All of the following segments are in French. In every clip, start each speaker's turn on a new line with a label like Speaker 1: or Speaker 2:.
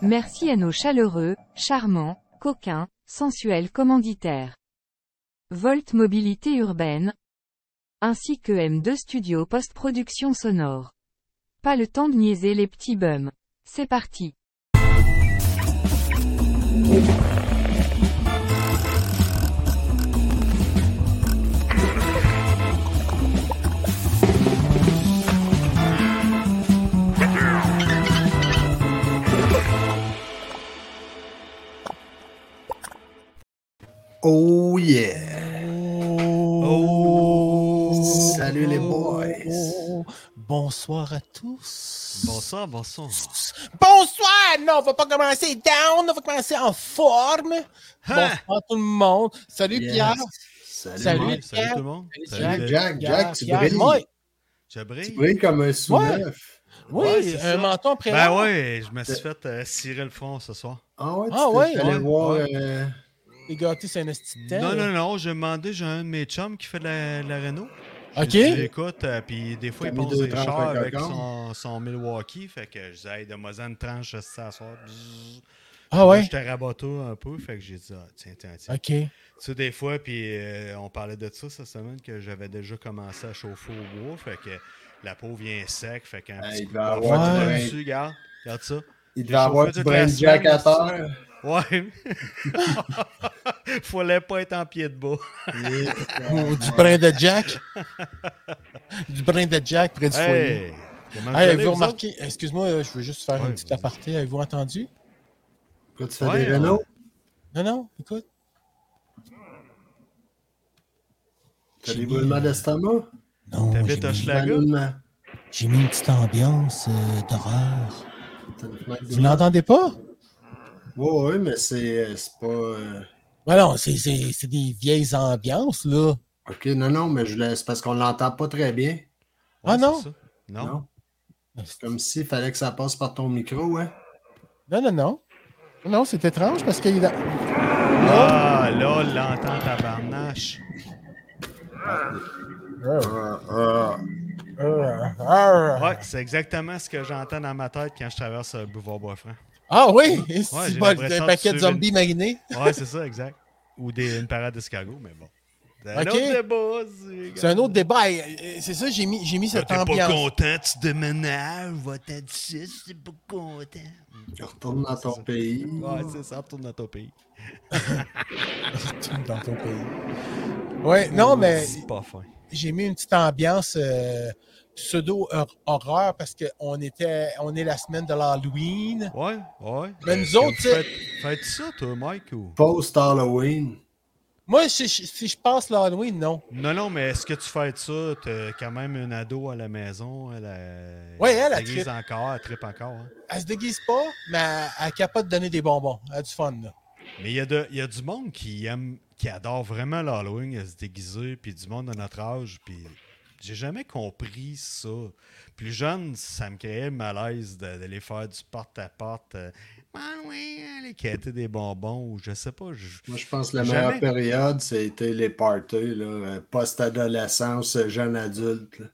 Speaker 1: Merci à nos chaleureux, charmants, coquins, sensuels commanditaires. Volt Mobilité Urbaine, ainsi que M2 Studio Post-Production Sonore. Pas le temps de niaiser les petits bums. C'est parti.
Speaker 2: Oh yeah!
Speaker 3: Oh.
Speaker 2: Salut les boys.
Speaker 3: Bonsoir à tous.
Speaker 4: Bonsoir, bonsoir.
Speaker 3: Bonsoir. Non, on va pas commencer down, on va commencer en forme.
Speaker 4: Hein?
Speaker 3: Bonsoir tout le monde. Salut
Speaker 2: Yes.
Speaker 3: Pierre.
Speaker 2: Salut,
Speaker 3: Salut.
Speaker 2: Mike.
Speaker 4: Salut tout le monde.
Speaker 3: Salut,
Speaker 2: Salut,
Speaker 4: Jack. Ben
Speaker 2: Jack, Jack,
Speaker 3: Pierre,
Speaker 2: tu
Speaker 3: Pierre,
Speaker 2: brilles.
Speaker 3: moi,
Speaker 2: Tu
Speaker 4: Jabri.
Speaker 2: brilles comme un sous-neuf.
Speaker 3: Oui,
Speaker 4: Ouais, c'est
Speaker 3: un
Speaker 4: ça.
Speaker 3: menton prêt.
Speaker 4: Ben ouais, je me suis fait euh, cirer le front ce soir.
Speaker 2: Ah ouais, tu
Speaker 3: Ah
Speaker 2: t'es
Speaker 3: ouais,
Speaker 2: t'es allé
Speaker 3: ouais,
Speaker 2: voir.
Speaker 4: ouais.
Speaker 2: euh,
Speaker 3: Les gâteaux, c'est un esti de tel.
Speaker 4: Non, non, non, j'ai demandé, j'ai un de mes chums qui fait de la, de la Renault. J'ai
Speaker 3: OK.
Speaker 4: dit, Écoute, euh, puis des fois,
Speaker 2: T'as
Speaker 4: il
Speaker 2: mis
Speaker 4: pense
Speaker 2: deux
Speaker 4: des
Speaker 2: tranches
Speaker 4: chars
Speaker 2: à
Speaker 4: avec
Speaker 2: cocon.
Speaker 4: son, son Milwaukee. Fait que je disais, hey, donne-moi une tranche ça ce soir. Bzzz.
Speaker 3: Ah
Speaker 4: Là,
Speaker 3: ouais.
Speaker 4: J'étais raboté un peu. Fait que j'ai dit, ah, tiens, tiens, tiens.
Speaker 3: OK.
Speaker 4: Tu sais, des fois, puis euh, on parlait de ça cette semaine, que j'avais déjà commencé à chauffer au bois. Fait que la peau vient sec. Fait qu'un
Speaker 2: Ah,
Speaker 4: petit
Speaker 2: il
Speaker 4: coup
Speaker 2: va
Speaker 4: de
Speaker 2: avoir
Speaker 4: parfum
Speaker 3: du-
Speaker 4: dessus, regarde. Regarde ça.
Speaker 2: Il devait
Speaker 4: J'ai
Speaker 2: avoir
Speaker 4: chauffé
Speaker 2: du
Speaker 4: toute la
Speaker 2: brain jack à
Speaker 4: semaine,
Speaker 2: terre.
Speaker 4: Ouais. Fallait pas être en pied de bas.
Speaker 3: Ou du brin de Jack. du brin de Jack près du foyer.
Speaker 4: Hey, comment
Speaker 3: Hey,
Speaker 4: allez,
Speaker 3: avez-vous
Speaker 4: vous autres?
Speaker 3: remarqué, excuse-moi, euh, je veux juste faire
Speaker 4: Ouais,
Speaker 3: une petite
Speaker 4: vas-y.
Speaker 3: aparté. Avez-vous entendu?
Speaker 2: Pourquoi tu fais
Speaker 4: Ouais,
Speaker 2: des
Speaker 4: on-
Speaker 2: Renault?
Speaker 3: Non, non, écoute.
Speaker 2: T'as
Speaker 3: J'ai
Speaker 2: des
Speaker 3: mis,
Speaker 2: boulements
Speaker 3: euh,
Speaker 2: d'estomac?
Speaker 3: Non,
Speaker 4: T'as
Speaker 3: j'ai
Speaker 4: vite hein? un
Speaker 3: mis,
Speaker 4: schlag.
Speaker 2: Ballonnement.
Speaker 3: j'ai mis une petite ambiance euh, d'horreur.
Speaker 2: T'as une fenêtre
Speaker 3: Vous
Speaker 2: de-
Speaker 3: l'entendez pas?
Speaker 2: Ouais, ouais, mais c'est euh, c'est pas. euh,
Speaker 3: Ouais, non, c'est- c'est c'est des vieilles ambiances, là.
Speaker 2: Ok, non, non, mais je voulais- c'est parce qu'on l'entend pas très bien.
Speaker 3: Ah,
Speaker 4: Ouais,
Speaker 3: non?
Speaker 4: c'est ça. Non.
Speaker 2: Non. C'est comme s'il fallait que ça passe par ton micro, hein?
Speaker 3: Non, non, non. Non, c'est étrange parce qu'il est dans...
Speaker 4: Ah, là, l'entend tabarnache.
Speaker 2: Ah, ah.
Speaker 3: Arr, arr.
Speaker 4: Ouais, c'est exactement ce que j'entends dans ma tête quand je traverse le boulevard Boisfranc.
Speaker 3: Ah oui!
Speaker 4: Ouais,
Speaker 3: c'est
Speaker 4: j'ai
Speaker 3: bon,
Speaker 4: l'impression
Speaker 3: un
Speaker 4: de
Speaker 3: paquet de
Speaker 4: suivre
Speaker 3: zombies marinés.
Speaker 4: Ouais, c'est ça, exact. Ou des, une parade d'escargot, mais bon. C'est un
Speaker 3: Ok.
Speaker 4: autre débat, c'est-
Speaker 3: C'est un autre débat. Et, euh, C'est ça, j'ai mis, j'ai mis
Speaker 4: Quand
Speaker 3: cette
Speaker 4: Ben, T'es pas
Speaker 3: ambiance.
Speaker 4: content, tu déménages, va-t'en d'ici, t'es pas content.
Speaker 2: Retourne dans ton
Speaker 4: C'est ça.
Speaker 2: pays.
Speaker 4: Ouais, c'est ça, retourne dans ton pays.
Speaker 3: dans ton pays. Ouais, non, mais
Speaker 4: C'est pas fin.
Speaker 3: j'ai mis une petite ambiance euh, pseudo-horreur parce qu'on était, on est la semaine de l'Halloween.
Speaker 4: Ouais, ouais.
Speaker 3: Mais nous
Speaker 4: Est-ce que
Speaker 3: autres,
Speaker 4: vous
Speaker 3: tu sais-
Speaker 4: faites- Faites ça, toi, Mike, ou...
Speaker 2: Post-Halloween.
Speaker 3: Moi, si, si- si je passe l'Halloween, non.
Speaker 4: Non, non, mais est-ce que tu fais ça? T'as quand même un ado à la maison. Elle, euh,
Speaker 3: Ouais, elle, elle
Speaker 4: déguise encore, elle tripe encore. hein.
Speaker 3: Elle se déguise pas, mais elle, elle est capable de donner des bonbons. Elle a du fun, là.
Speaker 4: Mais il y, a de- il y a du monde qui aime, qui adore vraiment l'Halloween, à se déguiser, puis du monde de notre âge, puis j'ai jamais compris ça. Plus jeune, ça me créait le malaise de- d'aller faire du porte-à-porte. euh, Ah oui, aller quêter des bonbons, ou je sais pas. je-
Speaker 2: Moi, je pense que la
Speaker 4: Jamais.
Speaker 2: meilleure période, c'était les parties, là, euh, post-adolescence, jeune adulte. là.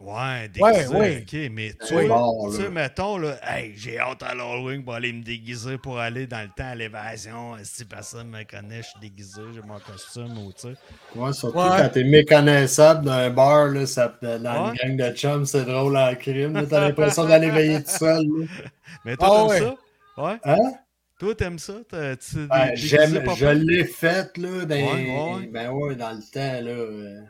Speaker 4: Ouais,
Speaker 3: Ouais,
Speaker 4: déguisé,
Speaker 3: ouais.
Speaker 4: ok, mais tu
Speaker 2: Ouais,
Speaker 4: vois,
Speaker 2: bon,
Speaker 4: tu
Speaker 2: là.
Speaker 4: sais, mettons, là, hey, j'ai hâte à l'Halloween pour aller me déguiser, pour aller dans le temps à l'évasion, si personne me connaît, je suis déguisé, j'ai mon costume, ou tu sais.
Speaker 2: Ouais, surtout
Speaker 3: Ouais.
Speaker 2: quand t'es méconnaissable dans un bar, là, ça, dans
Speaker 4: Ouais.
Speaker 2: une gang de chums, c'est drôle à la crime. là. T'as l'impression d'aller veiller tout seul. là.
Speaker 4: Mais
Speaker 3: Ah
Speaker 4: toi, t'aimes
Speaker 3: ouais.
Speaker 4: ça? Ouais?
Speaker 2: Hein?
Speaker 4: Toi, t'aimes ça? T'as- tu t'es
Speaker 2: Ben,
Speaker 4: déguisé
Speaker 2: j'aime,
Speaker 4: pour
Speaker 2: je
Speaker 4: faire-
Speaker 2: l'ai faite là, dans,
Speaker 4: Ouais, ouais. Ah,
Speaker 2: ben ouais, dans le temps. Là, euh,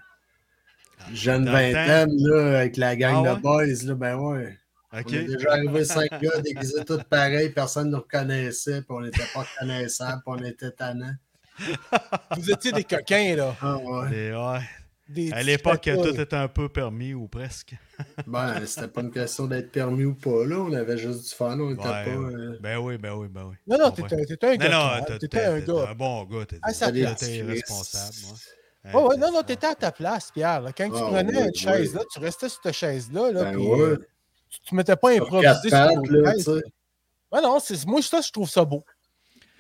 Speaker 2: jeune
Speaker 4: Dans le temps.
Speaker 2: vingtaine là, avec la gang
Speaker 4: Ah
Speaker 2: de boys. Là, ben ouais.
Speaker 4: Ok.
Speaker 2: On est déjà arrivé cinq gars déguisés tous pareils, personne ne nous reconnaissait, puis on n'était pas reconnaissables, puis on était tannants.
Speaker 3: Vous étiez des coquins, là.
Speaker 2: Ah ouais.
Speaker 4: Mais ouais.
Speaker 3: Des
Speaker 4: À
Speaker 3: petits
Speaker 4: l'époque,
Speaker 3: patrouilles.
Speaker 4: tout était un peu permis ou presque.
Speaker 2: Ben, c'était pas une question d'être permis ou pas, là. On avait juste du fun, on était
Speaker 4: Ouais,
Speaker 2: pas.
Speaker 4: ouais.
Speaker 2: euh,
Speaker 4: Ben oui, ben oui, ben oui.
Speaker 3: Non, non,
Speaker 4: Bon,
Speaker 3: t'étais
Speaker 4: bref.
Speaker 3: t'étais un gars.
Speaker 4: Non, non,
Speaker 3: toi, hein.
Speaker 4: t'es-
Speaker 3: T'étais un
Speaker 4: t'es- t'es
Speaker 3: gars.
Speaker 4: un bon gars. T'es
Speaker 3: Ah, ça
Speaker 2: des
Speaker 3: place.
Speaker 4: t'es
Speaker 2: petits
Speaker 4: irresponsable.
Speaker 2: Christ.
Speaker 4: Ouais,
Speaker 3: Ouais, ouais,
Speaker 4: t'es-
Speaker 3: non, non, t'étais à ta place, Pierre. là. Quand tu
Speaker 2: Ah,
Speaker 3: prenais
Speaker 2: ouais,
Speaker 3: une chaise,
Speaker 2: ouais.
Speaker 3: là, tu restais sur ta chaise-là. Là,
Speaker 2: Ben
Speaker 3: puis,
Speaker 2: ouais.
Speaker 3: euh, tu te mettais pas à
Speaker 2: Sur quatre
Speaker 3: improviser
Speaker 2: pattes,
Speaker 3: sur ton
Speaker 2: là,
Speaker 3: chaise.
Speaker 2: tu sais.
Speaker 3: Ouais, non, c'est- moi, ça, je trouve ça beau.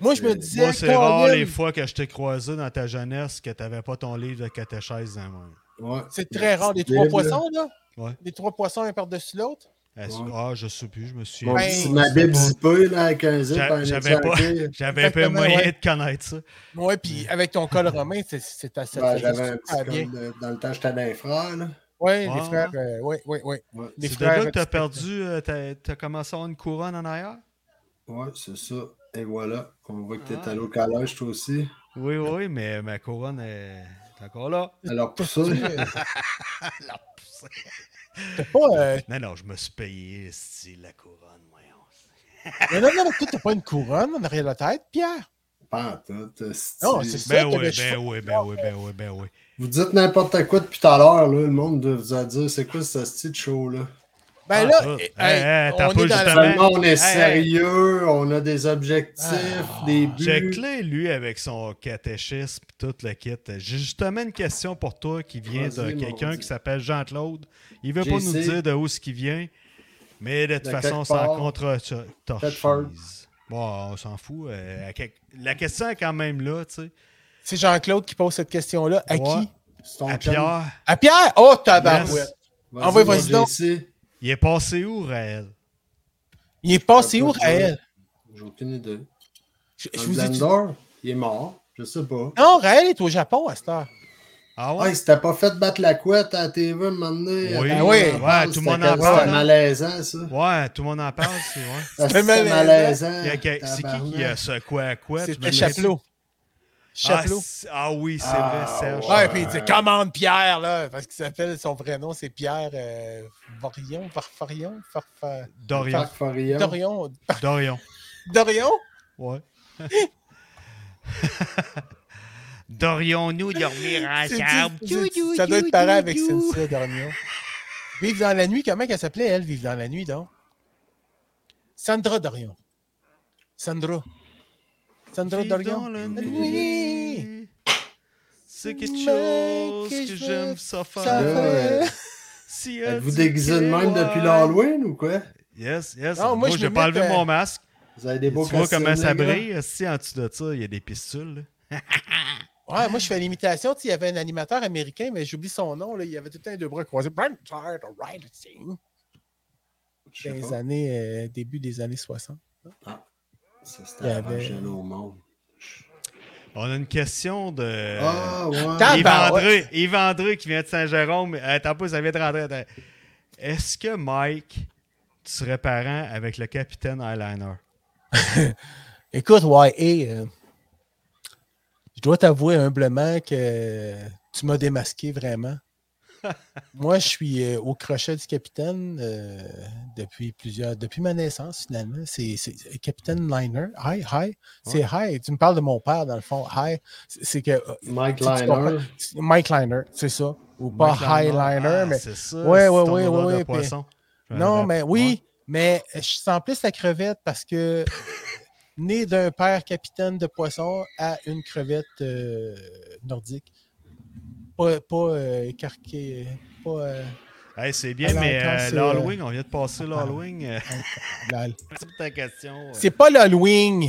Speaker 3: Moi, je me
Speaker 2: C'est-
Speaker 3: disais.
Speaker 4: Moi, c'est rare
Speaker 3: Colin,
Speaker 4: les fois que je t'ai croisé dans ta jeunesse que t'avais pas ton livre de catéchèse dans la main.
Speaker 2: Ouais.
Speaker 3: C'est très rare. Les
Speaker 2: Petit
Speaker 3: trois
Speaker 2: livre, là.
Speaker 3: poissons, là.
Speaker 4: Ouais.
Speaker 3: Les trois poissons, un par-dessus l'autre.
Speaker 4: Est-ce- Ah, je sais plus, je me suis.
Speaker 2: Mon
Speaker 3: Ben,
Speaker 2: petit Mabib
Speaker 4: c'est
Speaker 2: zippé, là, à 15 ans,
Speaker 4: J'a- J'avais pas, j'avais pas
Speaker 3: Exactement,
Speaker 4: moyen
Speaker 3: ouais.
Speaker 4: de connaître ça.
Speaker 3: Oui, puis avec ton col romain, c'est- c'est à ça. te
Speaker 2: Ben, J'avais
Speaker 3: faisait
Speaker 2: un
Speaker 3: super
Speaker 2: petit
Speaker 3: bien.
Speaker 2: comme de- dans le temps, j'étais dans les frères, là.
Speaker 3: Oui,
Speaker 4: Ouais.
Speaker 3: les frères. euh, oui, oui, oui.
Speaker 2: Ouais,
Speaker 3: Les
Speaker 4: C'est de là
Speaker 3: frères,
Speaker 4: que t'as
Speaker 3: tu-
Speaker 4: perdu, euh, t'as t'as commencé à avoir une couronne en arrière?
Speaker 2: ouais, c'est ça. Et voilà, on voit que t'es
Speaker 4: Ah.
Speaker 2: allé au collège, toi aussi.
Speaker 4: Oui, oui, mais ma couronne est est encore là.
Speaker 2: Alors, pour ça,
Speaker 3: euh, T'as pas. euh,
Speaker 4: Non, non, je me suis payé si la couronne, voyons.
Speaker 3: Non, non, non, mais toi, t'as pas une couronne en arrière de la tête, Pierre.
Speaker 2: pas en tout, euh, si-
Speaker 3: Non, c'est ça.
Speaker 4: Ben
Speaker 3: t'as
Speaker 4: oui,
Speaker 3: le
Speaker 4: ben
Speaker 3: cheveu-
Speaker 4: oui, ben oui, ben oui, ben oui.
Speaker 2: Vous dites n'importe quoi depuis tout à l'heure, là. Le monde doit vous a dire c'est quoi ce style show, là.
Speaker 3: Ben
Speaker 4: Ah,
Speaker 3: là,
Speaker 4: ça. Hey,
Speaker 3: eh, hey,
Speaker 4: hey, t'as
Speaker 3: on
Speaker 4: pas
Speaker 3: est dans
Speaker 4: justement-
Speaker 3: la...
Speaker 2: Seulement, on est
Speaker 4: hey, Ah, hey.
Speaker 2: sérieux, on a des objectifs, des buts.
Speaker 4: Jack lui, avec son catéchisme et tout le kit. J'ai justement une question pour toi qui vient de
Speaker 2: Vas-y, mon
Speaker 4: quelqu'un
Speaker 2: Dieu.
Speaker 4: qui s'appelle Jean-Claude. Il veut pas nous
Speaker 2: JC.
Speaker 4: dire de où ce qui vient, mais de toute
Speaker 2: De
Speaker 4: façon,
Speaker 2: quelque
Speaker 4: ça
Speaker 2: part.
Speaker 4: contre
Speaker 2: Thetford.
Speaker 4: Bon, on s'en fout. euh, à quel- La question est quand même là, tu sais.
Speaker 3: C'est Jean-Claude qui pose cette question-là. À
Speaker 4: Ouais.
Speaker 3: qui
Speaker 2: C'est ton
Speaker 4: À
Speaker 2: chum.
Speaker 4: Pierre,
Speaker 3: À Pierre Oh, tabarouette
Speaker 4: Yes.
Speaker 2: Vas-y,
Speaker 3: Envoie,
Speaker 2: mon
Speaker 3: Ah vas-y donc.
Speaker 2: JC.
Speaker 4: il est passé où, Raël?
Speaker 3: Il est passé où,
Speaker 2: Pas de
Speaker 3: Raël
Speaker 2: J'ai aucune idée.
Speaker 3: je, je
Speaker 2: Un
Speaker 3: vous ai dit-
Speaker 2: blender, il est mort. Je sais pas.
Speaker 3: Non, Raël est au Japon à cette heure.
Speaker 4: Ah ouais?
Speaker 2: Ouais, c'était pas fait battre la couette à la TV un moment donné.
Speaker 4: Oui.
Speaker 2: Attends,
Speaker 3: Ben oui.
Speaker 2: on en parle,
Speaker 4: Ouais, tout le
Speaker 2: c'était
Speaker 4: monde en
Speaker 2: quel-
Speaker 4: parle,
Speaker 2: C'était
Speaker 4: hein.
Speaker 2: malaisant, ça.
Speaker 4: Ouais, tout le monde en parle, c'est ouais.
Speaker 2: Ah,
Speaker 3: C'était
Speaker 2: C'était
Speaker 3: malaisant.
Speaker 2: malaisant.
Speaker 4: Il y a quel- C'est qui qui a
Speaker 2: tabarnak.
Speaker 4: ce quoi à quoi? tu me
Speaker 3: C'était
Speaker 4: l'as dit?
Speaker 3: Chapelot.
Speaker 4: Ah,
Speaker 3: Chapelot.
Speaker 4: c'est- Ah oui, c'est
Speaker 2: Ah,
Speaker 4: vrai, Serge.
Speaker 3: Ouais, puis il dit commande Pierre, là, parce qu'il s'appelle, son vrai nom, c'est Pierre euh, Varion, Farfarion, Farfa...
Speaker 4: Dorian.
Speaker 2: Parc Forillon.
Speaker 3: Dorion.
Speaker 4: Dorian.
Speaker 3: Dorion?
Speaker 4: Ouais. Dorions-nous dormir
Speaker 3: C'est- c'est- c'est- Ça doit être pareil avec Cynthia Dorion. Vive dans la nuit, comment qu'elle s'appelait, elle, Vive dans la nuit, donc? Sandra Dorion. Sandra. Sandra Dorion. nuit.
Speaker 4: C'est quelque chose
Speaker 3: que
Speaker 4: que
Speaker 3: je
Speaker 4: j'aime ça
Speaker 3: ça
Speaker 4: faire.
Speaker 2: Euh,
Speaker 4: Si
Speaker 2: Êtes-vous
Speaker 4: elle
Speaker 2: déguisé de
Speaker 4: dit
Speaker 2: même
Speaker 4: que-
Speaker 2: depuis l'Halloween ou quoi?
Speaker 4: Yes, yes.
Speaker 3: Non, moi,
Speaker 4: moi,
Speaker 3: je
Speaker 4: j'ai
Speaker 3: me
Speaker 4: pas
Speaker 3: mets,
Speaker 4: enlevé
Speaker 3: euh,
Speaker 4: mon masque.
Speaker 2: Vous avez des
Speaker 4: Tu
Speaker 2: beaux
Speaker 4: vois
Speaker 2: costumes,
Speaker 4: comment ça
Speaker 2: les gars?
Speaker 3: hein?
Speaker 4: brille? Si en dessous de ça, il y a des pistules. là.
Speaker 3: Ouais, moi, je fais l'imitation. tu sais, Il y avait un animateur américain, mais j'oublie son nom. Là, il avait tout le temps les deux bras croisés. Brent Tired of Writing.
Speaker 2: Je
Speaker 3: Dans
Speaker 2: sais
Speaker 3: les
Speaker 2: pas.
Speaker 3: années, euh, début des années 60.
Speaker 2: Ça,
Speaker 3: Il
Speaker 2: c'était
Speaker 3: y
Speaker 2: avant que
Speaker 3: avait-
Speaker 2: j'allais au monde.
Speaker 4: On a une question de. euh,
Speaker 2: Ah, ouais.
Speaker 3: Tabarnak.
Speaker 4: Yves,
Speaker 3: bah
Speaker 4: André, Yves André qui vient de Saint-Jérôme. Euh, Attends pas, ça vient de rentrer. Attends. Est-ce que Mike, tu serais parent avec le capitaine Eyeliner?
Speaker 3: Écoute, ouais, et euh, je dois t'avouer humblement que tu m'as démasqué vraiment. Moi, je suis euh, au crochet du capitaine euh, depuis plusieurs, depuis ma naissance finalement. C'est c'est- euh, capitaine Liner. Hi, hi. C'est hi. Tu me parles de mon père dans le fond. Hi. C'est c'est que euh,
Speaker 2: Mike
Speaker 3: tu- tu comprends-
Speaker 2: Liner.
Speaker 3: Mike Liner, c'est ça. Ou pas
Speaker 4: Mike
Speaker 3: Highliner,
Speaker 4: Ah,
Speaker 3: mais
Speaker 4: C'est ça.
Speaker 3: Ouais,
Speaker 4: c'est
Speaker 3: ouais,
Speaker 4: ton
Speaker 3: ouais,
Speaker 4: odeur
Speaker 3: ouais,
Speaker 4: de
Speaker 3: puis-
Speaker 4: poisson. Je me
Speaker 3: non,
Speaker 4: rappelle.
Speaker 3: mais oui, mais je sens plus la crevette parce que né d'un père capitaine de poisson à une crevette euh, nordique. Pas, pas euh, carquée, pas euh,
Speaker 4: Ouais. Hey, c'est bien,
Speaker 3: Alors,
Speaker 4: mais
Speaker 3: quand
Speaker 4: euh,
Speaker 3: c'est,
Speaker 4: l'Halloween, on vient de passer l'Halloween. euh,
Speaker 3: lal.
Speaker 4: C'est pour ta question. euh.
Speaker 3: C'est pas l'Halloween,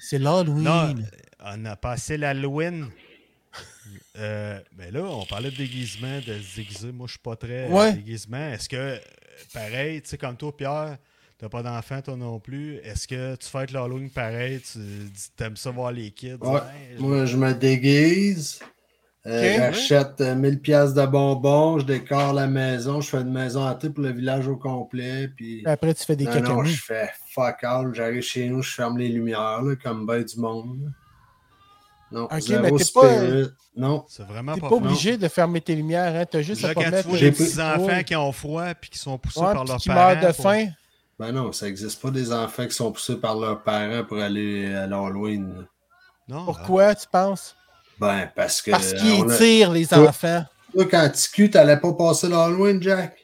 Speaker 3: c'est l'Halloween.
Speaker 4: Non, euh, on a passé l'Halloween. Euh, mais là, on parlait de déguisement, de se déguiser. Moi, je suis pas très euh,
Speaker 3: Ouais.
Speaker 4: déguisement. Est-ce que, euh, pareil, tu sais, comme toi, Pierre, t'as pas d'enfant, toi non plus. Est-ce que tu fêtes l'Halloween pareil? Tu dis- t'aimes ça voir les kids?
Speaker 2: Ouais.
Speaker 4: Hey, je-
Speaker 2: Moi, je me déguise. Euh,
Speaker 3: Ok.
Speaker 2: J'achète euh, 1000 pièces de bonbons, je décore la maison, je fais une maison hantée pour le village au complet. Puis...
Speaker 3: Après, tu fais des
Speaker 2: Non, non,
Speaker 3: cacahuètes.
Speaker 2: je fais fuck all, j'arrive chez nous, je ferme les lumières, là, comme ben du monde. Non,
Speaker 3: Ok,
Speaker 2: zéro
Speaker 3: mais t'es
Speaker 2: spirit.
Speaker 3: pas-
Speaker 2: Non,
Speaker 4: C'est vraiment
Speaker 3: T'es
Speaker 4: pas
Speaker 3: pas
Speaker 4: fou.
Speaker 3: obligé de fermer tes lumières, hein. t'as juste
Speaker 4: Là,
Speaker 3: à pas
Speaker 4: quand tu
Speaker 3: mettre...
Speaker 4: vois
Speaker 2: J'ai
Speaker 4: les
Speaker 3: les
Speaker 2: pris-
Speaker 4: petits-enfants qui ont froid puis qui sont poussés par leurs
Speaker 3: qui
Speaker 4: parents.
Speaker 3: meurent de
Speaker 4: pour-
Speaker 3: faim.
Speaker 2: ben non, ça n'existe pas des enfants qui sont poussés par leurs parents pour aller à l'Halloween. là.
Speaker 4: Non, ah,
Speaker 3: Pourquoi, tu penses?
Speaker 2: Ben, parce que.
Speaker 3: Parce
Speaker 2: euh,
Speaker 3: qu'ils
Speaker 2: on a-
Speaker 3: tirent les
Speaker 2: Toi-
Speaker 3: enfants.
Speaker 2: Toi, quand tu cues, t'allais pas passer l'Halloween, Jack?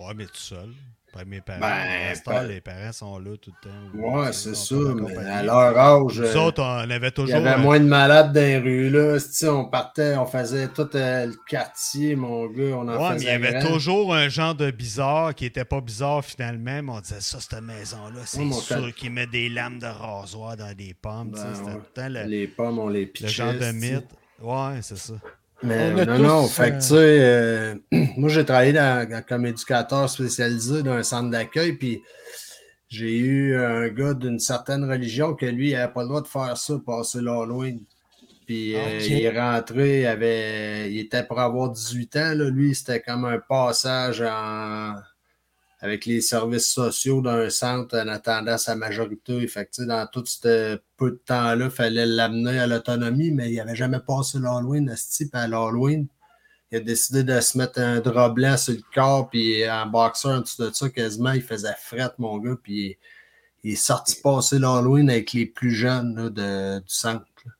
Speaker 4: euh, Ouais, mais tout seul. Pas mes parents.
Speaker 2: Ben,
Speaker 4: à cette heure,
Speaker 2: pas-
Speaker 4: les parents sont là tout le temps.
Speaker 2: Ouais, c'est ça,
Speaker 4: sûr,
Speaker 2: mais à leur âge.
Speaker 4: Nous
Speaker 2: euh,
Speaker 4: autres, on avait
Speaker 2: Il y
Speaker 4: toujours.
Speaker 2: avait
Speaker 4: euh,
Speaker 2: moins de malades dans les rues, là. Si on partait, on faisait tout euh, le quartier, mon gars. On en
Speaker 4: Ouais, mais il y
Speaker 2: faisait
Speaker 4: avait
Speaker 2: grand.
Speaker 4: toujours un genre de bizarre qui était pas bizarre finalement, mais on disait ça, cette maison-là, c'est
Speaker 2: Ouais, mon
Speaker 4: sûr
Speaker 2: cal-
Speaker 4: qu'ils mettent des lames de rasoir dans des pommes. tu sais,
Speaker 2: Ben
Speaker 4: C'était
Speaker 2: ouais.
Speaker 4: tout le temps le,
Speaker 2: Les pommes, on les
Speaker 4: le
Speaker 2: pitchait.
Speaker 4: genre de
Speaker 2: c'ti.
Speaker 4: mythe. Ouais, c'est ça.
Speaker 2: Mais
Speaker 3: On a
Speaker 2: non,
Speaker 3: tous,
Speaker 2: non, fait que
Speaker 3: euh,
Speaker 2: tu sais, euh, moi j'ai travaillé dans- dans- comme éducateur spécialisé dans un centre d'accueil, puis j'ai eu un gars d'une certaine religion que lui, il n'avait pas le droit de faire ça, passer l'Halloween. Puis euh,
Speaker 3: Ok.
Speaker 2: il est rentré, il, avait, il était pour avoir 18 ans, là. lui, c'était comme un passage en- avec les services sociaux d'un centre en attendant sa majorité. Fait que, tu sais, dans tout ce peu de temps-là, il fallait l'amener à l'autonomie, mais il n'avait jamais passé l'Halloween, Asti, puis à l'Halloween. Il a décidé de se mettre un drap blanc sur le corps, puis en boxeur en dessous de ça, quasiment, il faisait frette, mon gars, puis il est sorti passer l'Halloween avec les plus jeunes là, de- du centre. là.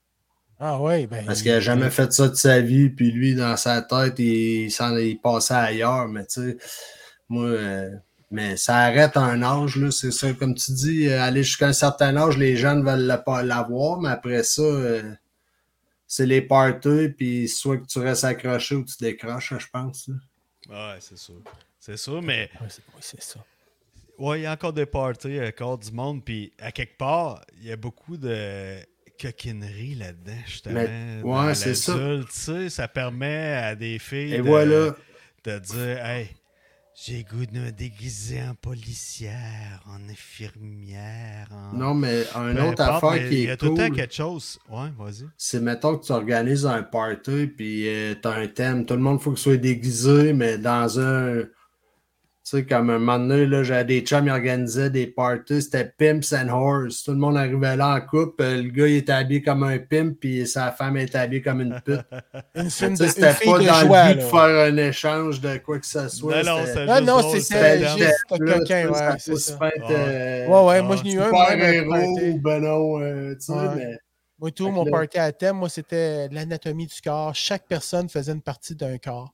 Speaker 3: Ah oui, ben.
Speaker 2: Parce qu'il n'a jamais fait ça de sa vie, puis lui, dans sa tête, il, s'en il passait ailleurs, mais tu sais, moi, euh, mais ça arrête à un âge, là, c'est ça, comme tu dis, euh, aller jusqu'à un certain âge, les jeunes veulent la- pas l'avoir, mais après ça, euh, c'est les parties, puis soit que tu restes accroché ou tu décroches, je pense. là.
Speaker 4: Ouais, c'est sûr. C'est sûr, mais
Speaker 3: Oui, c'est- oui, c'est ça.
Speaker 4: ouais, il y a encore des parties, encore du monde. Puis à quelque part, il y a beaucoup de coquinerie là-dedans, justement.
Speaker 2: Mais-
Speaker 4: dans
Speaker 2: ouais, c'est ça.
Speaker 4: l'adulte, tu sais, ça permet à des filles
Speaker 2: Et
Speaker 4: de,
Speaker 2: voilà.
Speaker 4: de dire Hey, j'ai le goût de me déguiser en policière, en infirmière. En...
Speaker 2: Non, mais un
Speaker 4: Peu
Speaker 2: autre
Speaker 4: importe,
Speaker 2: affaire
Speaker 4: mais
Speaker 2: qui
Speaker 4: Il y a
Speaker 2: est
Speaker 4: tout le temps
Speaker 2: cool,
Speaker 4: quelque chose. Ouais, vas-y.
Speaker 2: c'est mettons que tu organises un party, puis euh, t'as un thème. Tout le monde faut que soit déguisé, mais dans un. Tu sais, comme un moment donné, là, j'avais des chums, ils organisaient des parties, c'était Pimps and Horse. Tout le monde arrivait là en couple, euh, le gars il était habillé comme un pimp, puis sa femme était habillée comme une pute. Tu
Speaker 3: Une, fille de-
Speaker 2: sais,
Speaker 3: une
Speaker 2: c'était
Speaker 3: fille
Speaker 2: pas
Speaker 3: de
Speaker 2: dans le
Speaker 3: joie.
Speaker 2: but
Speaker 3: là.
Speaker 2: de faire un échange de quoi que ce soit.
Speaker 4: Non, non,
Speaker 2: c'était-
Speaker 4: c'est
Speaker 3: Ah non,
Speaker 4: drôle,
Speaker 3: c'était
Speaker 2: c'était
Speaker 4: drôle.
Speaker 3: juste
Speaker 2: le thème, là,
Speaker 3: coquin,
Speaker 2: tu sais,
Speaker 3: ouais,
Speaker 2: ça peut
Speaker 3: c'est
Speaker 2: se
Speaker 3: ça.
Speaker 2: faire,
Speaker 4: Ouais.
Speaker 2: euh,
Speaker 3: Ouais, ouais,
Speaker 4: Ah,
Speaker 3: moi, je n'ai eu un. moi,
Speaker 2: super
Speaker 3: même, à
Speaker 2: héros,
Speaker 3: party.
Speaker 2: ben non, euh, tu sais,
Speaker 3: Ouais.
Speaker 2: mais.
Speaker 3: Moi, tout,
Speaker 2: Fait que
Speaker 3: mon
Speaker 2: là-
Speaker 3: party à thème, moi, c'était l'anatomie du corps. Chaque personne faisait une partie d'un corps.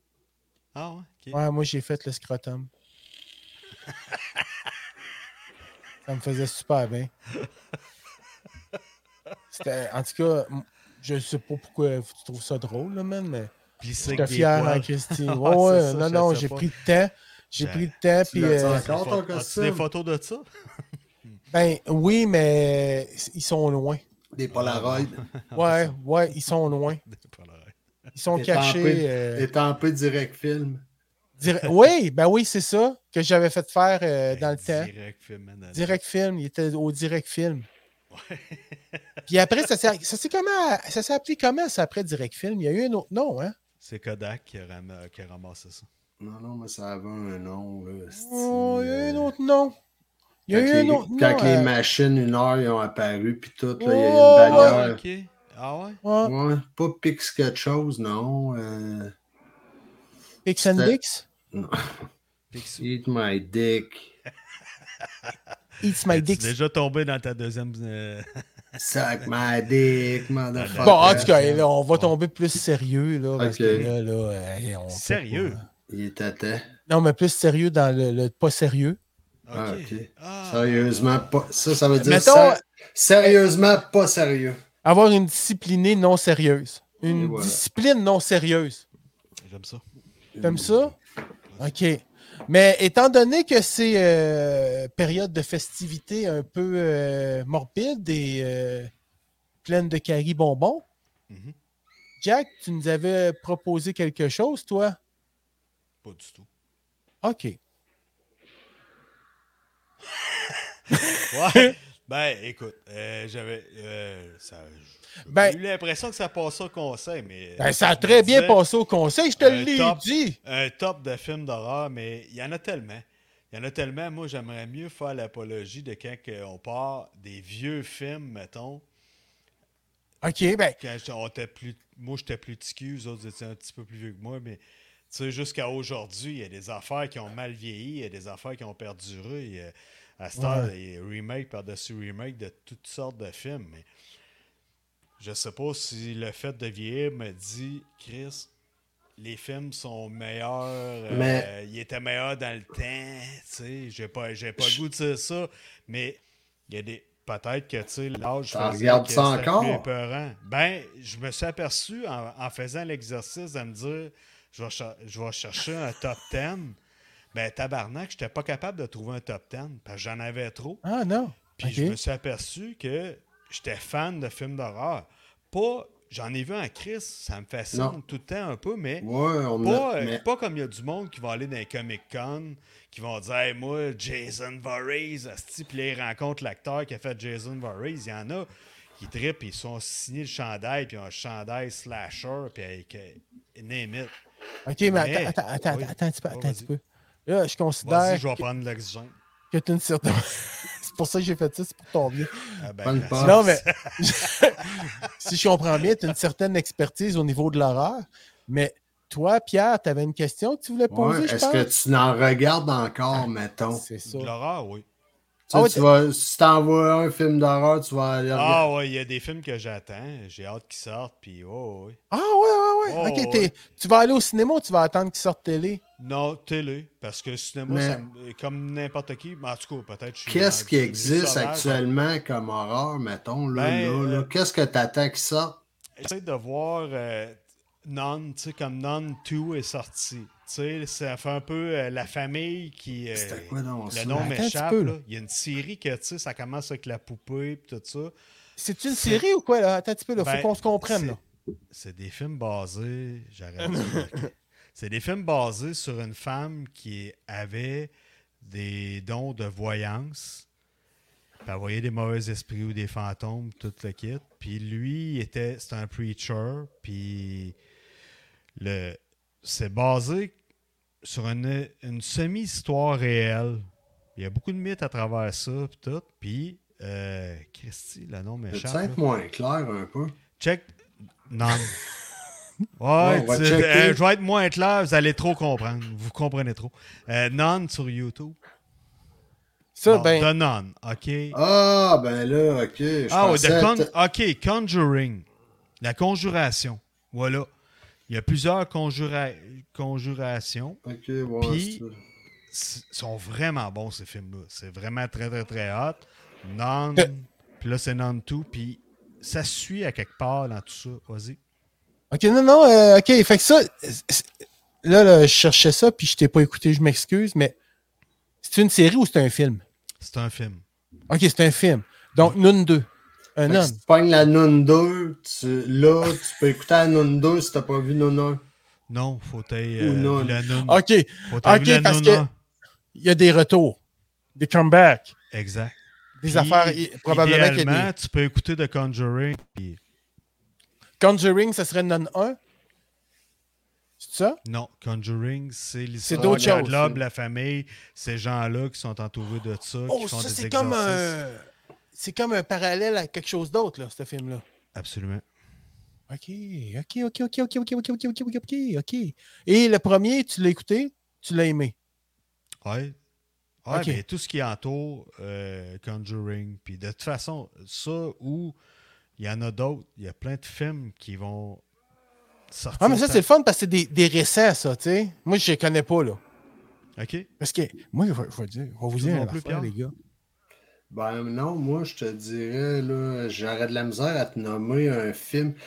Speaker 4: Ah, ouais, ok.
Speaker 3: Ouais, moi, j'ai fait le scrotum. Ça me faisait super bien. C'était, en tout cas, m- je sais pas pourquoi tu trouves ça drôle, là, man, mais
Speaker 4: Plissé
Speaker 3: j'étais
Speaker 4: avec des
Speaker 3: fier en
Speaker 4: poils.
Speaker 3: Christie.
Speaker 4: Ouais, c'est
Speaker 3: Ouais, ouais,
Speaker 4: ça,
Speaker 3: non,
Speaker 4: je
Speaker 3: non,
Speaker 4: sais
Speaker 3: j'ai
Speaker 4: pas.
Speaker 3: pris le temps. J'ai
Speaker 4: Ben,
Speaker 3: photos pris le temps,
Speaker 2: tu
Speaker 3: puis.
Speaker 2: l'as-tu
Speaker 3: euh,
Speaker 4: Des pho-
Speaker 2: Encore ton
Speaker 4: as-tu
Speaker 2: costume?
Speaker 4: des photos de ça?
Speaker 3: ben oui, mais ils sont loin.
Speaker 2: Des Polaroids.
Speaker 3: Ouais, ouais, ils sont loin.
Speaker 4: Des Polaroids.
Speaker 3: Ils sont
Speaker 2: Des tempêtes.
Speaker 3: cachés. euh,
Speaker 2: T'es un peu direct film.
Speaker 3: dire- Oui, ben oui, c'est ça que j'avais fait faire euh,
Speaker 2: Ben,
Speaker 3: dans le temps.
Speaker 4: Direct film, man, dans le-
Speaker 3: Direct film, il était au direct film.
Speaker 4: Ouais.
Speaker 3: Puis après, ça s'est ça s'est comment ça s'est appelé comment ça après direct film? Il y a eu un autre nom, hein?
Speaker 4: C'est Kodak qui a, ram- qui a ramassé ça.
Speaker 2: Non, non, mais ça avait un nom. Là, c'est-
Speaker 3: Oh, il y a eu un autre nom. Il y a
Speaker 2: Quand
Speaker 3: eu un
Speaker 2: les-
Speaker 3: autre nom.
Speaker 2: Quand les
Speaker 3: euh,
Speaker 2: machines, une heure, ils ont apparu, puis tout, là, il y
Speaker 3: Oh,
Speaker 2: a eu une
Speaker 4: Ah,
Speaker 2: bannière.
Speaker 4: ok. Ah ouais?
Speaker 3: ouais,
Speaker 2: Ouais, pas Pix quelque chose, non. euh,
Speaker 3: Pix and
Speaker 2: c'était-
Speaker 3: Dix,
Speaker 4: Picsou.
Speaker 2: Eat my dick.
Speaker 3: Eats My
Speaker 4: Es-tu
Speaker 3: Dix.
Speaker 4: déjà tombé dans ta deuxième. euh,
Speaker 2: Suck my dick, motherfucker.
Speaker 3: Bon, en tout cas, là, on va tomber plus sérieux, là, parce
Speaker 2: Ok.
Speaker 3: que là, là, euh, on peut
Speaker 4: Sérieux?
Speaker 3: pas-
Speaker 2: Il est à terre.
Speaker 3: Non, mais plus sérieux dans le, le pas sérieux.
Speaker 2: Ah, ok.
Speaker 4: Ah.
Speaker 2: Sérieusement, pas. Ça, ça veut dire.
Speaker 3: Mettons-
Speaker 2: ser- Sérieusement, pas sérieux.
Speaker 3: Avoir une disciplinée non sérieuse.
Speaker 2: Et
Speaker 3: Une
Speaker 2: voilà.
Speaker 3: discipline non sérieuse.
Speaker 4: J'aime ça.
Speaker 3: Comme ça? OK. Mais étant donné que c'est euh, période de festivité un peu euh, morbide et euh, pleine de caries bonbons,
Speaker 4: Mhm.
Speaker 3: Jack, tu nous avais proposé quelque chose, toi?
Speaker 4: Pas du tout.
Speaker 3: OK.
Speaker 4: Ouais. ben, écoute, euh, j'avais. euh, ça- j'ai
Speaker 3: Ben-
Speaker 4: eu l'impression que ça passait au conseil, mais. euh,
Speaker 3: Ben, ça a très bien
Speaker 4: Je me disais,
Speaker 3: passé au conseil, je te
Speaker 4: un
Speaker 3: l'ai
Speaker 4: top.
Speaker 3: dit.
Speaker 4: Un top de films d'horreur, mais il y en a tellement. Il y en a tellement. Moi, j'aimerais mieux faire l'apologie de quand que on part des vieux films, mettons.
Speaker 3: OK, ben,
Speaker 4: Quand j'étais- on était plus, moi, j'étais plus petit que eux autres étaient un petit peu plus vieux que moi, mais tu sais, jusqu'à aujourd'hui, il y a des affaires qui ont mal vieilli, il y a des affaires qui ont perduré. il y a- à cette heure,
Speaker 3: Ouais.
Speaker 4: il y a remake par-dessus remake de toutes sortes de films. Mais je sais pas si le fait de vieillir me dit, Chris, les films sont meilleurs, euh,
Speaker 2: Mais-
Speaker 4: ils étaient meilleurs dans le temps, tu sais, j'ai pas, j'ai pas
Speaker 2: Je-
Speaker 4: le goût de dire ça, mais il y a des. Peut-être que, tu sais, l'âge.
Speaker 2: T'en
Speaker 4: faisait
Speaker 2: regardes
Speaker 4: que
Speaker 2: ça
Speaker 4: c'était plus
Speaker 2: encore?
Speaker 4: épeurant. Ben, je me suis aperçu en, en faisant l'exercice de me dire je vais, cher- je vais chercher un top 10. Ben, tabarnak, j'étais pas capable de trouver un top 10 parce que j'en avais trop.
Speaker 3: ah non.
Speaker 4: Puis
Speaker 3: OK.
Speaker 4: je me suis aperçu que j'étais fan de films d'horreur. Pas J'en ai vu en Chris, ça me fascine
Speaker 2: Non.
Speaker 4: tout le temps un peu, mais
Speaker 2: Ouais, on
Speaker 4: pas,
Speaker 2: a.
Speaker 4: euh,
Speaker 2: mais-
Speaker 4: pas comme il y a du monde qui va aller dans les Comic Con, qui vont dire Hey, moi, Jason Voorhees, asti, puis là, ils rencontrent l'acteur qui a fait Jason Voorhees. Il y en a qui trippent, ils sont signés le chandail, puis ils ont un chandail slasher, puis avec euh, name it.
Speaker 3: OK, mais
Speaker 4: Mais-
Speaker 3: attends, attends,
Speaker 4: oui.
Speaker 3: attends, attends un petit peu.
Speaker 4: Ouais,
Speaker 3: Attends un petit
Speaker 4: vas-y.
Speaker 3: peu. Là, je
Speaker 4: Vas-y,
Speaker 2: Ben,
Speaker 3: considère
Speaker 4: je vais prendre de l'oxygène.
Speaker 3: que tu es une certaine. c'est pour ça que j'ai fait ça, c'est pour ton bien.
Speaker 4: Ah, ben,
Speaker 2: Bonne
Speaker 4: merci.
Speaker 2: part. Ah,
Speaker 3: non, mais si je comprends bien, tu as une certaine expertise au niveau de l'horreur. Mais toi, Pierre, tu avais une question que tu voulais poser,
Speaker 2: Ouais,
Speaker 3: je
Speaker 2: Est-ce
Speaker 3: pense.
Speaker 2: que tu n'en regardes encore, mettons? Tu,
Speaker 3: C'est ça.
Speaker 4: De l'horreur, oui.
Speaker 2: sais,
Speaker 3: Ah ouais,
Speaker 2: tu
Speaker 3: t'es-
Speaker 2: vas, si t'en vois un film d'horreur, tu vas aller regarder.
Speaker 4: Ah, ouais, il y a des films que j'attends, j'ai hâte qu'ils sortent, puis oh, oui.
Speaker 3: Ah, ouais, ouais, ouais.
Speaker 4: Oh,
Speaker 3: OK,
Speaker 4: ouais.
Speaker 3: t'es- tu vas aller au cinéma ou tu vas attendre qu'il sorte télé?
Speaker 4: Non, télé, parce que le cinéma,
Speaker 2: Mais-
Speaker 4: ça me- comme n'importe qui, mais en tout cas, peut-être. je suis
Speaker 2: Qu'est-ce
Speaker 4: rendu
Speaker 2: qui existe
Speaker 4: sauvage.
Speaker 2: actuellement comme horreur, mettons, là,
Speaker 4: Ben,
Speaker 2: là, là?
Speaker 4: euh,
Speaker 2: Qu'est-ce que t'attends qui sorte?
Speaker 4: J'essaie de voir euh, Non, tu sais, comme Non 2 est sorti. Tu sais, ça fait un peu euh, la famille qui. euh,
Speaker 2: C'était quoi, donc, ça? Ben,
Speaker 4: Le nom
Speaker 3: Attends un petit
Speaker 4: m'échappe,
Speaker 3: peu, là.
Speaker 4: là. Il y a une série que, tu sais, ça commence avec la poupée, puis tout ça.
Speaker 3: C'est une série ou quoi, là? Attends un petit peu, là. Faut
Speaker 4: Ben,
Speaker 3: qu'on se comprenne,
Speaker 4: c'est-
Speaker 3: là.
Speaker 4: C'est des films basés. J'arrête. de- ok. C'est des films basés sur une femme qui avait des dons de voyance. Puis Elle voyait des mauvais esprits ou des fantômes, tout le kit. Puis lui, il était, c'était un preacher. Puis le, c'est basé sur une, une semi-histoire réelle. Il y a beaucoup de mythes à travers ça, puis tout. Puis, euh, Christy, le nom
Speaker 2: C'est
Speaker 4: m'échappe. là.
Speaker 2: peut-être moins clair un peu.
Speaker 4: Check. Non.
Speaker 2: on
Speaker 4: Ouais,
Speaker 2: va
Speaker 4: tu-
Speaker 2: checker.
Speaker 4: euh, je vais être moins clair, vous allez trop comprendre. Vous comprenez trop. Euh, non sur YouTube.
Speaker 3: Ça,
Speaker 4: Non,
Speaker 3: ben,
Speaker 4: The Non, OK.
Speaker 2: Ah, ben là, ok. je
Speaker 4: ah, ouais,
Speaker 2: pensais
Speaker 4: The Con-
Speaker 2: t-
Speaker 4: OK, Conjuring. La conjuration. Voilà. Il y a plusieurs conjura- conjurations.
Speaker 2: Ok, ouais,
Speaker 4: Puis-
Speaker 2: c'est-
Speaker 4: C- sont vraiment bons, ces films-là. C'est vraiment très, très, très hot. Non.
Speaker 3: Euh.
Speaker 4: Puis là, c'est Non tout. Puis ça suit à quelque part dans tout ça. Vas-y.
Speaker 3: OK, non, non, euh, OK, fait que ça, c'est- c'est- là, là, je cherchais ça, puis je t'ai pas écouté, je m'excuse, mais c'est une série ou c'est un film?
Speaker 4: C'est un film.
Speaker 3: OK, c'est un film. Donc, Noon 2, un
Speaker 2: Fait que
Speaker 3: homme.
Speaker 2: si tu pognes la Noon 2, tu- là, tu peux écouter la Noon 2 si t'as pas vu Noon 1.
Speaker 4: Non, faut t'aille.
Speaker 2: Ou non.
Speaker 4: la non.
Speaker 3: OK, il
Speaker 4: Faut t'aille
Speaker 3: Ok,
Speaker 4: la
Speaker 3: parce
Speaker 4: non,
Speaker 3: que-
Speaker 4: non.
Speaker 3: y a des retours, des comebacks,
Speaker 4: Exact.
Speaker 3: des
Speaker 4: Puis,
Speaker 3: affaires, y- probablement qu'il y a des-
Speaker 4: idéalement, tu peux écouter The Conjuring. puis-
Speaker 3: Conjuring, ça serait Noon 1? C'est ça?
Speaker 4: Non, Conjuring, c'est l'histoire
Speaker 3: d'autres
Speaker 4: de
Speaker 3: choses,
Speaker 4: Lob,
Speaker 2: ça.
Speaker 4: la famille, ces gens-là qui sont entourés de ça,
Speaker 3: Oh,
Speaker 4: qui font
Speaker 3: ça,
Speaker 4: des
Speaker 3: c'est
Speaker 4: exorcismes.
Speaker 3: comme un... C'est comme un parallèle à quelque chose d'autre, là, ce film-là.
Speaker 4: Absolument.
Speaker 3: OK, OK, OK, OK, OK, OK, OK, OK, OK, OK, OK, OK. Et le premier, tu l'as écouté, tu l'as aimé.
Speaker 4: Ouais. Ouais,
Speaker 3: Ok.
Speaker 4: mais tout ce qui entoure euh, Conjuring. Puis de toute façon, ça ou il y en a d'autres, il y a plein de films qui vont sortir.
Speaker 3: Ah, mais ça,
Speaker 4: de
Speaker 3: c'est le fun parce que c'est des, des récents, ça, tu sais. Moi, je les connais pas, là.
Speaker 4: ta- OK.
Speaker 3: Parce que, moi, je vais je vais dire, on va vous
Speaker 4: Tout
Speaker 3: dire
Speaker 4: non
Speaker 3: un
Speaker 4: plus, Pierre.
Speaker 3: affaire, les gars.
Speaker 2: Ben non, moi je te dirais, là, j'aurais de la misère à te nommer un film. Tu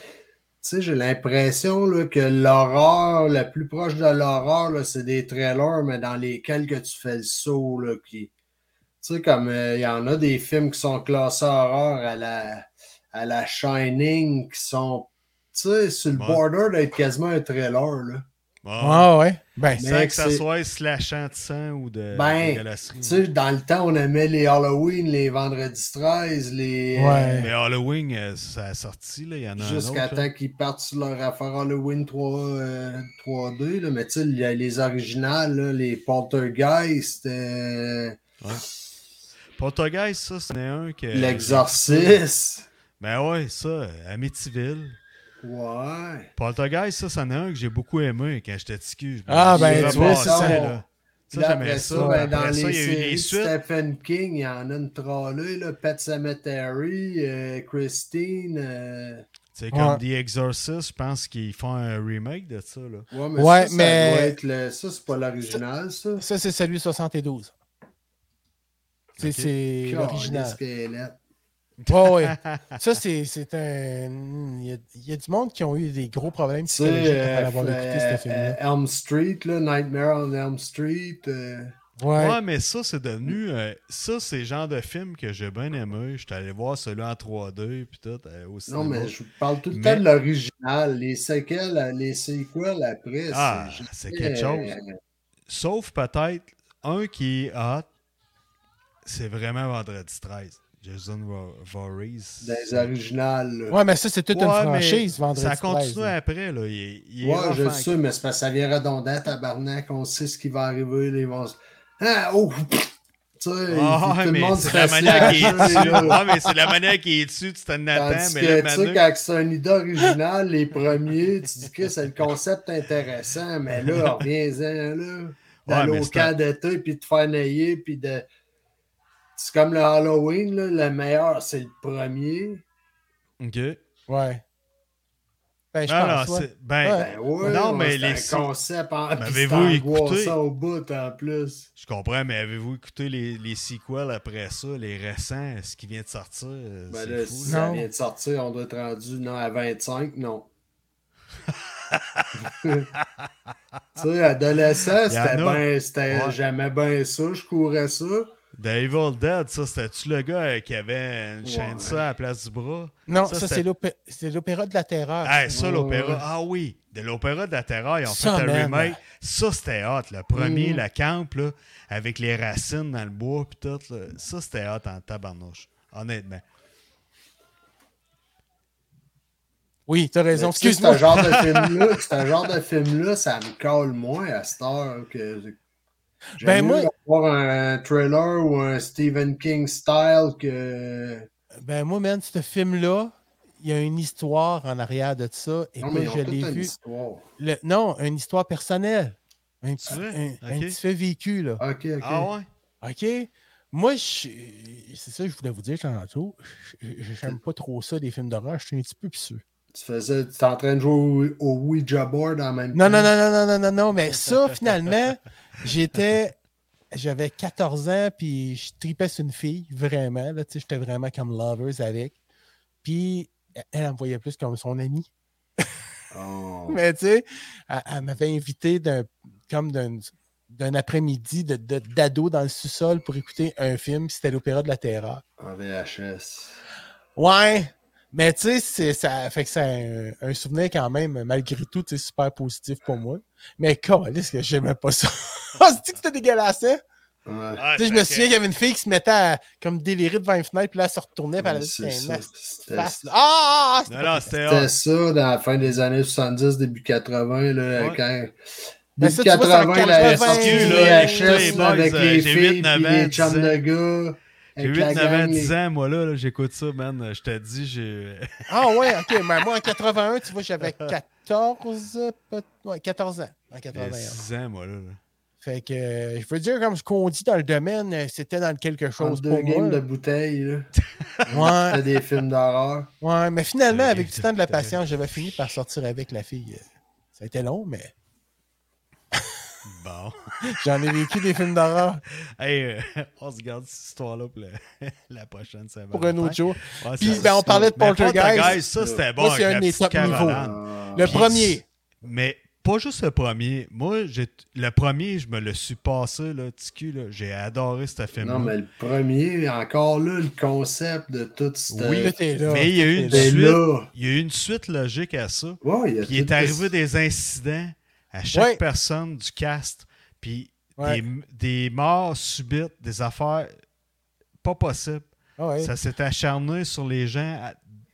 Speaker 2: sais, j'ai l'impression là, que l'horreur, la plus proche de l'horreur, là, c'est des trailers, mais dans lesquels que tu fais le saut, là, qui. Tu sais, comme euh, il y en a des films qui sont classés horreur à la, à la Shining, qui sont, tu sais, sur le
Speaker 4: Ouais.
Speaker 2: border d'être quasiment un trailer, là.
Speaker 4: Bon.
Speaker 3: Ah, ouais. Ben,
Speaker 2: Mais
Speaker 4: Sans que ça
Speaker 2: c'est-
Speaker 4: soit slashant de sang ou de,
Speaker 2: Ben,
Speaker 4: de galasserie.
Speaker 2: Tu sais, dans le temps, on aimait les Halloween, les Vendredis 13, les. euh,
Speaker 3: Ouais.
Speaker 4: Mais Halloween, euh, ça a sorti, là. Il y en a un
Speaker 2: Jusqu'à
Speaker 4: autre. là.
Speaker 2: temps qu'ils partent sur leur affaire Halloween 3, euh, 3D. Là. Mais tu sais, les, les originales, là, les Poltergeist, euh,
Speaker 4: Poltergeist, ça, c'en est un que.
Speaker 2: l'Exorciste.
Speaker 4: Ben ouais, ça, Amityville.
Speaker 2: Ouais.
Speaker 4: Poltergeist, ça, c'en est un que j'ai beaucoup aimé quand j'étais petit
Speaker 3: Ah, ben,
Speaker 2: tu vois, c'est ça.
Speaker 4: Ça,
Speaker 2: Là,
Speaker 4: j'aimais
Speaker 2: après
Speaker 4: ça.
Speaker 2: ça, ben, dans
Speaker 4: après ça,
Speaker 2: les
Speaker 4: il y a eu des
Speaker 2: séries de
Speaker 4: suites.
Speaker 2: Stephen King, il y en a une trollée, là, Pet Cemetery, euh, Christine. euh,
Speaker 4: C'est comme
Speaker 3: Ouais.
Speaker 4: The Exorcist, je pense qu'ils font un remake de ça, là.
Speaker 2: Ouais, mais
Speaker 3: Ouais,
Speaker 2: ça, ça
Speaker 3: mais-
Speaker 2: doit être le- ça, c'est pas l'original, ça.
Speaker 3: ça, c'est celui de 72. C'est
Speaker 4: Ok.
Speaker 3: c'est l'original.
Speaker 2: Caliste qu'elle
Speaker 3: Ouais, ouais. Ça, c'est c'est un... Il y, a, il y a du monde qui ont eu des gros problèmes
Speaker 2: Tu sais,
Speaker 3: psychologiques après
Speaker 2: euh,
Speaker 3: avoir écouté ce
Speaker 2: euh,
Speaker 3: film-là.
Speaker 2: Elm Street, là, Nightmare on Elm Street. euh,
Speaker 3: Ouais.
Speaker 4: Ouais, mais ça, c'est devenu. euh, ça, c'est le genre de film que j'ai bien aimé. J'étais allé voir celui en 3D, puis tout, euh, au
Speaker 2: Non,
Speaker 4: cinéma.
Speaker 2: mais je vous parle tout le
Speaker 4: Mais-
Speaker 2: temps de l'original. Les séquelles, les sequels après,
Speaker 4: Ah,
Speaker 2: juste-
Speaker 4: c'est quelque chose.
Speaker 2: Euh,
Speaker 4: Sauf peut-être un qui est hot, c'est vraiment Vendredi 13. Jason Vo- Voorhees.
Speaker 2: Des originales. là.
Speaker 3: Ouais, mais ça, c'est toute une
Speaker 4: Ouais, mais
Speaker 3: franchise, Vendredi
Speaker 4: Ça
Speaker 3: 13,
Speaker 4: continue
Speaker 3: là.
Speaker 4: après, là. Il, est- il est
Speaker 2: Ouais,
Speaker 4: rough
Speaker 2: je
Speaker 4: en-
Speaker 2: sais, mais c'est parce que ça vient redondant, tabarnak. On sait ce qui va arriver. Ils vont se- Ah, oh! pff, Tu sais,
Speaker 4: Ah,
Speaker 2: il- tout le
Speaker 4: mais
Speaker 2: monde
Speaker 4: c'est
Speaker 2: se
Speaker 4: la
Speaker 2: fait
Speaker 4: manière qui est
Speaker 2: slasher,
Speaker 4: dessus.
Speaker 2: là.
Speaker 4: Ah, mais c'est la manière qui est dessus, tu t'en attends,
Speaker 2: Tandis
Speaker 4: mais
Speaker 2: que,
Speaker 4: la
Speaker 2: tu sais,
Speaker 4: manière.
Speaker 2: quand c'est un idée original, les premiers, tu dis que c'est le concept intéressant, mais là, reviens-en, là. D'aller
Speaker 4: Ouais, mais
Speaker 2: au
Speaker 4: c'est
Speaker 2: camp d'été, puis de faire nailler, puis de... C'est comme le Halloween, là, le meilleur, c'est le premier.
Speaker 4: Ok.
Speaker 3: Ouais. Ben, je
Speaker 4: Ah,
Speaker 3: pense,
Speaker 4: non,
Speaker 3: ouais.
Speaker 4: c'est- ben,
Speaker 3: Ouais.
Speaker 2: Ben oui,
Speaker 4: Non,
Speaker 2: ouais,
Speaker 4: mais
Speaker 2: c'est
Speaker 4: les
Speaker 2: un
Speaker 4: sou-
Speaker 2: concept en... puis c'est
Speaker 4: M'avez-vous
Speaker 2: angoissant
Speaker 4: écouté?
Speaker 2: au bout, en plus.
Speaker 4: Je comprends, mais avez-vous écouté les, les sequels après ça, les récents, ce qui vient de sortir? euh,
Speaker 2: Ben
Speaker 4: c'est
Speaker 2: là,
Speaker 4: fou,
Speaker 2: si
Speaker 4: là.
Speaker 2: ça
Speaker 3: Non.
Speaker 2: vient de sortir, on doit être rendu non, à 25, non. tu sais, adolescent,
Speaker 4: Il y en
Speaker 2: c'était
Speaker 4: a.
Speaker 2: ben, c'était
Speaker 4: Ouais.
Speaker 2: j'aimais bien ça, je courais ça.
Speaker 4: The Ben, Evil Dead, ça, c'était-tu le gars euh, qui avait une
Speaker 2: Ouais.
Speaker 4: chaîne ça à la place du bras?
Speaker 3: Non,
Speaker 4: Ça,
Speaker 3: ça,
Speaker 4: c'est-
Speaker 3: c'est l'opé- c'est l'opéra de la terreur.
Speaker 4: Ah, ça,
Speaker 2: Ouais,
Speaker 4: l'opéra.
Speaker 2: ouais.
Speaker 4: Ah oui, de l'opéra de la terreur, ils ont
Speaker 3: Ça,
Speaker 4: fait un
Speaker 3: man.
Speaker 4: remake. Ça, c'était hot. Le premier,
Speaker 2: Mm.
Speaker 4: la camp, là, avec les racines dans le bois, pis tout. là. Ça, c'était hot en tabarnouche, honnêtement.
Speaker 3: Oui, t'as raison.
Speaker 2: Mais tu sais,
Speaker 3: Excuse-moi.
Speaker 2: Ce genre de film-là, ce genre de film-là, ça me colle moins à cette heure que. J'aime
Speaker 3: Ben,
Speaker 2: mieux
Speaker 3: moi-
Speaker 2: avoir un trailer ou un Stephen King style que.
Speaker 3: Ben, moi, man, ce film-là, il y a une histoire en arrière de ça. Et
Speaker 2: Non,
Speaker 3: moi,
Speaker 2: mais ils ont
Speaker 3: Eh ben, je
Speaker 2: toute
Speaker 3: l'ai
Speaker 2: une
Speaker 3: vu.
Speaker 2: histoire.
Speaker 3: Le- Non, une histoire personnelle. Un petit,
Speaker 4: C'est vrai?
Speaker 3: un- un
Speaker 4: Ok.
Speaker 3: petit fait vécu, là.
Speaker 2: Ok, ok.
Speaker 4: Ah ouais?
Speaker 3: OK? Moi, je- c'est ça que je voulais vous dire tantôt. Je- je- J'aime pas trop ça, les films d'horreur. Je suis un petit peu pisseux.
Speaker 2: Tu faisais. Tu es en train de jouer au, au Ouija board en même
Speaker 3: Non,
Speaker 2: temps.
Speaker 3: non, non, non, non, non, non, non, mais ça, finalement, j'étais. J'avais 14 ans, puis je tripais sur une fille, vraiment. Là, tu sais, j'étais vraiment comme lovers avec. Puis, elle, elle me voyait plus comme son amie.
Speaker 2: Oh.
Speaker 3: Mais tu sais, elle, elle m'avait invité d'un, comme d'un, d'un après-midi de, de- d'ado dans le sous-sol pour écouter un film, puis c'était l'Opéra de la Terreur.
Speaker 2: En VHS.
Speaker 3: Ouais! Mais tu sais, c'est- ça fait que c'est un, un souvenir quand même, malgré tout, tu sais, super positif pour moi. Mais calisse que j'aimais pas ça. Ah, cest que c'était dégueulasse, hein?
Speaker 2: Ouais.
Speaker 4: Ah,
Speaker 3: Tu sais, je me
Speaker 4: fait
Speaker 3: souviens qu'il y avait une fille qui se mettait à, comme délirer devant une fenêtre, puis là, elle se retournait, puis elle avait
Speaker 2: C'est
Speaker 3: une
Speaker 2: ça,
Speaker 3: nasty
Speaker 2: c'était-
Speaker 3: face, là. Ah! ah, ah,
Speaker 4: que- Non, non, c'était
Speaker 2: C'était
Speaker 4: hot.
Speaker 2: ça dans la fin des années 70, début 80, là,
Speaker 4: Ouais.
Speaker 2: quand.
Speaker 3: Ben,
Speaker 2: Début
Speaker 3: ça, tu vois, c'est en
Speaker 2: 80, la sortie du
Speaker 3: 80,
Speaker 4: là,
Speaker 2: VHS là, avec
Speaker 4: les boys,
Speaker 2: les
Speaker 4: euh, j'ai huit,
Speaker 2: filles
Speaker 4: neuf
Speaker 2: puis les
Speaker 4: ans,
Speaker 2: chums
Speaker 4: dix ans.
Speaker 2: de gars.
Speaker 4: J'ai
Speaker 2: avec
Speaker 4: 8,
Speaker 2: la
Speaker 4: 9 ans,
Speaker 2: gang,
Speaker 4: 10
Speaker 2: les-
Speaker 4: ans, moi, là, là, j'écoute ça, man. Je te dis, j'ai. euh,
Speaker 3: Ah ouais, ok. Mais moi, en 81, tu vois, j'avais 14, peut- ouais, 14 ans. En 81.
Speaker 4: j'ai 6 ans, moi, là. là.
Speaker 3: Fait que euh, je veux dire, comme ce qu'on dit dans le domaine, euh, c'était dans le quelque
Speaker 2: entre
Speaker 3: chose
Speaker 2: deux
Speaker 3: pour
Speaker 2: games
Speaker 3: moi.
Speaker 2: de bouteilles, là.
Speaker 3: Ouais,
Speaker 2: C'était des films d'horreur.
Speaker 3: ouais, mais finalement,
Speaker 4: Deux
Speaker 3: avec
Speaker 4: games
Speaker 3: du temps de la
Speaker 4: de bouteille.
Speaker 3: patience, j'avais fini par sortir avec la fille. Euh, Ça a été long, mais
Speaker 4: Bon.
Speaker 3: j'en ai vécu des films d'horreur
Speaker 4: Hey, euh, on se garde cette histoire-là pour le- la prochaine semaine.
Speaker 3: pour un autre jour.
Speaker 4: Ouais,
Speaker 3: Puis
Speaker 4: ça-
Speaker 3: ben, on parlait de
Speaker 4: Mais
Speaker 3: Poltergeist.
Speaker 4: Poltergeist, ça, c'était bon.
Speaker 3: Moi, c'est
Speaker 4: avec la
Speaker 3: un des
Speaker 4: petite
Speaker 3: top niveaux.
Speaker 4: caravane.
Speaker 2: Ah.
Speaker 3: Le premier.
Speaker 4: Mais pas juste le premier. Moi, j'ai le premier, je me le suis passé, là, petit cul, là. J'ai adoré ce film.
Speaker 2: Non, mais le premier, encore là, le concept de tout cette.
Speaker 3: Oui, t'es là.
Speaker 4: Mais il y a eu une
Speaker 2: t'es
Speaker 4: suite.
Speaker 2: là.
Speaker 4: Il y a eu une suite logique à ça.
Speaker 2: Ouais, il y a
Speaker 4: Puis il est
Speaker 2: tout-
Speaker 4: arrivé des incidents à chaque
Speaker 3: Ouais.
Speaker 4: personne du cast. Puis
Speaker 3: Ouais.
Speaker 4: des, des morts subites, des affaires pas possibles.
Speaker 3: Ah ouais.
Speaker 4: Ça s'est acharné sur les gens à-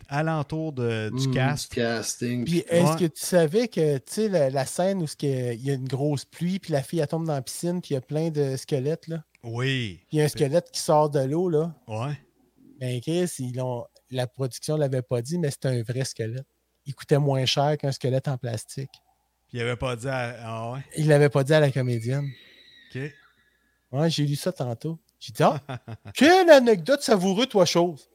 Speaker 4: alentour de- du
Speaker 2: Mm,
Speaker 4: cast.
Speaker 2: casting.
Speaker 3: Puis est-ce
Speaker 4: Ouais.
Speaker 3: que tu savais que, tu sais, la, la scène où ce que- il y a une grosse pluie, puis la fille, elle tombe dans la piscine, puis il y a plein de squelettes, là.
Speaker 4: Oui.
Speaker 3: Il y a un squelette qui sort de l'eau, là.
Speaker 4: Ouais.
Speaker 3: Ben, Chris, ils l'ont- la production ne l'avait pas dit, mais c'était un vrai squelette. Il coûtait moins cher qu'un squelette en plastique.
Speaker 4: Puis il avait pas dit à- Ah ouais.
Speaker 3: Il ne l'avait pas dit à la comédienne.
Speaker 4: OK.
Speaker 3: Ouais, j'ai lu ça tantôt. J'ai dit, ah, quelle anecdote savoureuse, toi, chose.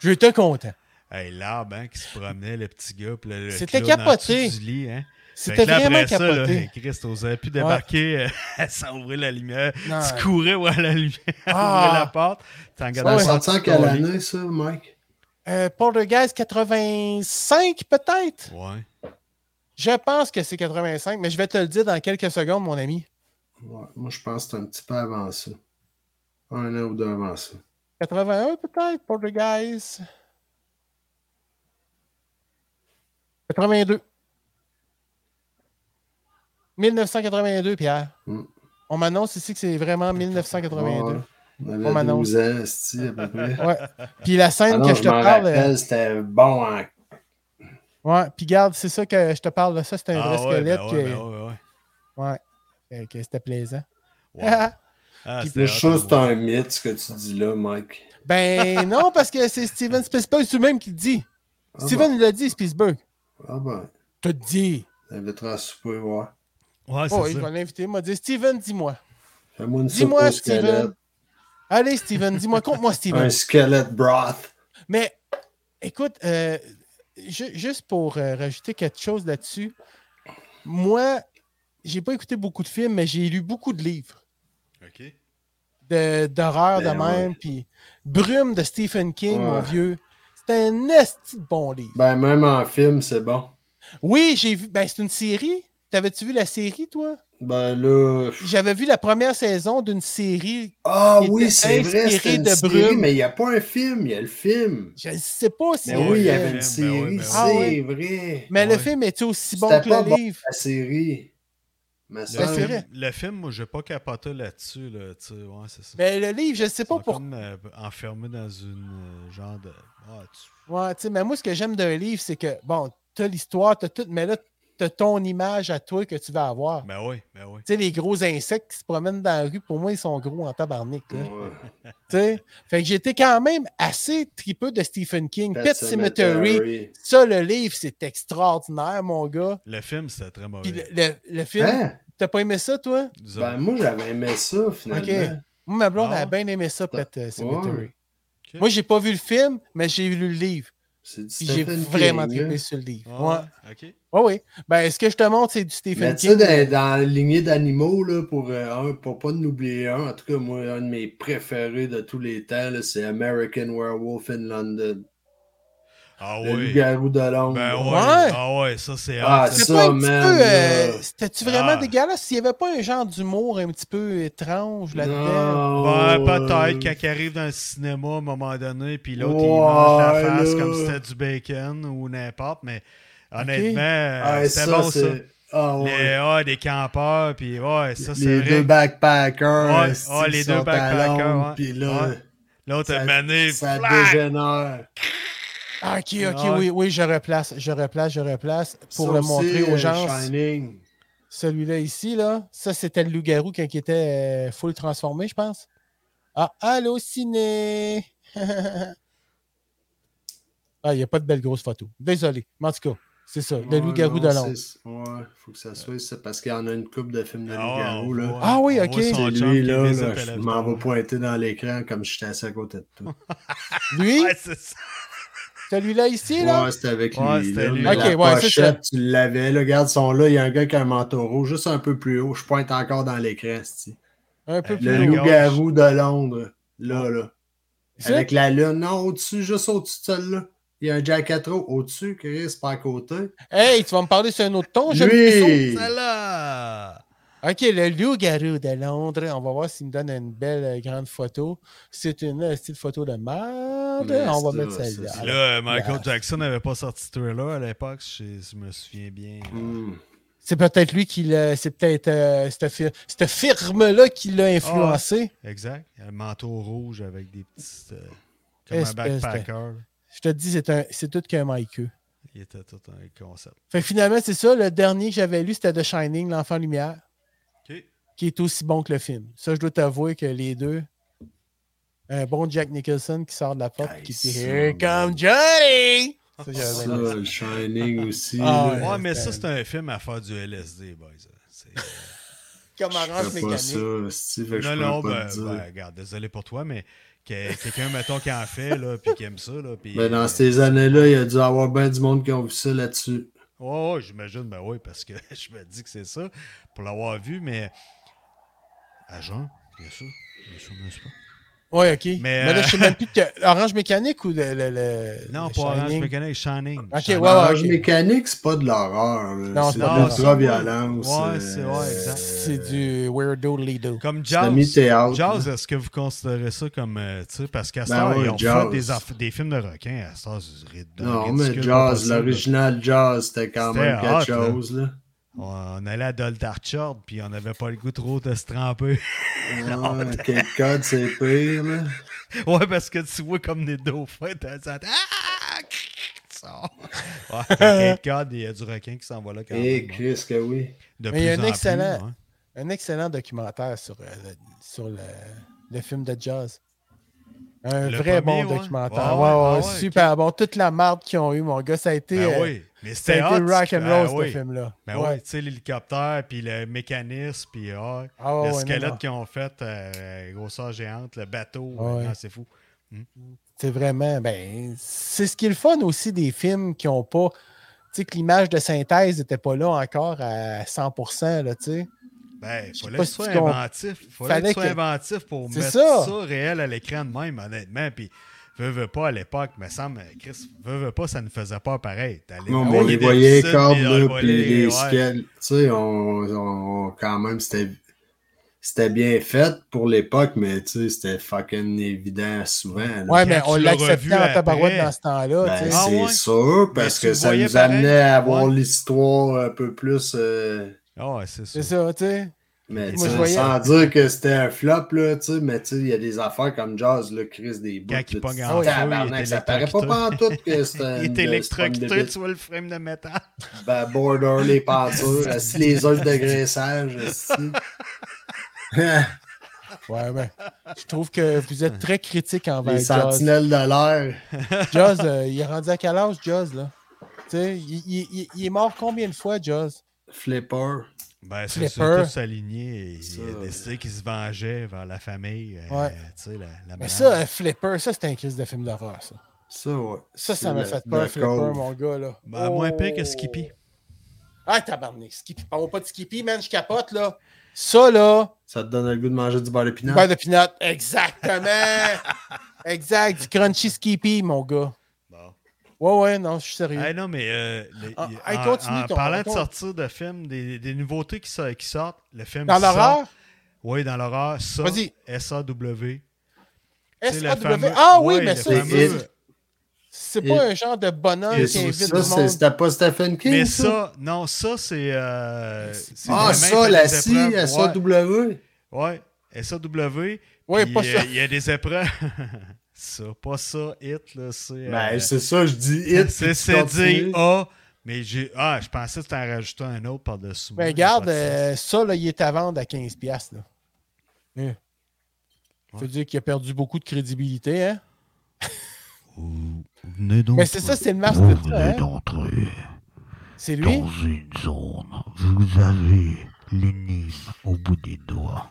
Speaker 3: J'étais content.
Speaker 4: Hey, l'arbre hein, qui se promenait, le petit gars. puis le- le
Speaker 3: C'était
Speaker 4: clown en
Speaker 3: capoté.
Speaker 4: dessous Du lit, hein. Fait
Speaker 3: C'était
Speaker 4: que là,
Speaker 3: vraiment
Speaker 4: après ça, là,
Speaker 3: capoté.
Speaker 4: hey, Christ, t'osais plus débarquer euh, sans ouvrir la lumière.
Speaker 3: Non.
Speaker 4: Tu courais voir la lumière,
Speaker 3: Ah.
Speaker 4: ouvrir la porte. T'en
Speaker 2: Ça
Speaker 4: regardais
Speaker 2: a
Speaker 4: la
Speaker 2: sorti
Speaker 4: sortie
Speaker 2: en
Speaker 4: de
Speaker 2: quelle
Speaker 4: ton lit.
Speaker 2: année, ça, Mike?
Speaker 3: Euh, Poltergeist 85, peut-être?
Speaker 4: Ouais.
Speaker 3: Je pense que c'est 85, mais je vais te le dire dans quelques secondes, mon ami.
Speaker 2: Ouais, moi, je pense que c'est un petit peu avant ça. Un an ou deux avant ça.
Speaker 3: 81 peut-être, Poltergeist. 82. 1982, Pierre.
Speaker 2: Mm.
Speaker 3: On m'annonce ici que c'est vraiment 1982.
Speaker 2: Ouais, on avait
Speaker 3: On m'annonce.
Speaker 2: 12 ans, c'est à peu près.
Speaker 3: Ouais. Puis la scène
Speaker 2: Ah non,
Speaker 3: que je
Speaker 2: je
Speaker 3: te
Speaker 2: m'en
Speaker 3: parle. euh,
Speaker 2: rappelle, c'était bon en
Speaker 3: Ouais, puis garde, c'est ça que je te parle. là. Ça, c'est un
Speaker 4: Ah
Speaker 3: vrai
Speaker 4: ouais, ben
Speaker 3: squelette.
Speaker 4: ouais,
Speaker 3: que-
Speaker 4: ben ouais, ouais.
Speaker 3: ouais. Fait que c'était plaisant.
Speaker 4: Wow. Ah,
Speaker 3: Puis
Speaker 4: c'était
Speaker 2: Le
Speaker 4: hot,
Speaker 2: show,
Speaker 4: hein,
Speaker 2: c'est un mythe, ce que tu dis là, Mike.
Speaker 3: ben non, parce que c'est Steven Spielberg lui-même qui le dit.
Speaker 2: Ah
Speaker 3: Steven il l'a dit, Spielberg.
Speaker 2: ben, ah ben,
Speaker 3: T'as dit.
Speaker 2: t'inviteras à souper, voir.
Speaker 4: Ouais, Ah, c'est
Speaker 3: Oh, il
Speaker 4: ça.
Speaker 3: m'a invité, il m'a dit Steven, dis-moi.
Speaker 2: Fais-moi une soupe
Speaker 3: Dis-moi,
Speaker 2: au
Speaker 3: Steven.
Speaker 2: squelette.
Speaker 3: Allez, Steven, dis-moi, compte-moi, Steven.
Speaker 2: Un squelette broth.
Speaker 3: Mais écoute, euh, ju- juste pour euh, rajouter quelque chose là-dessus, moi, j'ai pas écouté beaucoup de films, mais j'ai lu beaucoup de livres
Speaker 4: OK.
Speaker 3: de- d'horreur de,
Speaker 2: Ben ouais.
Speaker 3: même. Puis Brume de Stephen King,
Speaker 2: Ouais.
Speaker 3: mon vieux. C'est un esti de bon livre.
Speaker 2: Ben, même en film, c'est bon.
Speaker 3: Oui, j'ai vu. Ben, c'est une série. T'avais-tu vu la série, toi?
Speaker 2: Ben là. je-
Speaker 3: J'avais vu la première saison d'une série.
Speaker 2: Ah
Speaker 3: Il
Speaker 2: oui,
Speaker 3: était
Speaker 2: c'est vrai,
Speaker 3: inspiré
Speaker 2: c'était une
Speaker 3: de
Speaker 2: série,
Speaker 3: Brume.
Speaker 2: mais il n'y a pas un film, il y a le film.
Speaker 3: Je ne sais pas si.
Speaker 2: Mais
Speaker 4: Ouais,
Speaker 2: oui, il y
Speaker 4: le
Speaker 2: avait une
Speaker 4: film, ben
Speaker 2: série,
Speaker 4: ouais, ben
Speaker 2: c'est
Speaker 3: ouais.
Speaker 2: vrai.
Speaker 3: Mais le
Speaker 4: Ouais.
Speaker 3: film est aussi bon
Speaker 2: C'était
Speaker 3: que
Speaker 2: pas
Speaker 3: le
Speaker 2: bon.
Speaker 3: livre?
Speaker 2: La série. Mais
Speaker 4: Le,
Speaker 2: ça,
Speaker 3: Ah Ben, c'est
Speaker 4: film,
Speaker 3: vrai.
Speaker 4: le film, moi, j'ai pas capoté là-dessus, là, tu sais, ouais, c'est ça.
Speaker 3: Mais Ben, le livre, je ne sais pas
Speaker 4: Ils sont
Speaker 3: pourquoi.
Speaker 4: comme, euh, enfermés dans une euh, genre de... Ah, tu-
Speaker 3: Ouais, tu sais, mais moi, ce que j'aime d'un livre, c'est que, bon, t'as l'histoire, t'as tout, mais là, t'as ton image à toi que tu vas avoir.
Speaker 4: Ben oui, ben oui.
Speaker 3: Tu sais, les gros insectes qui se promènent dans la rue, pour moi, ils sont gros en tabarnak. là.
Speaker 2: ouais.
Speaker 3: Tu sais, fait que j'étais quand même assez tripeux de Stephen King. Pet,
Speaker 2: Pet
Speaker 3: Cemetery,
Speaker 2: Sematary.
Speaker 3: ça, le livre, c'est extraordinaire, mon gars.
Speaker 4: Le film, c'était très mauvais.
Speaker 3: Puis le, le- le film,
Speaker 2: Hein?
Speaker 3: t'as pas aimé ça, toi?
Speaker 4: Nous
Speaker 2: Ben,
Speaker 4: autres.
Speaker 2: moi, j'avais aimé ça, finalement.
Speaker 3: Ok. Moi, ma blonde,
Speaker 4: Ah ouais?
Speaker 3: elle a bien aimé ça, Pet euh, Cemetery.
Speaker 2: Ouais.
Speaker 4: Ok.
Speaker 3: Moi, j'ai pas vu le film, mais j'ai lu le livre.
Speaker 2: C'est du
Speaker 3: Puis j'ai
Speaker 2: Stephen
Speaker 3: vraiment
Speaker 2: King, hein.
Speaker 3: trippé sur le livre.
Speaker 4: Ah,
Speaker 3: Ouais.
Speaker 4: OK.
Speaker 3: Oui, oui. Ben, ce que je te montre, c'est du Stephen
Speaker 2: Mais tu sais,
Speaker 3: King.
Speaker 2: dans, dans la lignée d'animaux, là, pour, euh, un, pour pas en oublier un, en tout cas, moi, un de mes préférés de tous les temps, là, c'est American Werewolf in London.
Speaker 4: Ah
Speaker 2: Le
Speaker 4: oui.
Speaker 2: loup-garou de Londres.
Speaker 4: Ben ouais.
Speaker 3: Ouais.
Speaker 4: Ah ouais, ça, c'est...
Speaker 2: Ah,
Speaker 4: hot, ça.
Speaker 3: C'était
Speaker 2: ça,
Speaker 3: pas un petit
Speaker 2: man,
Speaker 3: peu. euh,
Speaker 2: là.
Speaker 3: C'était-tu vraiment
Speaker 4: Ah.
Speaker 3: dégueulasse? S'il n'y avait pas un genre d'humour un petit peu étrange là-dedans?
Speaker 2: Non,
Speaker 4: Ben,
Speaker 2: euh,
Speaker 4: peut-être, quand il arrive dans le cinéma à un moment donné, puis l'autre, il
Speaker 2: Ouais,
Speaker 4: mange la face
Speaker 2: là.
Speaker 4: comme si c'était du bacon ou n'importe, mais honnêtement, euh,
Speaker 2: ah,
Speaker 4: c'était bon, ça.
Speaker 2: c'est- Ah, ouais.
Speaker 4: Les, ah, des campeurs, puis ouais, ça, c'est
Speaker 2: les
Speaker 4: vrai.
Speaker 2: deux backpackers.
Speaker 4: Ouais,
Speaker 2: esti,
Speaker 4: ouais, les
Speaker 2: qui
Speaker 4: deux
Speaker 2: sont à
Speaker 4: backpackers,
Speaker 2: Londres,
Speaker 4: ouais.
Speaker 2: Puis là,
Speaker 4: Ouais. L'autre,
Speaker 2: ça-
Speaker 4: mané,
Speaker 2: ça
Speaker 4: flac!
Speaker 2: dégénère.
Speaker 3: Ah, ok, ok,
Speaker 4: Ah.
Speaker 3: oui, oui, je replace, je replace, je replace pour
Speaker 2: Ça
Speaker 3: le
Speaker 2: aussi,
Speaker 3: montrer aux
Speaker 2: euh,
Speaker 3: gens.
Speaker 2: Shining.
Speaker 3: Celui-là ici, là, ça c'était le loup-garou quand il était euh, full transformé, je pense. Ah, allô, ciné! ah, il n'y a pas de belle grosse photo. Désolé. Mais en tout cas, c'est ça, le
Speaker 2: Ouais,
Speaker 3: loup-garou de
Speaker 2: non,
Speaker 3: Londres.
Speaker 2: c'est- Ouais, faut que ça soit, c'est parce qu'il y en a une coupe de films de
Speaker 4: Ah ouais,
Speaker 2: loup-garou,
Speaker 4: on
Speaker 2: là.
Speaker 4: voit-
Speaker 3: Ah oui,
Speaker 4: on
Speaker 3: ok.
Speaker 4: voit son
Speaker 2: C'est
Speaker 4: chum
Speaker 2: lui,
Speaker 4: qui
Speaker 2: là,
Speaker 4: vise
Speaker 2: là,
Speaker 4: un
Speaker 2: je
Speaker 4: pelleton.
Speaker 2: m'en vais pointer dans l'écran comme je suis assis à côté de toi.
Speaker 3: Lui,
Speaker 4: Ouais, c'est ça.
Speaker 3: celui-là ici, là?
Speaker 2: Ouais, c'était avec
Speaker 4: Ouais,
Speaker 2: lui.
Speaker 4: c'était
Speaker 2: là,
Speaker 4: lui.
Speaker 2: mais
Speaker 3: Ok,
Speaker 2: la
Speaker 3: ouais, c'est
Speaker 2: pochette, tu l'avais. Là, regarde, ils sont là. Il y a un gars qui a un manteau rouge, juste un peu plus haut. Je pointe encore dans l'écran. c'ti.
Speaker 3: Un peu plus
Speaker 2: Le
Speaker 3: haut.
Speaker 4: gars-
Speaker 2: loup-garou de Londres, là, là.
Speaker 3: Ça?
Speaker 2: Avec la lune. Non, au-dessus, juste au-dessus de celle-là. Il y a un Jack Atro au-dessus, Chris, pas à côté.
Speaker 3: Hey, tu vas me parler sur un autre ton, je
Speaker 2: Lui!
Speaker 4: Celle-là!
Speaker 3: Ok, le loup-garou de Londres. On va voir s'il me donne une belle euh, grande photo. C'est une euh, style photo de merde.
Speaker 2: Mais
Speaker 3: On va
Speaker 2: ça,
Speaker 3: mettre
Speaker 2: ça,
Speaker 3: celle-là.
Speaker 2: ça.
Speaker 4: Puis là, euh, Michael
Speaker 3: Là.
Speaker 4: Jackson n'avait pas sorti Thriller à l'époque, je, je me souviens bien.
Speaker 2: Hmm.
Speaker 3: C'est peut-être lui qui l'a. C'est peut-être euh, cette, fir- cette firme-là qui l'a
Speaker 2: Ah
Speaker 3: influencé.
Speaker 4: Exact. Un manteau rouge avec des petites. euh, comme un
Speaker 3: Espèce de-
Speaker 4: backpacker. là.
Speaker 3: Je te dis, c'est un- c'est tout qu'un Mike.
Speaker 4: Il était tout un concept.
Speaker 3: Fait que finalement, c'est ça. Le dernier que j'avais lu, c'était The Shining, L'Enfant Lumière,
Speaker 4: OK.
Speaker 3: qui est aussi bon que le film. Ça, je dois t'avouer que les deux. Un bon Jack Nicholson qui sort de la porte
Speaker 2: Hey,
Speaker 3: qui
Speaker 2: ça,
Speaker 3: dit Here
Speaker 2: man.
Speaker 3: come Johnny! Ça,
Speaker 2: Ça,
Speaker 3: j'avais bien aimé.
Speaker 2: le Shining aussi.
Speaker 3: Ah,
Speaker 2: là.
Speaker 4: Ouais, mais
Speaker 3: c'était-
Speaker 4: ça, c'est un film à faire du LSD, boys. C'est-
Speaker 3: Comme Orange
Speaker 2: Je fais pas
Speaker 3: Mécanique.
Speaker 2: ça, Steve, fait que
Speaker 4: non,
Speaker 2: je
Speaker 4: non,
Speaker 2: peux pas
Speaker 4: ben,
Speaker 2: te dire.
Speaker 4: ben, regarde, désolé pour toi, mais que- quelqu'un, mettons, qui en fait, là, puis qui aime ça, là, puis...
Speaker 2: Ben, dans ces années-là, il y a dû avoir bien du monde qui ont vu ça là-dessus.
Speaker 4: Ouais, ouais, j'imagine, ben oui, parce que je me dis que c'est ça, pour l'avoir vu, mais... Agent, bien sûr, bien sûr, n'est-ce pas?
Speaker 3: Ouais, OK. Mais,
Speaker 4: Mais,
Speaker 3: là,
Speaker 4: euh,
Speaker 3: je sais même plus que. Orange Mécanique ou le. le- le-
Speaker 4: Non,
Speaker 3: le
Speaker 4: pas Orange
Speaker 3: Euh, Shining?
Speaker 4: Mécanique, Shining.
Speaker 3: Ok,
Speaker 4: Shining.
Speaker 3: ouais,
Speaker 2: Orange
Speaker 3: ok.
Speaker 2: Mécanique, c'est pas de l'horreur.
Speaker 3: Non,
Speaker 2: là. C'est de
Speaker 3: c'est pas de l'horreur.
Speaker 2: l'ultra-violence.
Speaker 4: Ouais, c'est- ouais,
Speaker 2: euh,
Speaker 4: exact.
Speaker 3: C'est du Weirdo Lido.
Speaker 4: Comme Jaws.
Speaker 2: Semi théâtre.
Speaker 4: Jazz, est-ce que vous considérez ça comme. euh, tu sais, parce qu'à ce
Speaker 2: hein. Ben
Speaker 4: temps,
Speaker 2: ouais,
Speaker 4: ils ont
Speaker 2: Jaws.
Speaker 4: fait des, aff- des films de requins. À ce temps, c'est rid-
Speaker 2: Non,
Speaker 4: ridicule,
Speaker 2: mais
Speaker 4: pas
Speaker 2: Jazz,
Speaker 4: possible.
Speaker 2: l'original Jazz, c'était quand
Speaker 4: C'était
Speaker 2: même quelque
Speaker 4: hot, là.
Speaker 2: chose. Là.
Speaker 4: On allait à Doldarchard, puis on n'avait pas le goût trop de se tremper.
Speaker 2: Ouais, Cape Cod, c'est pire. Là.
Speaker 4: ouais, parce que tu vois comme des dauphins, t'as ça. Ah! Tu sors. Ouais, Cape Cod, il y a du requin qui s'en va là quand
Speaker 2: Et
Speaker 4: même. hein.
Speaker 2: Eh, Chris, que oui.
Speaker 4: De
Speaker 3: Mais il y a
Speaker 4: plus
Speaker 3: un
Speaker 4: en plus,
Speaker 3: excellent-
Speaker 4: hein.
Speaker 3: Un excellent documentaire sur, euh, le, sur le, le film de Jazz. Un
Speaker 4: Le
Speaker 3: vrai
Speaker 4: premier,
Speaker 3: bon
Speaker 4: ouais.
Speaker 3: documentaire.
Speaker 4: Ouais,
Speaker 3: Ouais,
Speaker 4: ouais,
Speaker 3: ouais,
Speaker 4: ouais, ok.
Speaker 3: super bon. Toute la marde qu'ils ont eu, mon gars, ça a été,
Speaker 4: Ben
Speaker 3: euh,
Speaker 4: oui, mais
Speaker 3: ça a
Speaker 4: c'était
Speaker 3: été
Speaker 4: hot.
Speaker 3: rock and
Speaker 4: ben
Speaker 3: roll,
Speaker 4: oui.
Speaker 3: ce film-là.
Speaker 4: Ben
Speaker 3: Ouais.
Speaker 4: oui, tu sais, l'hélicoptère, puis le mécanisme, puis ah,
Speaker 3: Ah ouais,
Speaker 4: le
Speaker 3: ouais, non, non.
Speaker 4: squelette qu'ils ont fait, euh, grosseur géante, le bateau,
Speaker 3: Ouais.
Speaker 4: non, c'est fou.
Speaker 3: C'est vraiment, ben, c'est ce qui est le fun aussi des films qui n'ont pas, tu sais, que l'image de synthèse n'était pas là encore à 100%, là, tu sais.
Speaker 4: Ben,
Speaker 3: Je sais
Speaker 4: fallait
Speaker 3: pas
Speaker 4: que tu
Speaker 3: si
Speaker 4: sois
Speaker 3: tu comp-
Speaker 4: inventif. Fallait que
Speaker 3: Fallait
Speaker 4: tu sois
Speaker 3: que-
Speaker 4: inventif pour
Speaker 3: C'est
Speaker 4: mettre ça.
Speaker 3: ça.
Speaker 4: réel à l'écran de même, honnêtement. Puis, veux, veux pas à l'époque, me semble, Chris, veux, veux pas, ça ne faisait pas pareil. T'allais-
Speaker 2: Non,
Speaker 4: Ah
Speaker 2: mais
Speaker 4: oui,
Speaker 2: on
Speaker 4: il y
Speaker 2: les
Speaker 4: a des
Speaker 2: voyait
Speaker 4: piscines,
Speaker 2: comme
Speaker 4: puis on les
Speaker 2: là, puis
Speaker 4: voyait,
Speaker 2: les
Speaker 4: ouais.
Speaker 2: skels- Tu sais, on, on- quand même, c'était. C'était bien fait pour l'époque, mais tu sais, c'était fucking évident souvent. là.
Speaker 3: Ouais,
Speaker 4: quand
Speaker 3: mais on
Speaker 4: tu l'as revu
Speaker 3: l'acceptait en tabarouette
Speaker 4: après,
Speaker 3: dans ce temps-là,
Speaker 2: Ben,
Speaker 3: tu sais.
Speaker 4: Ah
Speaker 2: c'est
Speaker 4: ouais?
Speaker 2: sûr, parce
Speaker 4: tu le
Speaker 2: que ça
Speaker 4: voyais
Speaker 2: nous amenait à
Speaker 4: pareil.
Speaker 2: avoir
Speaker 4: Ouais.
Speaker 2: l'histoire un peu plus. euh,
Speaker 4: Ah, ouais, c'est
Speaker 3: C'est
Speaker 4: ça.
Speaker 3: ça, tu sais.
Speaker 2: mais tu
Speaker 3: Moi, je
Speaker 2: sais,
Speaker 3: voyais-
Speaker 2: sans dire que c'était un flop, là, tu sais, mais tu sais, il y a des affaires comme Jazz, le Chris des bouts.
Speaker 4: Quand il
Speaker 2: là,
Speaker 4: pogne
Speaker 2: tu-
Speaker 4: en feu, il est
Speaker 2: Tabarnak, Ça paraît pas
Speaker 4: électrocuté.
Speaker 2: pantoute que c'était une-
Speaker 4: Il est
Speaker 2: c'est pas une
Speaker 4: électrocuté,
Speaker 2: bébite.
Speaker 4: tu vois le frame de métal.
Speaker 2: Ben, border, les peintures, assis, les œufs de graissage, assis.
Speaker 3: Ouais, ben, je trouve que vous êtes très critique envers
Speaker 2: les
Speaker 3: Jaws.
Speaker 2: sentinelles de l'air.
Speaker 3: Jaws, euh, il est rendu à quel âge, Jaws, là? Tu sais, il, il- il- il est mort combien de fois, Jaws?
Speaker 2: Flipper.
Speaker 4: Ben, c'est ça,
Speaker 3: Flipper.
Speaker 4: tous alignés. et Il
Speaker 2: Ça.
Speaker 4: a décidé qu'il se vengeait vers la famille. euh,
Speaker 3: Ouais.
Speaker 4: Tu sais, la, la
Speaker 3: Mais
Speaker 4: madame.
Speaker 3: ça, euh, Flipper, ça, c'était un crise de film d'horreur, ça.
Speaker 2: Ça, ouais.
Speaker 3: Ça,
Speaker 2: C'est
Speaker 3: ça m'a
Speaker 2: le-
Speaker 3: fait peur,
Speaker 2: le
Speaker 3: Flipper,
Speaker 2: cove.
Speaker 3: mon gars, là.
Speaker 4: Ben, moins pire que
Speaker 3: Oh.
Speaker 4: Skippy.
Speaker 3: Ah, tabarnak, Skippy. Parlons pas de Skippy, man, je capote, là. Ça, là,
Speaker 2: Ça te donne le goût de manger du beurre de pinot.
Speaker 3: beurre de peanut. Exactement. exact, du crunchy Skippy, mon gars.
Speaker 4: Bon.
Speaker 3: Ouais, ouais, non, je suis sérieux.
Speaker 4: Hey, non, mais euh, le-
Speaker 3: Ah,
Speaker 4: il-
Speaker 3: hey,
Speaker 4: en,
Speaker 3: continue
Speaker 4: en
Speaker 3: ton-
Speaker 4: parlant de
Speaker 3: ton-
Speaker 4: sortir de films, des, des nouveautés qui, so- qui sortent, le film.
Speaker 3: Dans
Speaker 4: qui sort-
Speaker 3: l'horreur,
Speaker 4: Oui, dans l'horreur. Ça,
Speaker 3: Vas-y.
Speaker 4: SAW. C'est le
Speaker 3: S.A.W.
Speaker 4: fameux-
Speaker 3: Ah oui,
Speaker 4: ouais,
Speaker 3: mais
Speaker 4: le
Speaker 3: ça,
Speaker 2: fameux-
Speaker 3: c'est- c'est
Speaker 2: Et-
Speaker 3: pas un genre de bonhomme
Speaker 2: Et
Speaker 3: qui
Speaker 2: ça,
Speaker 3: invite
Speaker 2: ça,
Speaker 3: le
Speaker 2: c'est-
Speaker 3: monde.
Speaker 2: c'était pas Stephen King.
Speaker 4: Mais ça, non, ça, c'est. euh, c'est
Speaker 2: Ah,
Speaker 4: vraiment
Speaker 2: ça,
Speaker 4: fait
Speaker 2: la
Speaker 4: des
Speaker 2: scie,
Speaker 4: épreuves,
Speaker 2: la
Speaker 4: ouais,
Speaker 2: SAW.
Speaker 4: Ouais, SAW.
Speaker 3: Ouais,
Speaker 4: puis,
Speaker 3: pas
Speaker 4: euh,
Speaker 3: ça.
Speaker 4: Il y a des épreuves. ça, pas ça, hit, là, c'est. euh,
Speaker 2: Ben, c'est ça, je dis hit.
Speaker 4: C'est c'est dit
Speaker 3: oh.
Speaker 4: A, mais j'ai. Ah, je pensais que tu en rajoutais un autre par-dessus.
Speaker 3: Mais
Speaker 4: moi,
Speaker 3: regarde,
Speaker 4: pas de sens.
Speaker 3: euh, ça, là, il est à vendre à 15$. piastres, Là. Hein. Ça
Speaker 4: Ouais.
Speaker 3: veut dire qu'il a perdu beaucoup de crédibilité, hein?
Speaker 5: Vous venez donc
Speaker 3: Mais c'est ça, c'est le masque
Speaker 5: vous
Speaker 3: de ça,
Speaker 5: venez
Speaker 3: hein?
Speaker 5: d'entrer
Speaker 3: C'est lui?
Speaker 5: dans une zone. Vous avez l'énigme au bout des doigts.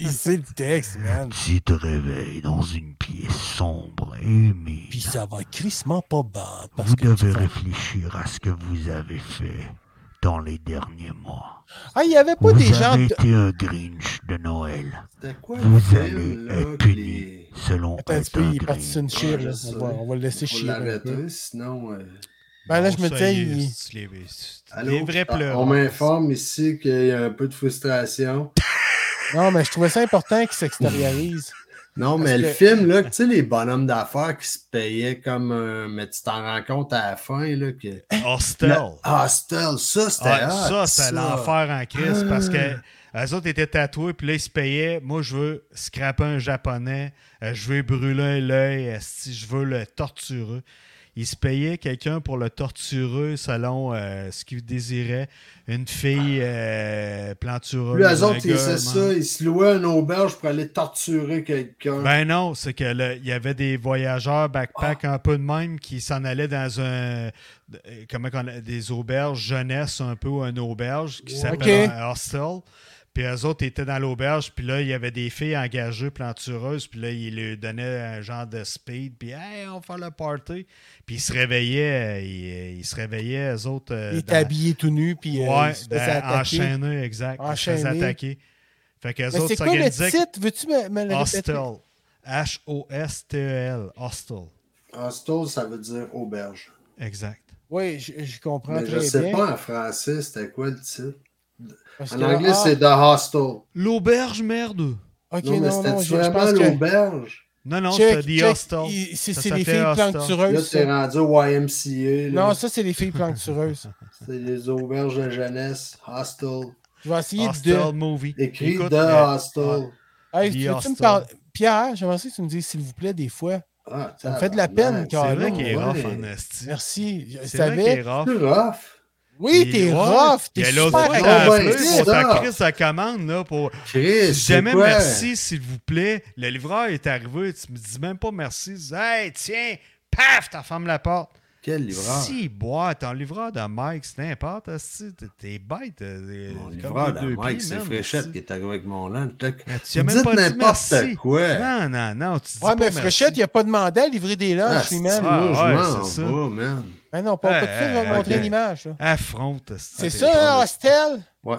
Speaker 3: Il sait le texte, man.
Speaker 5: Tu te réveilles dans une pièce sombre et humide.
Speaker 3: Puis ça va crissement pas bas. Parce
Speaker 5: vous
Speaker 3: que tu
Speaker 5: devez
Speaker 3: fais-
Speaker 5: réfléchir à ce que vous avez fait dans les derniers mois.
Speaker 3: Ah, il n'y avait pas
Speaker 5: vous
Speaker 3: des
Speaker 5: avez
Speaker 3: gens. de-
Speaker 5: été un Grinch de Noël.
Speaker 2: C'était quoi le
Speaker 5: Vous
Speaker 2: film,
Speaker 5: allez
Speaker 2: là,
Speaker 5: être
Speaker 2: que
Speaker 5: puni
Speaker 2: les-
Speaker 5: selon
Speaker 3: Attends un
Speaker 5: être
Speaker 3: petit peu,
Speaker 5: un
Speaker 3: il est parti
Speaker 5: Grinch.
Speaker 3: sur une chire,
Speaker 2: Ouais,
Speaker 3: là.
Speaker 2: je sais.
Speaker 3: On va, on va le laisser
Speaker 2: Faut
Speaker 3: chier. un peu.
Speaker 2: l'arrêter, sinon... euh,
Speaker 3: Ben là,
Speaker 4: Bon,
Speaker 3: je me
Speaker 4: ça
Speaker 3: disais,
Speaker 4: y est,
Speaker 3: il-
Speaker 4: c'est les, c'est
Speaker 2: allô?
Speaker 4: les vrais
Speaker 2: Ah,
Speaker 4: pleurs.
Speaker 2: On m'informe ici qu'il y a un peu de frustration.
Speaker 3: Non, mais je trouvais ça important qu'il s'extériorise.
Speaker 2: Non, mais
Speaker 3: Parce
Speaker 2: le
Speaker 3: que-
Speaker 2: film, là, tu sais, les bonhommes d'affaires qui se payaient comme... euh, mais tu t'en rends compte à la fin, là, que...
Speaker 4: Hostel.
Speaker 2: Ah, Hostel, ça, c'était
Speaker 4: Ah,
Speaker 2: hot,
Speaker 4: ça, c'était l'enfer en crise parce que les autres étaient tatoués, puis là, ils se payaient. Moi, je veux scraper un japonais, euh, je veux brûler l'œil, si je veux le torturer. Ils se payaient quelqu'un pour le torturer selon euh, ce qu'il désirait. Une fille euh, plantureuse.
Speaker 2: Lui, eux
Speaker 4: un
Speaker 2: autres, ils
Speaker 4: gars,
Speaker 2: faisaient
Speaker 4: man.
Speaker 2: ça, ils se louaient une auberge pour aller torturer quelqu'un.
Speaker 4: Ben non, c'est que là, il y avait des voyageurs backpack
Speaker 3: Ah.
Speaker 4: un peu de même qui s'en allaient dans un euh, comment qu'on a- des auberges jeunesse un peu ou une auberge qui s'appelle
Speaker 3: Ok.
Speaker 4: un hostel. Puis eux autres étaient dans l'auberge, puis là, il y avait des filles engagées, plantureuses, puis là, ils lui donnaient un genre de speed, puis « Hey, on va faire le party! » Puis ils se réveillaient, euh, ils, ils se réveillaient, eux autres... euh,
Speaker 3: Il était
Speaker 4: dans-
Speaker 3: habillé tout nu, puis euh,
Speaker 4: Ouais,
Speaker 3: il se faisait
Speaker 4: ben,
Speaker 3: attaquer.
Speaker 4: enchaîné, exact. Il se faisait
Speaker 3: Enchaîné.
Speaker 4: attaquer. Fait qu'eux
Speaker 3: Mais
Speaker 4: autres
Speaker 3: c'est quoi le
Speaker 4: s'organisaient
Speaker 3: titre? Veux-tu me, me le répéter?
Speaker 4: Hostel. H-O-S-T-E-L. E Hostel.
Speaker 2: Hostel, ça veut dire auberge.
Speaker 4: Exact.
Speaker 3: Oui, je, je comprends
Speaker 2: Mais je
Speaker 3: très
Speaker 2: ne sais
Speaker 3: bien.
Speaker 2: pas en français, c'était quoi le titre.
Speaker 3: parce
Speaker 2: En
Speaker 3: que-
Speaker 2: anglais,
Speaker 3: ah,
Speaker 2: c'est The Hostel.
Speaker 4: L'auberge, merde.
Speaker 3: ok,
Speaker 2: non, mais
Speaker 3: non, non,
Speaker 2: c'était
Speaker 3: je- je
Speaker 2: vraiment
Speaker 3: pense que-
Speaker 2: l'auberge.
Speaker 4: Non, non,
Speaker 3: Check,
Speaker 4: c'était The
Speaker 3: check,
Speaker 4: Hostel.
Speaker 3: il- C'est
Speaker 4: Ça
Speaker 3: c'est les
Speaker 4: s'appelait
Speaker 3: filles
Speaker 4: Hostel.
Speaker 2: Là,
Speaker 3: planctureuses.
Speaker 2: t'es
Speaker 3: ça.
Speaker 2: rendu au YMCA. là.
Speaker 3: Non, ça, c'est les filles planctureuses.
Speaker 2: C'est les auberges de jeunesse. Hostel.
Speaker 3: Je vais essayer
Speaker 4: Hostel
Speaker 3: de.
Speaker 4: Movie.
Speaker 2: Écrit
Speaker 4: Écoute,
Speaker 2: The
Speaker 4: euh,
Speaker 2: Hostel.
Speaker 3: Hey,
Speaker 4: The
Speaker 3: tu veux-tu me
Speaker 4: Hostel.
Speaker 3: parler- Pierre, j'aimerais que tu me dises, s'il vous plaît, des fois.
Speaker 2: Ah,
Speaker 3: Ça me fait de la peine,
Speaker 2: tabarnak,
Speaker 4: C'est
Speaker 3: Ah,
Speaker 4: vrai
Speaker 3: non,
Speaker 4: qu'il est
Speaker 2: ouais.
Speaker 4: rough hein, en esti.
Speaker 3: Merci. Je
Speaker 4: C'est vrai qu'il est
Speaker 3: savais.
Speaker 4: rough.
Speaker 2: C'est rough.
Speaker 3: Oui,
Speaker 4: Il-
Speaker 3: t'es
Speaker 4: ouais.
Speaker 3: rough.
Speaker 4: Il y
Speaker 3: T'es
Speaker 4: a
Speaker 3: super
Speaker 4: l'autre fois
Speaker 2: rough.
Speaker 4: dans
Speaker 2: Ah
Speaker 4: la
Speaker 2: ben,
Speaker 4: plus,
Speaker 2: c'est
Speaker 4: on t'a
Speaker 2: ça.
Speaker 4: crise la commande là pour.
Speaker 2: Chris, c'est
Speaker 4: Jamais
Speaker 2: quoi?
Speaker 4: merci, s'il vous plaît. Le livreur est arrivé, tu me dis même pas merci. Tu dis, Hey, tiens, paf, ta femme la porte.
Speaker 2: Quel livreur?
Speaker 4: Si, bois, ton livreur de Mike, c'est n'importe, esti, t'es- t'es bête. euh,
Speaker 2: Mon
Speaker 4: comme
Speaker 2: livreur
Speaker 4: des
Speaker 2: de
Speaker 4: deux
Speaker 2: Mike,
Speaker 4: pieds,
Speaker 2: c'est
Speaker 4: man,
Speaker 2: Fréchette
Speaker 4: esti.
Speaker 2: qui est arrivé avec mon land.
Speaker 4: Mais tu as
Speaker 2: Dites
Speaker 4: même pas dit merci.
Speaker 2: n'importe quoi.
Speaker 4: Non, non, non, tu dis
Speaker 3: Ouais, mais
Speaker 4: pas
Speaker 3: Fréchette,
Speaker 4: merci.
Speaker 3: il a pas demandé à livrer des lunchs
Speaker 2: c'est
Speaker 3: lui-même.
Speaker 4: Ah,
Speaker 2: moi,
Speaker 4: ouais,
Speaker 2: je m'en
Speaker 4: c'est ça.
Speaker 2: vais, man.
Speaker 3: Mais non, pas pas tout de suite, je vais
Speaker 4: Ouais,
Speaker 3: montrer
Speaker 2: ok.
Speaker 3: une image. là.
Speaker 4: Affronte, esti.
Speaker 3: C'est
Speaker 4: Ah,
Speaker 3: ça,
Speaker 4: t'es-
Speaker 3: hein, hostel?
Speaker 2: Ouais.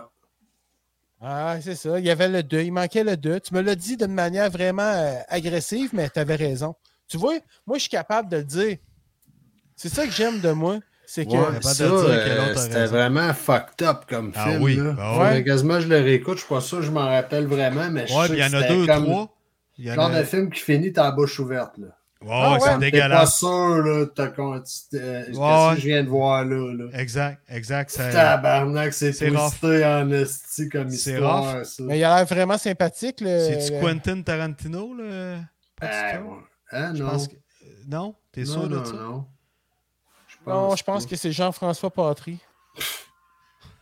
Speaker 3: Ah, c'est ça. Il y avait le 2. Il manquait le 2. Tu me l'as dit d'une manière vraiment euh, agressive, mais tu avais raison. Tu vois, moi, je suis capable de le dire. C'est ça que j'aime de moi. C'est que.
Speaker 2: Ouais,
Speaker 4: pas de
Speaker 2: ça,
Speaker 4: dire que
Speaker 2: euh,
Speaker 4: l'autre a
Speaker 2: c'était
Speaker 4: raison.
Speaker 2: vraiment fucked up comme
Speaker 4: Ah
Speaker 2: film.
Speaker 4: oui,
Speaker 2: là.
Speaker 4: ah
Speaker 3: oui.
Speaker 2: Faudrait quasiment que je le réécoute. Je suis pas sûr que je m'en rappelle vraiment, mais je
Speaker 4: Ouais,
Speaker 2: sais
Speaker 4: puis il y
Speaker 2: que
Speaker 4: en a
Speaker 2: c'était
Speaker 4: deux,
Speaker 2: comme
Speaker 4: trois. Il y
Speaker 2: le
Speaker 4: en
Speaker 2: genre
Speaker 4: a.
Speaker 2: de film qui finit ta bouche ouverte. Là.
Speaker 4: Ouais, ouais,
Speaker 3: Ah ouais,
Speaker 4: c'est
Speaker 3: mais
Speaker 2: T'es pas
Speaker 4: dégueulasse.
Speaker 2: sûr, là, t'as con- tu- euh, qu'est-ce
Speaker 4: Ouais.
Speaker 2: que je viens de voir, là. là.
Speaker 4: Exact, exact. ça-
Speaker 2: Tabarnak, c'est
Speaker 4: c'est
Speaker 2: twisté en esti comme
Speaker 4: C'est
Speaker 2: histoire, ça.
Speaker 3: Mais il a l'air vraiment sympathique. le-
Speaker 4: C'est-tu
Speaker 3: le-
Speaker 4: Quentin Tarantino, le
Speaker 2: Ah,
Speaker 4: producteur?
Speaker 2: ouais. Hein,
Speaker 4: Je
Speaker 2: non.
Speaker 4: pense que- euh, Non? T'es sûr de
Speaker 2: non,
Speaker 4: ça?
Speaker 2: non. Je
Speaker 3: Non, je pense
Speaker 2: pas.
Speaker 3: que c'est Jean-François Patry.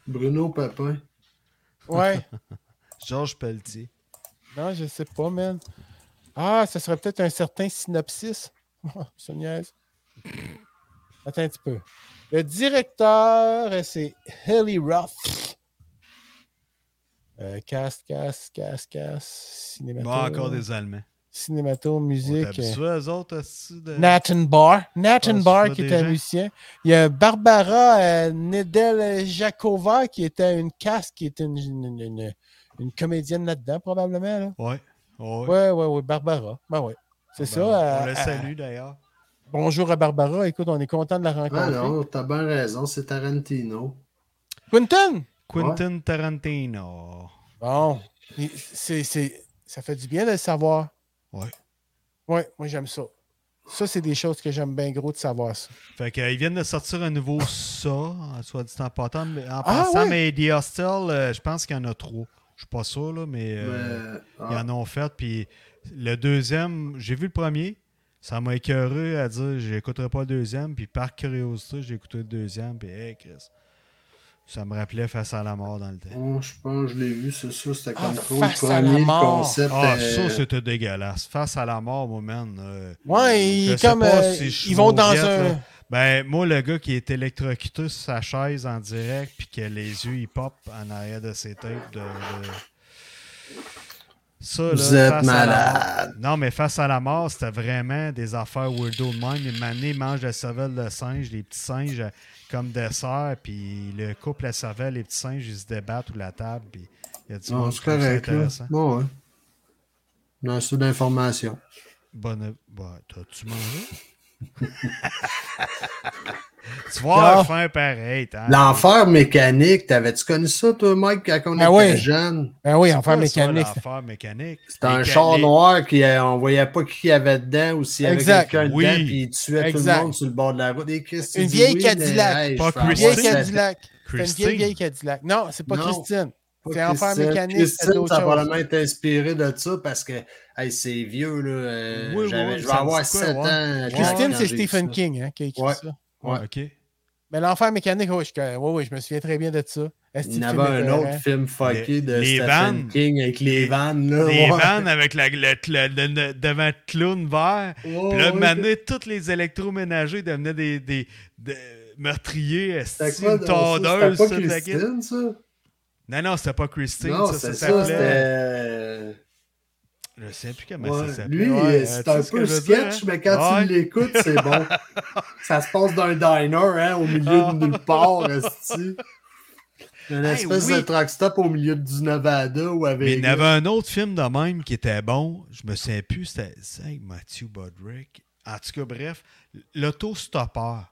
Speaker 2: Bruno Papin.
Speaker 3: Ouais.
Speaker 4: Georges Pelletier.
Speaker 3: non, je sais pas, man. Ah, ce serait peut-être un certain synopsis. Ça niaise. Attends un petit peu. Le directeur, euh, c'est Hilly Roth. Euh, cast, cast, cast, cast. Cinémato.
Speaker 4: Bon, encore des Allemands.
Speaker 3: Cinémato,
Speaker 4: On
Speaker 3: musique. euh,
Speaker 4: t'habitue aux autres aussi de...
Speaker 3: Nathan Barr. Nathan
Speaker 4: Ah, c'est
Speaker 3: Barr
Speaker 4: pas
Speaker 3: qui
Speaker 4: des
Speaker 3: était un
Speaker 4: gens.
Speaker 3: musicien. Il y a Barbara euh, Nedel-Jakova qui était une casse, qui était une, une- une- une comédienne là-dedans, probablement. Là.
Speaker 4: Ouais. ouais. Ah
Speaker 3: Ouais, ouais, ouais, Barbara. Ben ouais. C'est ça.
Speaker 4: On
Speaker 3: euh,
Speaker 4: le
Speaker 3: euh,
Speaker 4: salue d'ailleurs.
Speaker 3: bonjour à Barbara. Écoute, on est content de la rencontrer.
Speaker 2: Ah non, t'as bien raison, c'est Tarantino.
Speaker 3: Quentin!
Speaker 4: Quentin Tarantino.
Speaker 3: Bon. Il- c'est- c'est- ça fait du bien de le savoir.
Speaker 4: Ouais.
Speaker 3: Ouais, moi j'aime ça. Ça, c'est des choses que j'aime bien gros de savoir ça.
Speaker 4: Fait qu'ils viennent de sortir un nouveau ça, en soit dit en passant. mais- En
Speaker 3: Ah,
Speaker 4: passant,
Speaker 3: ouais.
Speaker 4: mais The Hostel, euh, je pense qu'il y en a trois. Je suis pas sûr, là, mais... euh,
Speaker 2: Mais,
Speaker 4: Ils
Speaker 2: ah,
Speaker 4: en ont fait. Puis le deuxième, j'ai vu le premier. Ça m'a écœuré à dire j'écouterai pas le deuxième. Puis par curiosité, j'ai écouté le deuxième. Puis hey, Chris. Ça me rappelait face à la mort dans le temps.
Speaker 2: bon, je pense que je l'ai vu, c'est sûr, c'était
Speaker 3: Ah,
Speaker 2: comme trop
Speaker 3: face à la
Speaker 2: le premier le
Speaker 3: mort.
Speaker 2: concept.
Speaker 4: Ah,
Speaker 2: euh,
Speaker 4: ça, c'était dégueulasse. Face à la mort, moi, man. euh,
Speaker 3: Ouais,
Speaker 4: je
Speaker 3: ils,
Speaker 4: sais
Speaker 3: comme,
Speaker 4: pas
Speaker 3: euh,
Speaker 4: si je
Speaker 3: ils vont dans
Speaker 4: m'ouvriette,
Speaker 3: un.
Speaker 4: là. Ben, moi, le gars qui est électrocuté sur sa chaise en direct, puis que les yeux, ils pop en arrière de ses tapes de. de- Ça, là,
Speaker 2: Vous êtes
Speaker 4: face à la-
Speaker 2: malade.
Speaker 4: Non, mais face à la mort, c'était vraiment des affaires weirdo de même. Les manés mangent la cervelle de singe, les petits singes euh, comme dessert, puis le couple la cervelle, les petits singes, ils se débattent ou la table, puis il y a du
Speaker 2: Non,
Speaker 4: monde
Speaker 2: c'est
Speaker 4: qui trouve ça
Speaker 2: correct. Là.
Speaker 4: intéressant.
Speaker 2: Bon, ouais. Non, c'est d'information.
Speaker 4: Bonne. Bah, t'as-tu mangé? tu vois, la
Speaker 3: Non.
Speaker 4: fin pareil. t'as-
Speaker 2: L'enfer mécanique, t'avais-tu connu ça, toi, Mike, quand on
Speaker 3: Ah
Speaker 2: était
Speaker 3: oui.
Speaker 2: jeune?
Speaker 3: Ben oui,
Speaker 4: C'est quoi
Speaker 3: enfer
Speaker 4: ça,
Speaker 3: mécanique.
Speaker 4: l'enfer mécanique.
Speaker 2: C'était un
Speaker 4: Mécanique.
Speaker 2: char noir qui euh, on voyait pas qui y avait dedans ou s'il y avait
Speaker 3: Exact.
Speaker 2: quelqu'un
Speaker 4: Oui.
Speaker 2: dedans puis il tuait tout
Speaker 3: Exact.
Speaker 2: le monde sur le bord de la route. Et Christ, tu
Speaker 3: Une
Speaker 2: dis
Speaker 3: vieille
Speaker 2: oui,
Speaker 3: Cadillac.
Speaker 2: mais, hey,
Speaker 4: Pas
Speaker 2: je fais
Speaker 3: Une vieille
Speaker 4: Christine.
Speaker 2: avoir-
Speaker 3: Cadillac. C'est une vieille,
Speaker 4: Christine.
Speaker 3: vieille Cadillac. Non, c'est pas
Speaker 2: Non.
Speaker 3: Christine.
Speaker 2: Pas
Speaker 3: C'est enfer
Speaker 2: Christine.
Speaker 3: mécanique, c'est
Speaker 2: Christine,
Speaker 3: d'autres
Speaker 2: ça a
Speaker 3: choses.
Speaker 2: probablement été inspiré de ça parce que hey, c'est vieux. Là, euh,
Speaker 4: Oui, oui,
Speaker 2: j'avais-
Speaker 4: oui,
Speaker 2: je
Speaker 4: ça
Speaker 2: vais
Speaker 4: me
Speaker 2: avoir
Speaker 4: dit quoi,
Speaker 2: 7
Speaker 4: ouais.
Speaker 2: ans. quand-
Speaker 3: Christine,
Speaker 2: quand
Speaker 3: c'est
Speaker 2: j'ai
Speaker 3: Stephen
Speaker 2: vu ça.
Speaker 3: King hein, qui a écrit
Speaker 2: Ouais.
Speaker 3: ça.
Speaker 2: Ouais.
Speaker 4: Ok.
Speaker 3: Mais l'enfer mécanique, oui, je, ouais, ouais, je me souviens très bien de ça. Est-ce que
Speaker 2: Il y
Speaker 3: le
Speaker 2: en
Speaker 3: film
Speaker 2: avait
Speaker 3: était
Speaker 2: un autre
Speaker 3: écœurant?
Speaker 2: film fucké
Speaker 4: Les-
Speaker 2: de
Speaker 4: les
Speaker 2: Stephen
Speaker 4: vannes.
Speaker 2: King avec les vannes. Là,
Speaker 4: Les
Speaker 2: ouais.
Speaker 4: vannes avec la, le, le- le- le- devant le clown vert.
Speaker 2: Ouais,
Speaker 4: Puis là,
Speaker 2: ouais,
Speaker 4: mané, tous les électroménagers devenaient des, des, des meurtriers, esti,
Speaker 2: C'était quoi
Speaker 4: une
Speaker 2: donc, ça?
Speaker 4: tondeuse,
Speaker 2: C'était
Speaker 4: ça,
Speaker 2: pas
Speaker 4: de la gueule.
Speaker 2: Christine, ça?
Speaker 4: Non, non, c'était pas Christine.
Speaker 2: Non,
Speaker 4: ça,
Speaker 2: c'est
Speaker 4: ça,
Speaker 2: ça,
Speaker 4: s'appelait-
Speaker 2: c'était...
Speaker 4: Je sais plus comment
Speaker 2: Ouais,
Speaker 4: Ben, ça s'appelait.
Speaker 2: Lui,
Speaker 4: Ouais,
Speaker 2: c'est
Speaker 4: euh,
Speaker 2: un
Speaker 4: tu sais ce que
Speaker 2: peu
Speaker 4: je veux dire,
Speaker 2: sketch,
Speaker 4: hein?
Speaker 2: mais quand
Speaker 4: Ouais.
Speaker 2: tu l'écoutes, c'est bon. ça se passe d'un diner hein, au milieu de nulle part, esti. Une
Speaker 4: Ah. Hey,
Speaker 2: espèce
Speaker 4: oui.
Speaker 2: de truck stop au milieu du Nevada ou
Speaker 4: Mais
Speaker 2: avec.
Speaker 4: il y en avait un autre film de même qui était bon. Je me souviens plus, c'était c'est avec Matthew Bodrick. En tout cas, bref, l'autostoppeur.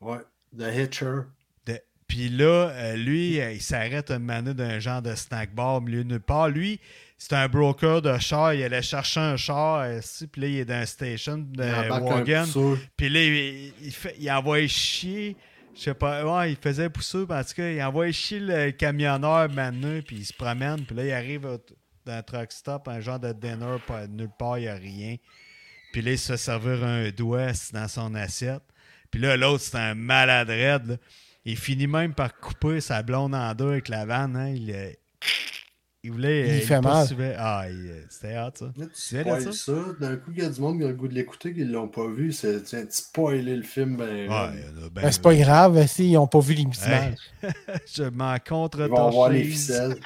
Speaker 2: Ouais, The Hitcher.
Speaker 4: Euh, De- Puis là, euh, lui, euh, il s'arrête à une manée d'un genre de snack bar au milieu de nulle part. Lui, c'est un broker de char. Il allait chercher un char. euh, si, Puis là, il est dans un station de
Speaker 2: Il embarque un
Speaker 4: wagon.
Speaker 2: pousseux.
Speaker 4: Puis là, il, il, fait, il envoyait chier. Je sais pas, ouais, il faisait pousser parce qu'il envoyait chier le camionneur maintenant, puis il se promène, puis là, il arrive au- dans un truck stop, un genre de dinner, pas, nulle part, il n'y a rien. Puis là, il se fait servir un doigt dans son assiette. Puis là, l'autre, c'est un malade raide, là. Il finit même par couper sa blonde en deux avec la vanne. hein. Il, euh, il voulait.
Speaker 3: Il
Speaker 4: euh,
Speaker 3: fait mal.
Speaker 4: poursuivait. Ah, il, euh, c'était hâte, ça.
Speaker 2: Là, tu
Speaker 4: Tu viens de
Speaker 2: spoil ça. D'un coup, il y a du monde qui a le goût de l'écouter qui ne l'ont pas vu. C'est tu viens de spoiler le film. Ben,
Speaker 4: Ouais, il y en a ben-
Speaker 3: Ben, c'est pas grave, si, ils n'ont pas vu les petites
Speaker 4: Hey,
Speaker 3: images.
Speaker 4: je m'en contre
Speaker 2: ils vont voir les ficelles.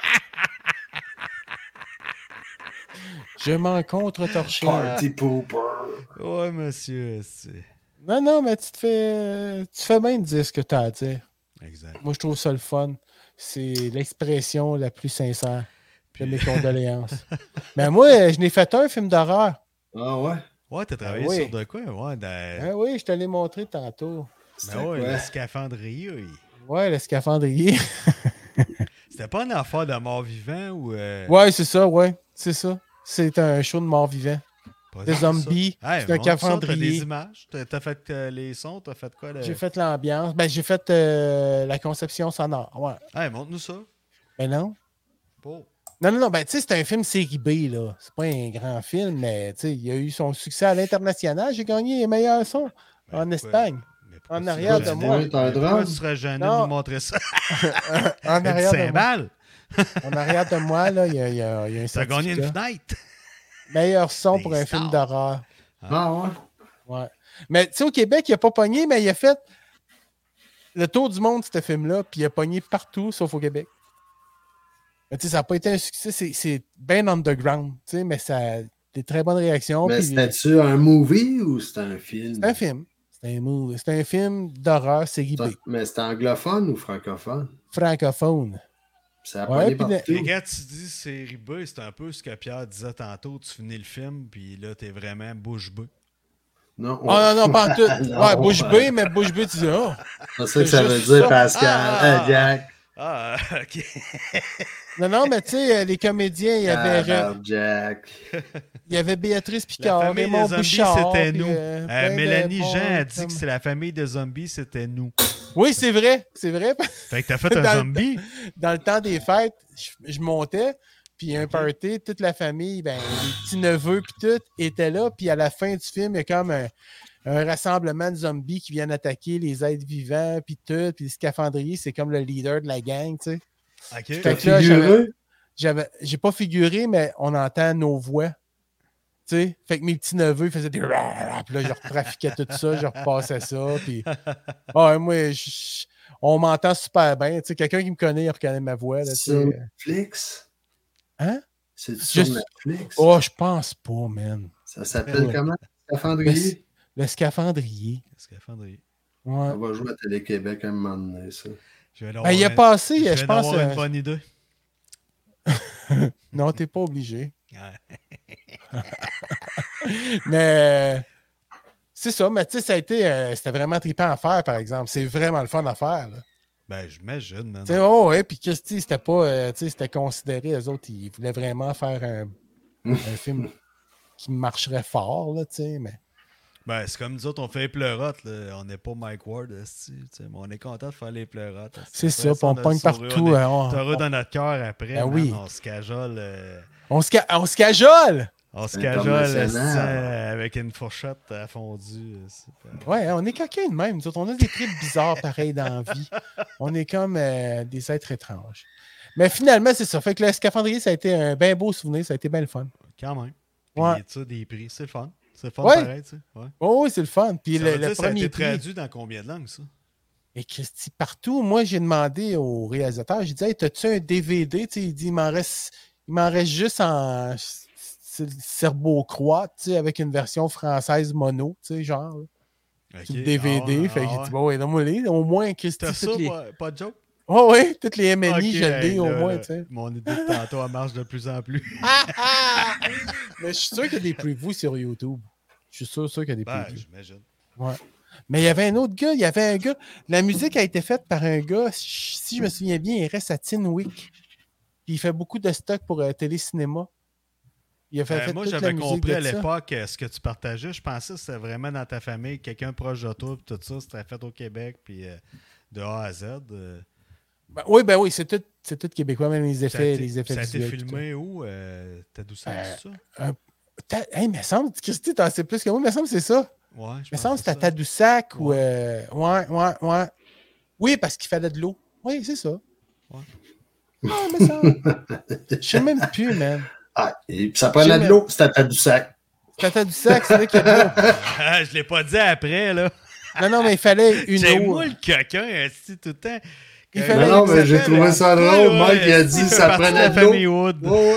Speaker 3: Je m'en contre torché.
Speaker 2: Party Pooper.
Speaker 4: Ouais, monsieur. C'est...
Speaker 3: Non, non, mais tu te fais. Tu fais bien de dire ce que tu as à dire.
Speaker 4: Exact.
Speaker 3: Moi, je trouve ça le fun. C'est l'expression la plus sincère de mes condoléances. Mais moi, je n'ai fait un film d'horreur.
Speaker 2: Ah ouais?
Speaker 4: Ouais, t'as travaillé
Speaker 3: Ben oui.
Speaker 4: sur de quoi? Ouais, dans...
Speaker 3: Ah oui, je te l'ai montré tantôt.
Speaker 2: C'était
Speaker 4: Ben ouais,
Speaker 2: quoi?
Speaker 4: le scaphandrier. oui.
Speaker 3: Ouais, le scaphandrier.
Speaker 4: C'était pas une affaire de mort vivant ou. euh,
Speaker 3: Ouais, c'est ça, ouais. C'est ça. C'est un show de mort vivant.
Speaker 4: pas
Speaker 3: des
Speaker 4: ça.
Speaker 3: zombies,
Speaker 4: Hey,
Speaker 3: c'est
Speaker 4: montre
Speaker 3: un
Speaker 4: ça, T'as
Speaker 3: scaphandrier.
Speaker 4: des images, t'as, t'as fait euh, les sons, t'as fait quoi? Là?
Speaker 3: J'ai fait l'ambiance. Ben, j'ai fait euh, la conception sonore. Ouais.
Speaker 4: Hey, montre-nous ça.
Speaker 3: Ben non.
Speaker 4: Bon.
Speaker 3: Non, non, non. Ben, tu sais, c'est un film série B, là. C'est pas un grand film, mais tu sais, il a eu son succès à l'international. J'ai gagné les meilleurs sons
Speaker 4: Ben,
Speaker 3: en
Speaker 4: pourquoi-
Speaker 3: Espagne.
Speaker 4: mais pourquoi
Speaker 3: En
Speaker 4: tu
Speaker 3: arrière
Speaker 4: serais
Speaker 3: de
Speaker 4: gêné?
Speaker 3: moi.
Speaker 2: Oui, t'as un
Speaker 4: Mais Pourquoi
Speaker 2: drame.
Speaker 4: tu serais gêné de
Speaker 3: Non.
Speaker 4: nous montrer ça?
Speaker 3: En arrière,
Speaker 4: C'est
Speaker 3: de moi,
Speaker 4: mal.
Speaker 3: en arrière de moi, là, il y a, il y a- il y a un
Speaker 4: T'as gagné une
Speaker 3: certificat.
Speaker 4: fenêtre.
Speaker 3: Meilleur son
Speaker 4: Des
Speaker 3: pour un film
Speaker 4: stars.
Speaker 3: d'horreur.
Speaker 2: Ah ouais?
Speaker 3: Ouais. Mais tu sais, au Québec, il n'a pas pogné, mais il a fait le tour du monde, ce film-là, puis il a pogné partout, sauf au Québec. Mais tu sais, ça n'a pas été un succès, c'est- c'est bien underground, tu sais, mais ça a des très bonnes réactions.
Speaker 2: Mais
Speaker 3: puis-
Speaker 2: Ben, c'était-tu un movie ou c'était un film?
Speaker 3: C'est un film. C'est un, mou- c'est un film d'horreur série B,
Speaker 2: Mais c'était anglophone ou francophone?
Speaker 3: francophone.
Speaker 2: Ça a
Speaker 3: Ouais,
Speaker 2: ouais,
Speaker 3: puis
Speaker 2: partout.
Speaker 4: Les gars, tu dis série B, c'est un peu ce que Pierre disait tantôt. Tu finis le film, puis là, t'es vraiment bouche bée.
Speaker 2: Non,
Speaker 3: Oh non, non, pas en tout.
Speaker 2: Non.
Speaker 3: Ouais, bouche B, mais bouche B, tu dis, oh.
Speaker 2: C'est ça que ça veut dire, Pascal.
Speaker 4: Ah!
Speaker 2: Hey, Jack.
Speaker 4: Ah, ok.
Speaker 3: Non, non, mais tu sais, euh, les comédiens, il y avait, euh,
Speaker 2: Ah, Jack.
Speaker 3: il y avait Béatrice
Speaker 4: La
Speaker 3: Picard,
Speaker 4: famille des
Speaker 3: Raymond
Speaker 4: zombies,
Speaker 3: Bouchard.
Speaker 4: c'était
Speaker 3: puis,
Speaker 4: nous.
Speaker 3: euh,
Speaker 4: Euh,
Speaker 3: plein de
Speaker 4: Mélanie
Speaker 3: bons
Speaker 4: Jean a dit
Speaker 3: comme-
Speaker 4: que c'est la famille des zombies, c'était nous.
Speaker 3: Oui, c'est vrai, c'est vrai.
Speaker 4: Fait que t'as fait un
Speaker 3: Dans le
Speaker 4: zombie.
Speaker 3: dans le temps des fêtes, je, je montais, puis un party, toute la famille, ben, les petits-neveux, puis tout, étaient là. Puis à la fin du film, il y a comme un, un rassemblement de zombies qui viennent attaquer les êtres vivants, puis tout. Puis le scaphandrier, c'est comme le leader de la gang, tu sais.
Speaker 4: Ok.
Speaker 3: Fait que là, j'avais- j'avais- j'ai pas figuré, mais on entend nos voix. Tu sais, fait que mes petits-neveux faisaient des... Puis là, je retrafiquais tout ça, je repassais ça, puis... Ah, moi, je- on m'entend super bien. Tu sais, quelqu'un qui me connaît, il reconnaît ma voix, là, tu
Speaker 2: Sur
Speaker 3: sais.
Speaker 2: Netflix?
Speaker 3: Hein?
Speaker 2: C'est sur
Speaker 3: Juste-
Speaker 2: Netflix?
Speaker 3: Oh, je pense pas, man.
Speaker 2: Ça s'appelle
Speaker 3: Ouais.
Speaker 2: comment? Scaphandrier?
Speaker 3: Le scaphandrier.
Speaker 4: Scaphandrier.
Speaker 3: Ouais.
Speaker 4: Ah
Speaker 2: On va jouer à Télé-Québec un moment donné, ça.
Speaker 4: Je vais
Speaker 3: Ben, il a
Speaker 4: l'avoir-
Speaker 3: passé,
Speaker 4: je, vais
Speaker 3: je pense.
Speaker 4: l'avoir
Speaker 3: euh,
Speaker 4: une bonne idée.
Speaker 3: Non, t'es pas obligé.
Speaker 4: Ouais.
Speaker 3: Mais euh, c'est ça, mais tu sais, ça a été. euh, C'était vraiment trippant à faire, par exemple. C'est vraiment le fun à faire. là.
Speaker 4: Ben, j'imagine, man.
Speaker 3: Tu sais, oh, ouais, puis Christy, c'était pas. euh, tu sais, c'était considéré, eux autres, ils voulaient vraiment faire un, un film qui marcherait fort, là, tu sais, mais.
Speaker 4: Ben, c'est comme nous autres, on fait les pleurotes, là. On n'est pas Mike Ward, esti, tu sais, mais on est content de faire les pleurotes. esti.
Speaker 3: C'est
Speaker 4: Après
Speaker 3: ça, puis on
Speaker 4: a le
Speaker 3: pogne
Speaker 4: sourire,
Speaker 3: partout.
Speaker 4: on est
Speaker 3: hein, on-
Speaker 4: heureux
Speaker 3: on-
Speaker 4: dans notre cœur après.
Speaker 3: Ben
Speaker 4: man.
Speaker 3: oui.
Speaker 4: On se cajole. euh,
Speaker 3: On se ca- on se cajole!
Speaker 4: On se
Speaker 2: International.
Speaker 4: cajole esti, euh, avec une fourchette à fondue. esti.
Speaker 3: Ouais, hein, on est coquins de même. Nous autres, on a des tripes bizarres pareilles dans la vie. On est comme euh, des êtres étranges. Mais finalement, c'est ça. Fait que le scaphandrier, ça a été un bien beau souvenir. Ça a été bien le fun.
Speaker 4: Quand même. Puis,
Speaker 3: Ouais.
Speaker 4: tu sais, des prix. C'est le fun. C'est le fun
Speaker 3: Ouais.
Speaker 4: pareil, tu sais. Ouais.
Speaker 3: Oh, oui, c'est le fun. Puis
Speaker 4: Ça
Speaker 3: le,
Speaker 4: veut
Speaker 3: le
Speaker 4: dire, ça a
Speaker 3: premier
Speaker 4: été
Speaker 3: prix.
Speaker 4: traduit dans combien de langues, ça?
Speaker 3: Et Christy, partout, moi, j'ai demandé au réalisateur, j'ai dit, hey, t'as-tu un DVD? Tu sais, il dit, il m'en reste, il m'en reste juste en c'est le serbo-croate, tu sais, avec une version française mono, tu sais, genre, là.
Speaker 4: Ok.
Speaker 3: Sur le DVD.
Speaker 4: Ah,
Speaker 3: fait que
Speaker 4: ah,
Speaker 3: j'ai
Speaker 4: ouais.
Speaker 3: dit, bon, ouais, donne-moi les. Au moins, Christy,
Speaker 4: T'as ça,
Speaker 3: toutes les-
Speaker 4: pas, pas de joke?
Speaker 3: Oh oui, toutes les MNI, je
Speaker 4: Ok,
Speaker 3: le dis
Speaker 4: hey,
Speaker 3: au
Speaker 4: là,
Speaker 3: moins,
Speaker 4: là, Ah,
Speaker 3: tu sais.
Speaker 4: Mon idée de tantôt, elle marche de plus en plus.
Speaker 3: Mais je suis sûr qu'il y a des previews sur YouTube. Je suis sûr, sûr qu'il y a des
Speaker 4: Ben,
Speaker 3: previews.
Speaker 4: j'imagine.
Speaker 3: Mais il y avait un autre gars, il y avait un gars. La musique a été faite par un gars, si je me souviens bien, il reste à Tinwick. Puis il fait beaucoup de stock pour euh, télécinéma. Il a fait,
Speaker 4: Euh,
Speaker 3: fait
Speaker 4: moi,
Speaker 3: toute la
Speaker 4: j'avais
Speaker 3: musique
Speaker 4: compris
Speaker 3: de
Speaker 4: à
Speaker 3: ça.
Speaker 4: l'époque euh, ce que tu partageais. Je pensais que c'était vraiment dans ta famille, quelqu'un proche de toi, puis tout ça, c'était fait au Québec, puis euh, de A à Z. euh,
Speaker 3: Ben oui, ben oui, c'est tout, c'est tout québécois, même les
Speaker 4: ça a
Speaker 3: effets,
Speaker 4: été-
Speaker 3: les effets
Speaker 4: ça a été
Speaker 3: visuels, tout
Speaker 4: filmé où euh, T'as d'où ça,
Speaker 3: Euh,
Speaker 4: ça
Speaker 3: ça. Ta- Hey, mais semble, Christy, t'en sais plus que moi, mais semble que c'est ça.
Speaker 4: Ouais, je
Speaker 3: Mais
Speaker 4: pense
Speaker 3: semble que
Speaker 4: que
Speaker 3: c'est à
Speaker 4: ça.
Speaker 3: Tadoussac ou. euh, Ouais, ouais, ouais. Oui, parce qu'il fallait de l'eau. Oui, c'est ça.
Speaker 4: Ouais.
Speaker 3: Ouais, mais ça. Je sais même plus, man.
Speaker 2: Ah, et puis ça prenait de l'eau, c'était du sac.
Speaker 3: C'est à Tadoussac, c'est là qu'il y a de l'eau.
Speaker 4: Ah, je l'ai pas dit après, là.
Speaker 3: Non, non, mais il fallait une
Speaker 4: C'est
Speaker 3: eau.
Speaker 4: moi le coquin, esti, tout le temps.
Speaker 3: Il
Speaker 4: Euh,
Speaker 3: fallait
Speaker 2: Non, non,
Speaker 3: que
Speaker 2: mais j'ai
Speaker 3: s'appelle, euh,
Speaker 2: trouvé ça
Speaker 4: Ouais,
Speaker 2: drôle.
Speaker 4: ouais,
Speaker 2: Mike, il a
Speaker 4: esti,
Speaker 2: dit
Speaker 4: fait
Speaker 2: ça
Speaker 4: partie de
Speaker 2: prenait
Speaker 4: la
Speaker 2: de l'eau.
Speaker 4: famille Wood.
Speaker 2: Ouais, ouais.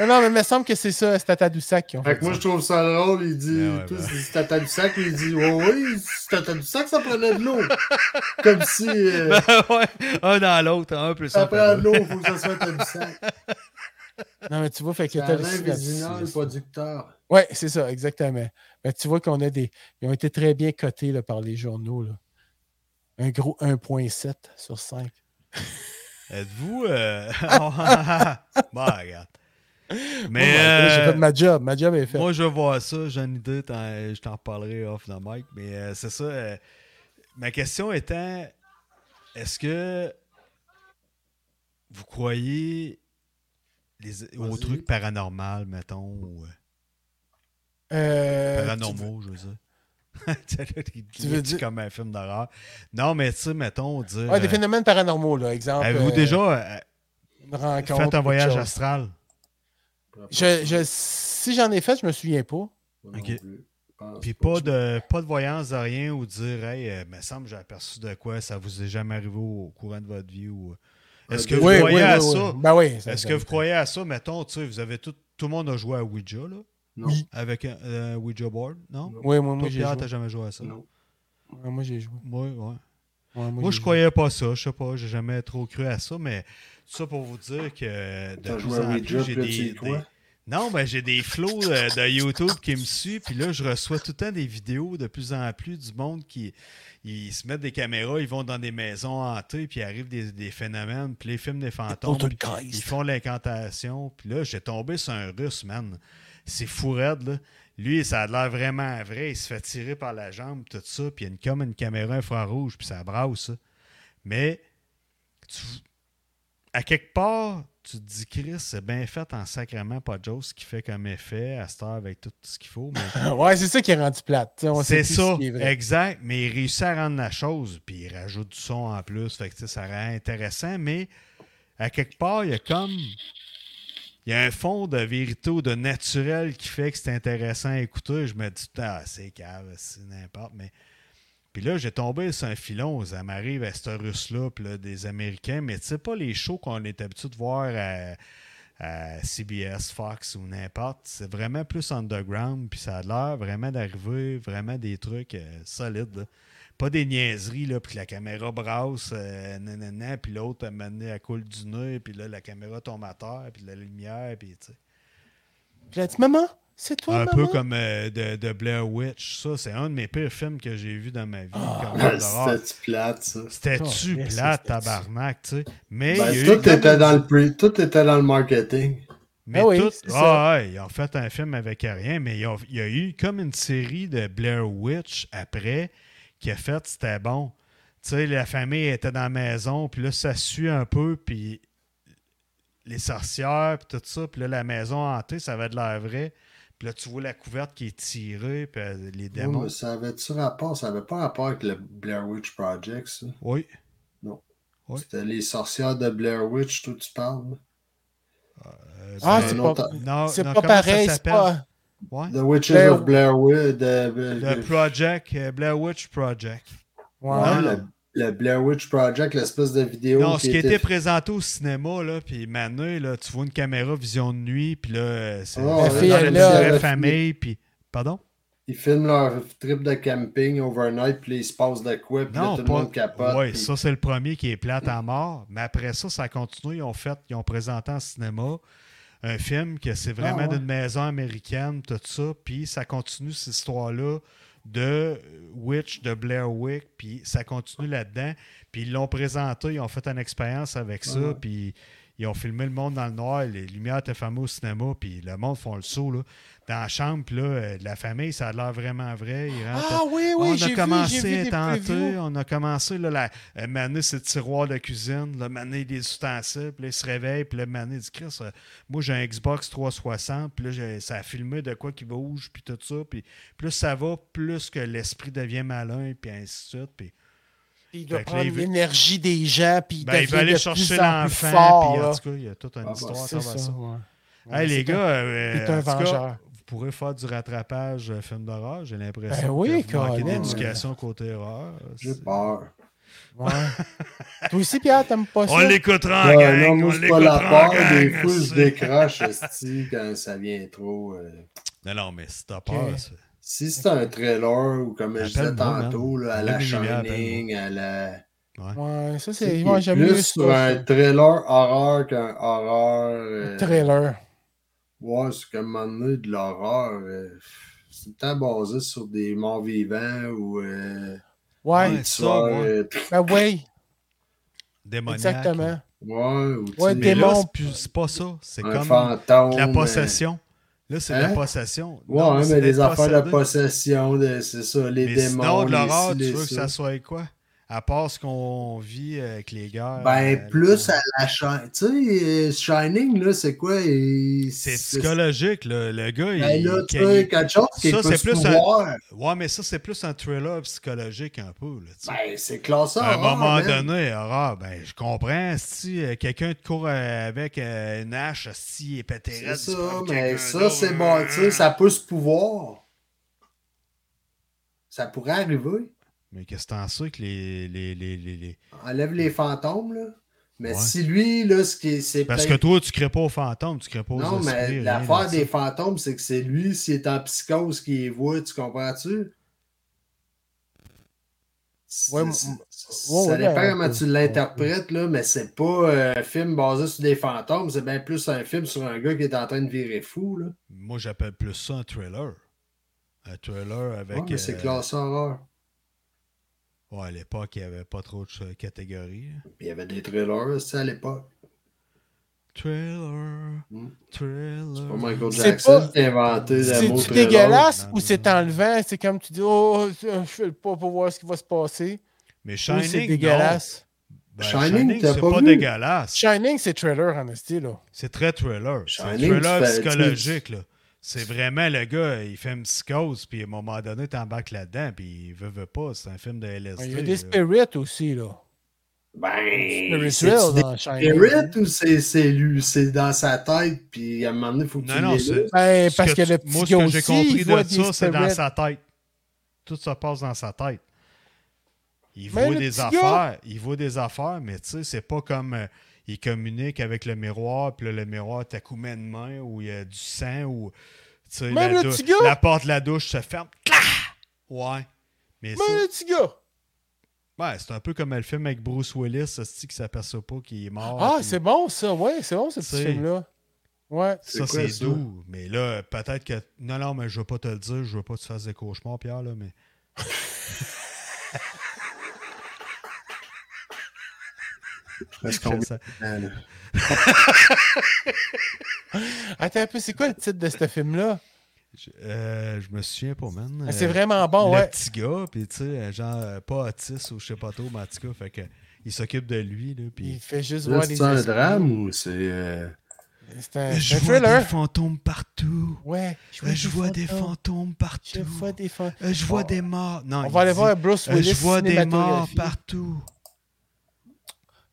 Speaker 3: Non, non, mais il me semble que c'est ça, c'est à Tadoussac qu'ils ont
Speaker 2: Fait
Speaker 3: fait
Speaker 2: que moi,
Speaker 3: ça.
Speaker 2: je trouve ça drôle. Il dit,
Speaker 4: Ouais, ouais,
Speaker 2: tous,
Speaker 4: ben.
Speaker 2: il dit tata du sac. Il dit, ouais, oui, tata du sac, ça prenait de l'eau. Comme si euh,
Speaker 4: ouais, un dans l'autre, un plus
Speaker 2: ça
Speaker 4: un.
Speaker 2: prend de
Speaker 4: plus
Speaker 2: l'eau, il faut que ça soit tata du sac.
Speaker 3: Non, mais tu vois, fait que
Speaker 2: C'est
Speaker 3: t'as
Speaker 2: Alain
Speaker 3: aussi
Speaker 2: Vézina, le
Speaker 3: là-dessus.
Speaker 2: producteur.
Speaker 3: Ouais, c'est ça, exactement. Mais tu vois qu'on a des. Ils ont été très bien cotés là, par les journaux. Là. Un gros 1.7 sur 5.
Speaker 4: un. Êtes-vous. Euh... bon, regarde. Mais.
Speaker 3: Oh J'ai
Speaker 4: euh,
Speaker 3: fait ma job. Ma job est faite.
Speaker 4: Moi, je vois ça, j'ai une idée, t'en- je t'en parlerai off the mic, mais euh, c'est ça. euh, ma question étant, est-ce que vous croyez les, aux
Speaker 2: Vas-y.
Speaker 4: trucs paranormal, mettons, ou euh,
Speaker 3: Euh,
Speaker 4: Ah paranormaux, je veux dire? Tu sais, là, il-
Speaker 3: Tu
Speaker 4: il
Speaker 3: veux
Speaker 4: dit
Speaker 3: dire-
Speaker 4: comme un film d'horreur. Non, mais tu sais, mettons,
Speaker 3: tu-
Speaker 4: dire...
Speaker 3: Ouais, des
Speaker 4: euh,
Speaker 3: phénomènes paranormaux, là, exemple.
Speaker 4: Avez-vous
Speaker 3: euh,
Speaker 4: déjà euh,
Speaker 3: une rencontre,
Speaker 4: fait un
Speaker 3: quelque
Speaker 4: voyage
Speaker 3: chose.
Speaker 4: astral?
Speaker 3: Je, je- si j'en ai fait, je me souviens pas.
Speaker 2: Moi non
Speaker 4: Ok.
Speaker 2: plus. Je pense
Speaker 4: Puis pas de, pas de voyance de rien ou dire, hey, euh, me semble que j'ai aperçu de quoi, ça vous est jamais arrivé au, au courant de votre vie ou. euh, Est-ce que
Speaker 2: Euh,
Speaker 4: vous
Speaker 2: oui,
Speaker 4: croyez à
Speaker 3: oui,
Speaker 4: ça?
Speaker 3: Ben oui. ça-
Speaker 4: Est-ce que vous croyez à ça? Mettons, tu sais, vous avez tout, tout le monde a joué à Ouija, là,
Speaker 2: Non.
Speaker 3: Oui.
Speaker 4: avec un un Ouija board, non?
Speaker 2: Non.
Speaker 3: Oui, moi, moi
Speaker 4: Toi,
Speaker 3: j'ai
Speaker 4: Pierre, t'as
Speaker 3: joué.
Speaker 4: jamais joué à ça?
Speaker 2: Non.
Speaker 3: Ouais, Moi, j'ai joué.
Speaker 4: Moi, ouais.
Speaker 3: Ouais, moi,
Speaker 4: Moi,
Speaker 3: j'ai
Speaker 4: je
Speaker 3: joué.
Speaker 4: croyais pas ça, je sais pas, j'ai jamais trop cru à ça, mais ça pour vous dire que de
Speaker 2: T'as
Speaker 4: plus
Speaker 2: joué à
Speaker 4: en
Speaker 2: Ouija,
Speaker 4: plus, j'ai
Speaker 2: puis là, tu
Speaker 4: des,
Speaker 2: y crois?
Speaker 4: des- Non, mais j'ai des flots euh, de YouTube qui me suivent, puis là, je reçois tout le temps des vidéos de plus en plus du monde qui ils se mettent des caméras, ils vont dans des maisons hantées, puis arrivent des, des phénomènes, puis les films des fantômes, puis ils font l'incantation, puis là, j'ai tombé sur un russe, man. C'est fou raide, là. Lui, ça a l'air vraiment vrai. Il se fait tirer par la jambe, tout ça. Puis il y a une, comme une caméra infrarouge, puis ça brasse. ça. Mais, tu- à quelque part, tu te dis, Chris, c'est bien fait en sacrement, pas de Joe, ce qui fait comme effet, à cette heure, avec tout ce qu'il faut. Mais
Speaker 3: Ah, Ouais, c'est ça qui est rendu plate. tu sais, on sait
Speaker 4: c'est
Speaker 3: plus
Speaker 4: ça,
Speaker 3: ce qui est vrai.
Speaker 4: exact. Mais il réussit à rendre la chose, puis il rajoute du son en plus. Fait que tu sais, ça rend intéressant, mais à quelque part, il y a comme. Il y a un fond de vérité ou de naturel qui fait que c'est intéressant à écouter. Je me dis, ah, c'est cave, c'est n'importe. Mais. Puis là, j'ai tombé sur un filon. Ça m'arrive à ce russe-là, puis là, des Américains. Mais tu sais, pas les shows qu'on est habitué de voir à, à CBS, Fox ou n'importe. C'est vraiment plus underground, puis ça a l'air vraiment d'arriver, vraiment des trucs euh, solides. là. Pas des niaiseries, là, puis que la caméra brasse, euh, nanana, puis l'autre a mené à coule du nez, puis là, la caméra tombe à terre, puis la lumière, puis tu sais.
Speaker 3: Puis elle a dit, maman, c'est toi,
Speaker 4: Un
Speaker 3: maman.
Speaker 4: peu comme euh, de, de Blair Witch. Ça, c'est un de mes pires films que j'ai vu dans ma vie.
Speaker 2: Ah,
Speaker 4: comme film d'horreur.
Speaker 2: C'était plate, ça.
Speaker 4: C'était-tu
Speaker 3: Oh, yes,
Speaker 4: plate,
Speaker 3: c'était-tu.
Speaker 4: tabarnak, tu sais? Mais
Speaker 2: Ben,
Speaker 4: il y a eu
Speaker 2: tout,
Speaker 4: comme
Speaker 2: était
Speaker 4: une-
Speaker 2: dans le pre- tout était dans le marketing.
Speaker 4: Mais
Speaker 3: Ah oui,
Speaker 4: tout-
Speaker 3: c'est
Speaker 4: ah, ouais, ils ont fait un film avec rien, mais ils ont- il y a eu comme une série de Blair Witch après qui a fait, c'était bon. Tu sais, la famille était dans la maison, puis là, ça suit un peu, puis les sorcières, puis tout ça, puis là, la maison hantée, ça va de l'air vrai. Puis là, tu vois la couverte qui est tirée, puis euh, les
Speaker 2: Ouais,
Speaker 4: démons.
Speaker 2: mais ça avait-tu rapport? Ça avait pas rapport avec le Blair Witch Project, ça.
Speaker 4: Oui. Oui.
Speaker 2: C'était les sorcières de Blair Witch, tout tu parles.
Speaker 4: Euh,
Speaker 3: Ah,
Speaker 4: ben,
Speaker 3: c'est
Speaker 2: un
Speaker 3: pas,
Speaker 2: autre-
Speaker 4: non,
Speaker 3: c'est
Speaker 4: non,
Speaker 3: pas
Speaker 4: comment ça
Speaker 3: pareil. C'est
Speaker 4: s'appelle?
Speaker 3: pas...
Speaker 4: Ouais.
Speaker 2: The Witches
Speaker 3: Blair-
Speaker 2: of Blair Witch. de-
Speaker 4: Le
Speaker 2: de-
Speaker 4: Project, euh, Blair Witch Project.
Speaker 3: Ouais.
Speaker 2: Non,
Speaker 4: Ah, Non,
Speaker 2: le,
Speaker 4: non.
Speaker 2: le Blair Witch Project, l'espèce de vidéo.
Speaker 4: Non, ce qui était présenté au cinéma, là, puis Manu, là, tu vois une caméra vision de nuit, puis là, euh, c'est
Speaker 2: Oh,
Speaker 4: c'est
Speaker 3: la fille,
Speaker 4: dans
Speaker 3: elle
Speaker 4: la
Speaker 3: l'a-
Speaker 4: vraie
Speaker 2: la
Speaker 4: famille, puis... Pardon?
Speaker 2: Ils filment leur trip de camping overnight, puis ils se passent de quoi, puis là,
Speaker 4: Non,
Speaker 2: tout
Speaker 4: pas-
Speaker 2: le monde capote.
Speaker 4: Ouais,
Speaker 2: puis-
Speaker 4: ça c'est le premier qui est plate à mort. Mais après ça, ça continue. Ils ont fait, ils ont présenté en cinéma un film que c'est vraiment
Speaker 2: Ah, ouais.
Speaker 4: d'une maison américaine, tout ça. Puis ça continue cette histoire-là de Witch de Blair Wick. Puis ça continue là-dedans. Puis ils l'ont présenté, ils ont fait une expérience avec ça.
Speaker 2: Ouais.
Speaker 4: Puis ils ont filmé le monde dans le noir. Les lumières étaient fameuses au cinéma. Puis le monde font le saut là, dans la chambre. Puis là, euh, la famille, ça a l'air vraiment vrai. Ils rentrent
Speaker 3: Ah oui, oui,
Speaker 4: on
Speaker 3: j'ai
Speaker 4: a
Speaker 3: vu,
Speaker 4: commencé
Speaker 3: j'ai vu
Speaker 4: à
Speaker 3: des
Speaker 4: tenter,
Speaker 3: previews.
Speaker 4: on a commencé là, la euh, maner ses tiroirs de cuisine, là, maner des ustensiles, puis là, il se réveille, puis là, maner dit Chris, euh, moi j'ai un Xbox 360, puis là, j'ai- ça a filmé de quoi qui bouge, puis tout ça, puis plus ça va, plus que l'esprit devient malin, puis ainsi de suite. Puis,
Speaker 3: Puis il doit
Speaker 4: Fait que là,
Speaker 3: prendre
Speaker 4: il veut-
Speaker 3: l'énergie des gens, puis il
Speaker 4: ben, il
Speaker 3: devient
Speaker 4: va aller
Speaker 3: de
Speaker 4: chercher
Speaker 3: plus en plus
Speaker 4: l'enfant,
Speaker 3: fort,
Speaker 4: puis en
Speaker 3: là.
Speaker 4: tout cas, il y a toute une
Speaker 2: Ah, bah,
Speaker 4: histoire, ça
Speaker 3: C'est
Speaker 4: va
Speaker 3: ça,
Speaker 4: ça.
Speaker 3: ouais.
Speaker 4: Hey,
Speaker 3: Ouais,
Speaker 4: les
Speaker 3: c'est
Speaker 4: gars, euh,
Speaker 3: c'est un
Speaker 4: en tout cas,
Speaker 3: vengeur.
Speaker 4: vous pourrez faire du rattrapage euh, film d'horreur, j'ai l'impression.
Speaker 3: Ben oui,
Speaker 4: que vous manquez
Speaker 3: Colin.
Speaker 4: d'éducation côté horreur.
Speaker 2: J'ai
Speaker 4: C'est-
Speaker 2: peur.
Speaker 3: un- ouais. Toi aussi, Pierre, t'aimes pas Ah, ça?
Speaker 4: On l'écoutera en
Speaker 2: Ouais,
Speaker 4: Ah, gang.
Speaker 2: non, moi,
Speaker 4: on
Speaker 2: c'est pas la
Speaker 4: l'écoutera en
Speaker 2: peur. Des
Speaker 4: gang,
Speaker 2: fois, je
Speaker 4: c'est-
Speaker 2: décroche esti, quand ça vient trop. euh.
Speaker 4: Non, non, mais si t'as peur,
Speaker 3: Ok.
Speaker 4: c'est-
Speaker 2: Si c'est un trailer ou comme je disais
Speaker 4: Appelle-moi, man.
Speaker 2: tantôt, là, à la
Speaker 4: Allume les lumières,
Speaker 2: Shining, à la.
Speaker 3: Ouais, ça, c'est. Moi,
Speaker 2: C'est
Speaker 3: j'aime mieux
Speaker 2: plus sur
Speaker 3: ça.
Speaker 2: un trailer horreur qu'un horreur. euh,
Speaker 3: Trailer.
Speaker 2: Ouais, c'est comme un moment donné, de l'horreur. euh, C'est tout le temps basé sur des morts vivants ou euh,
Speaker 3: Ouais,
Speaker 4: Ouais.
Speaker 2: des
Speaker 4: ça,
Speaker 2: tueurs,
Speaker 4: ouais.
Speaker 2: euh, pff,
Speaker 3: ben oui,
Speaker 4: démoniaque.
Speaker 3: exactement.
Speaker 2: ouais, ou tu
Speaker 3: Ouais,
Speaker 2: sais,
Speaker 4: Mais là,
Speaker 3: Démon.
Speaker 4: c'est plus- c'est pas ça. C'est
Speaker 2: un
Speaker 4: comme
Speaker 2: fantôme.
Speaker 4: la
Speaker 2: euh,
Speaker 4: possession. Là, c'est de la
Speaker 2: Hein?
Speaker 4: possession.
Speaker 2: Ouais,
Speaker 4: Non,
Speaker 2: hein,
Speaker 4: c'est
Speaker 2: mais les
Speaker 4: d'être
Speaker 2: affaires de
Speaker 4: possédé.
Speaker 2: possession, de- c'est ça, les
Speaker 4: Mais
Speaker 2: démons.
Speaker 4: sinon,
Speaker 2: les
Speaker 4: de l'horreur,
Speaker 2: ci,
Speaker 4: tu
Speaker 2: les
Speaker 4: veux que
Speaker 2: ça.
Speaker 4: ça soit quoi? À part ce qu'on vit avec les guerres.
Speaker 2: Ben,
Speaker 4: euh,
Speaker 2: plus
Speaker 4: là,
Speaker 2: à la Shining. Tu sais, euh, Shining, là, c'est quoi? il-
Speaker 4: C'est psychologique, le, le gars.
Speaker 2: Ben
Speaker 4: il-
Speaker 2: là,
Speaker 4: il-
Speaker 2: tu sais, quelque chose qui
Speaker 4: Ça,
Speaker 2: peut
Speaker 4: c'est
Speaker 2: se
Speaker 4: plus un-
Speaker 2: voir.
Speaker 4: Ouais, mais ça, c'est plus un thriller psychologique un peu. Là, tu sais.
Speaker 2: Ben, c'est classé
Speaker 4: À un
Speaker 2: horreur,
Speaker 4: moment
Speaker 2: man.
Speaker 4: donné, horreur, ben, je comprends. Si euh, quelqu'un te court euh, avec euh, une hache, si il est pété
Speaker 2: C'est
Speaker 4: raide, tu
Speaker 2: ça,
Speaker 4: prends
Speaker 2: mais
Speaker 4: quelqu'un
Speaker 2: ça,
Speaker 4: d'autre, euh, hein.
Speaker 2: c'est bon, tu sais, ça peut se pouvoir. Ça pourrait arriver.
Speaker 4: Mais qu'est-ce que t'en sais que les. les, les, les, les-
Speaker 2: Enlève les fantômes, là. Mais
Speaker 4: Ouais.
Speaker 2: si lui, là, ce qui est- c'est
Speaker 4: Parce que
Speaker 2: peut-être-
Speaker 4: toi, tu crées pas aux fantômes, tu crées pas aux
Speaker 2: Non,
Speaker 4: esprits,
Speaker 2: mais
Speaker 4: rien
Speaker 2: l'affaire
Speaker 4: de
Speaker 2: des
Speaker 4: ça.
Speaker 2: fantômes, c'est que c'est lui, s'il est en psychose, qui les voit, tu comprends-tu? C'est-
Speaker 3: Ouais,
Speaker 2: c'est-
Speaker 3: m-
Speaker 2: ça
Speaker 3: ouais,
Speaker 2: dépend
Speaker 3: ouais,
Speaker 2: comment
Speaker 3: ouais.
Speaker 2: tu l'interprètes, là, mais c'est pas euh, un film basé sur des fantômes, c'est bien plus un film sur un gars qui est en train de virer fou. Là.
Speaker 4: Moi, j'appelle plus ça un thriller. Un thriller avec.
Speaker 2: Ouais, mais c'est
Speaker 4: euh,
Speaker 2: classé horreur.
Speaker 4: ouais, à l'époque, il n'y avait pas trop de euh, catégories. là.
Speaker 2: Il y avait des trailers, tu sais, à l'époque.
Speaker 4: Thriller.
Speaker 2: Hmm.
Speaker 4: Thriller.
Speaker 2: C'est pas Michael
Speaker 3: C'est
Speaker 2: Jackson
Speaker 3: pas-
Speaker 2: qui a inventé le mot
Speaker 3: C'est-tu
Speaker 2: trailer.
Speaker 3: dégueulasse
Speaker 4: non,
Speaker 3: ou c'est
Speaker 4: non.
Speaker 3: enlevant? C'est comme tu dis, oh, je fais le pas pour voir ce qui va se passer.
Speaker 4: Mais
Speaker 3: Ou
Speaker 4: Shining,
Speaker 3: c'est
Speaker 4: non.
Speaker 3: dégueulasse?
Speaker 4: Ben,
Speaker 2: Shining,
Speaker 4: Shining,
Speaker 2: t'as
Speaker 4: c'est
Speaker 2: pas
Speaker 4: pas
Speaker 2: vu?
Speaker 4: dégueulasse.
Speaker 3: Shining, c'est trailer, en esti, là.
Speaker 4: C'est très thriller. C'est un
Speaker 2: Shining,
Speaker 4: thriller
Speaker 2: tu fais- tu-
Speaker 4: psychologique, là. C'est vraiment le gars, il fait une psychose, puis à un moment donné, t'embarques là-dedans, puis il veut, veut pas. C'est un film de LSD.
Speaker 3: Il y a
Speaker 4: là.
Speaker 3: des spirits aussi, là.
Speaker 2: Ben,
Speaker 3: Spirituel
Speaker 2: c'est-tu
Speaker 3: dans
Speaker 2: des
Speaker 3: Shining.
Speaker 2: spirits ou c'est c'est lui, c'est dans sa tête, puis à un moment donné, il faut que
Speaker 4: Non,
Speaker 2: tu
Speaker 4: non,
Speaker 2: l'aies
Speaker 4: c'est-
Speaker 2: là.
Speaker 3: Ben,
Speaker 4: Ce
Speaker 3: parce que,
Speaker 4: tu-
Speaker 3: le petit
Speaker 4: Moi, ce
Speaker 3: gars
Speaker 4: que j'ai
Speaker 3: aussi,
Speaker 4: compris
Speaker 3: il
Speaker 4: de
Speaker 3: voit des
Speaker 4: ça, c'est dans
Speaker 3: spirits.
Speaker 4: sa tête. Tout se passe dans sa tête. Il
Speaker 3: Mais
Speaker 4: voit
Speaker 3: le
Speaker 4: des
Speaker 3: petit
Speaker 4: affaires,
Speaker 3: gars-
Speaker 4: il voit des affaires, mais tu sais, c'est pas comme euh, il communique avec le miroir, puis là, le miroir t'accoumait de main, ou il y a du sang, ou tu sais,
Speaker 3: Même
Speaker 4: la,
Speaker 3: le
Speaker 4: dou-
Speaker 3: petit gars-
Speaker 4: la porte de la douche se ferme. Clah! Ouais. Mais ça,
Speaker 3: Mais le petit gars!
Speaker 4: ouais, c'est un peu comme le film avec Bruce Willis, ce style qui s'aperçoit pas qu'il est mort.
Speaker 3: Ah,
Speaker 4: puis-
Speaker 3: c'est bon, ça. Ouais, c'est bon, ce petit
Speaker 4: C'est-
Speaker 3: film-là. Ouais.
Speaker 4: Ça,
Speaker 2: C'est quoi,
Speaker 4: c'est
Speaker 2: ça?
Speaker 4: doux. Mais là, peut-être que. Non, non, mais je veux pas te le dire. Je veux pas que tu fasses des cauchemars, Pierre, là, mais.
Speaker 2: Parce qu'on-
Speaker 4: Ça-
Speaker 2: là.
Speaker 3: Attends un peu, c'est quoi le titre de ce film-là?
Speaker 4: je, euh, je me souviens pas, man.
Speaker 3: Ah, c'est
Speaker 4: Euh,
Speaker 3: vraiment bon,
Speaker 4: le
Speaker 3: ouais.
Speaker 4: petit gars, puis tu sais, genre, euh, pas autiste ou je sais pas trop, mais en tout cas, fait que. Il s'occupe de lui, là,
Speaker 3: Il
Speaker 4: puis.
Speaker 3: fait juste
Speaker 2: Là,
Speaker 3: voir les
Speaker 2: C'est un
Speaker 3: esprits.
Speaker 2: drame ou c'est. euh,
Speaker 3: C'est un, c'est
Speaker 4: Euh, Je
Speaker 3: un
Speaker 4: vois des
Speaker 3: thriller.
Speaker 4: fantômes partout.
Speaker 3: Ouais.
Speaker 4: Euh, Je vois des fantômes
Speaker 3: Je
Speaker 4: partout.
Speaker 3: vois des fantômes.
Speaker 4: Euh, Je vois
Speaker 3: Oh.
Speaker 4: des morts. Non,
Speaker 3: On
Speaker 4: il
Speaker 3: va aller
Speaker 4: dit,
Speaker 3: voir Bruce
Speaker 4: euh,
Speaker 3: Willis.
Speaker 4: Je vois des morts
Speaker 3: cinématographie.
Speaker 4: partout.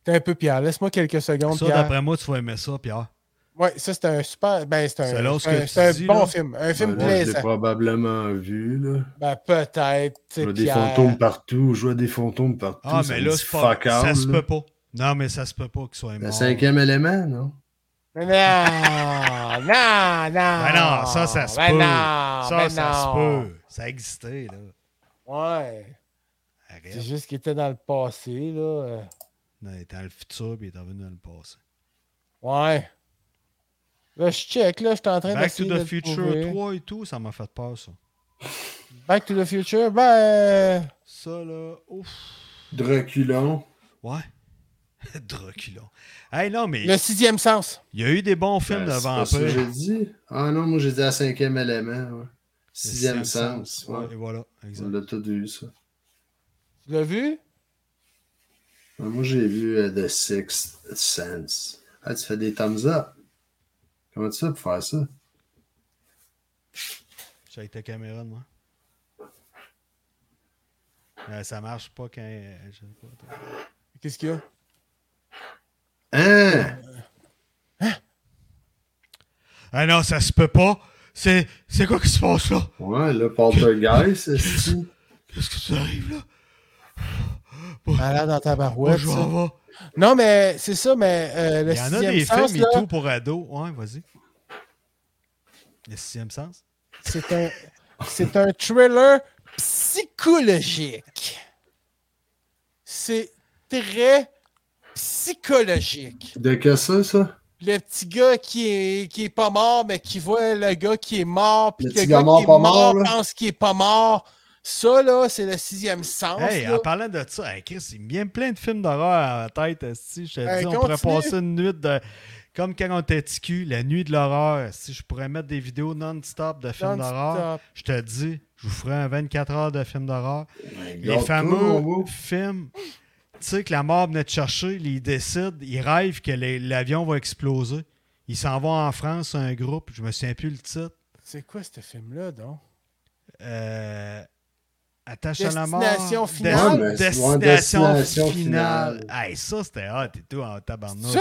Speaker 3: T'es un peu Pierre. Laisse-moi quelques secondes,
Speaker 4: Ça,
Speaker 3: Pierre.
Speaker 4: d'après moi, tu vas aimer ça, Pierre.
Speaker 3: Ouais, ça, c'est un super. Ben, c'est
Speaker 4: C'est
Speaker 3: un,
Speaker 4: là ce
Speaker 3: c'est un-
Speaker 4: que tu
Speaker 3: c'est un
Speaker 4: dis,
Speaker 3: bon
Speaker 4: là.
Speaker 3: film. Un film
Speaker 2: ben là, je l'ai
Speaker 3: plaisant.
Speaker 2: probablement vu, là.
Speaker 3: Ben, peut-être. tu
Speaker 2: Je
Speaker 3: sais,
Speaker 2: vois des
Speaker 3: Pierre.
Speaker 2: fantômes partout, je vois des fantômes partout.
Speaker 4: Ah,
Speaker 2: ça
Speaker 4: mais
Speaker 2: me
Speaker 4: là,
Speaker 2: dit
Speaker 4: c'est pas.
Speaker 2: fuck
Speaker 4: Ça
Speaker 2: all,
Speaker 4: se
Speaker 2: là.
Speaker 4: peut pas. Non, mais ça se peut pas qu'il soit
Speaker 2: Le
Speaker 4: mort.
Speaker 2: cinquième élément, non?
Speaker 3: Non, non, non.
Speaker 4: Ben non, ça, ça se
Speaker 3: Ben
Speaker 4: peut.
Speaker 3: non,
Speaker 4: ça,
Speaker 3: ben
Speaker 4: ça
Speaker 3: non.
Speaker 4: se peut. Ça existait, là.
Speaker 3: Ouais. C'est
Speaker 4: Arrête.
Speaker 3: juste qu'il était dans le passé, là. euh,
Speaker 4: Non, il était dans le futur, puis il est revenu dans le passé.
Speaker 3: Ouais. Là, je check, là, je suis en train
Speaker 4: Back to
Speaker 3: d'essayer de
Speaker 4: the
Speaker 3: le
Speaker 4: Future
Speaker 3: trouver.
Speaker 4: 3 et tout, ça m'a fait peur, ça.
Speaker 3: Back to the Future, ben.
Speaker 4: Ça, là, ouf.
Speaker 2: Draculon.
Speaker 4: Ouais. Draculon. Hey, non, mais
Speaker 3: Le sixième sens.
Speaker 4: il y a eu des bons films
Speaker 2: Ben,
Speaker 4: de
Speaker 2: c'est pas ça que
Speaker 4: vampires.
Speaker 2: j'ai dit. Ah non, moi j'ai dit à cinquième élément. ouais.
Speaker 4: Le
Speaker 2: Sixième, sens. ouais.
Speaker 4: Ouais, et voilà, exact.
Speaker 2: On l'a tout vu, ça.
Speaker 3: Tu l'as vu?
Speaker 2: Ah, Moi j'ai vu euh, The Sixth Sense. Ah, tu fais des thumbs up. Comment tu fais pour faire ça?
Speaker 4: Je suis avec ta caméra de moi. Euh, ça marche pas quand. euh, je sais pas, toi.
Speaker 3: Qu'est-ce qu'il y a?
Speaker 2: Hein?
Speaker 4: Ah non, ça se peut pas! C'est c'est quoi qui se passe là?
Speaker 2: Ouais, là, Poltergeist, est-ce que-
Speaker 4: Qu'est-ce qui arrive là?
Speaker 3: Malade dans ta
Speaker 4: Moi,
Speaker 3: barouette.
Speaker 4: je vais
Speaker 3: ça.
Speaker 4: avoir-
Speaker 3: Non, mais c'est ça, mais euh, le
Speaker 4: Il y en a
Speaker 3: sixième
Speaker 4: des
Speaker 3: sens,
Speaker 4: films et
Speaker 3: là,
Speaker 4: tout pour ados. Ouais, vas-y. Le sixième sens?
Speaker 3: c'est un, c'est un thriller psychologique. C'est très psychologique.
Speaker 2: De que ça, ça?
Speaker 3: Le petit gars qui est, qui est pas mort, mais qui voit le gars qui est mort, puis
Speaker 2: Le
Speaker 3: que le
Speaker 2: petit gars
Speaker 3: gars
Speaker 2: mort
Speaker 3: qui est
Speaker 2: pas
Speaker 3: mort,
Speaker 2: mort, là.
Speaker 3: pense qu'il est pas mort. Ça, là, c'est le sixième sens.
Speaker 4: Hey,
Speaker 3: là.
Speaker 4: en parlant de ça, hey, Chris, il me vient plein de films d'horreur en tête. esti. Je te
Speaker 3: Hey,
Speaker 4: dis, on
Speaker 3: continue.
Speaker 4: pourrait passer une nuit de. Comme quand on était TQ, la nuit de l'horreur. Si je pourrais mettre des vidéos non-stop de films
Speaker 3: Non-stop.
Speaker 4: d'horreur, je te dis, je vous ferai un 24 heures de films d'horreur. Les
Speaker 2: Garde-toi, mon
Speaker 3: oh,
Speaker 4: fameux
Speaker 2: beau.
Speaker 4: films, tu sais, que la mort venait te chercher, ils décident, ils rêvent que les- l'avion va exploser. Ils s'en vont en France, un groupe, je me souviens plus le titre.
Speaker 3: C'est quoi ce film-là, donc?
Speaker 4: Euh, attache à la mort.
Speaker 3: Destination
Speaker 4: Des-
Speaker 3: finale.
Speaker 2: Ouais, mais-
Speaker 4: destination,
Speaker 2: ouais, destination
Speaker 4: finale.
Speaker 2: finale.
Speaker 4: Hey, ça, c'était hot et tout en tabarnak.
Speaker 3: Ça?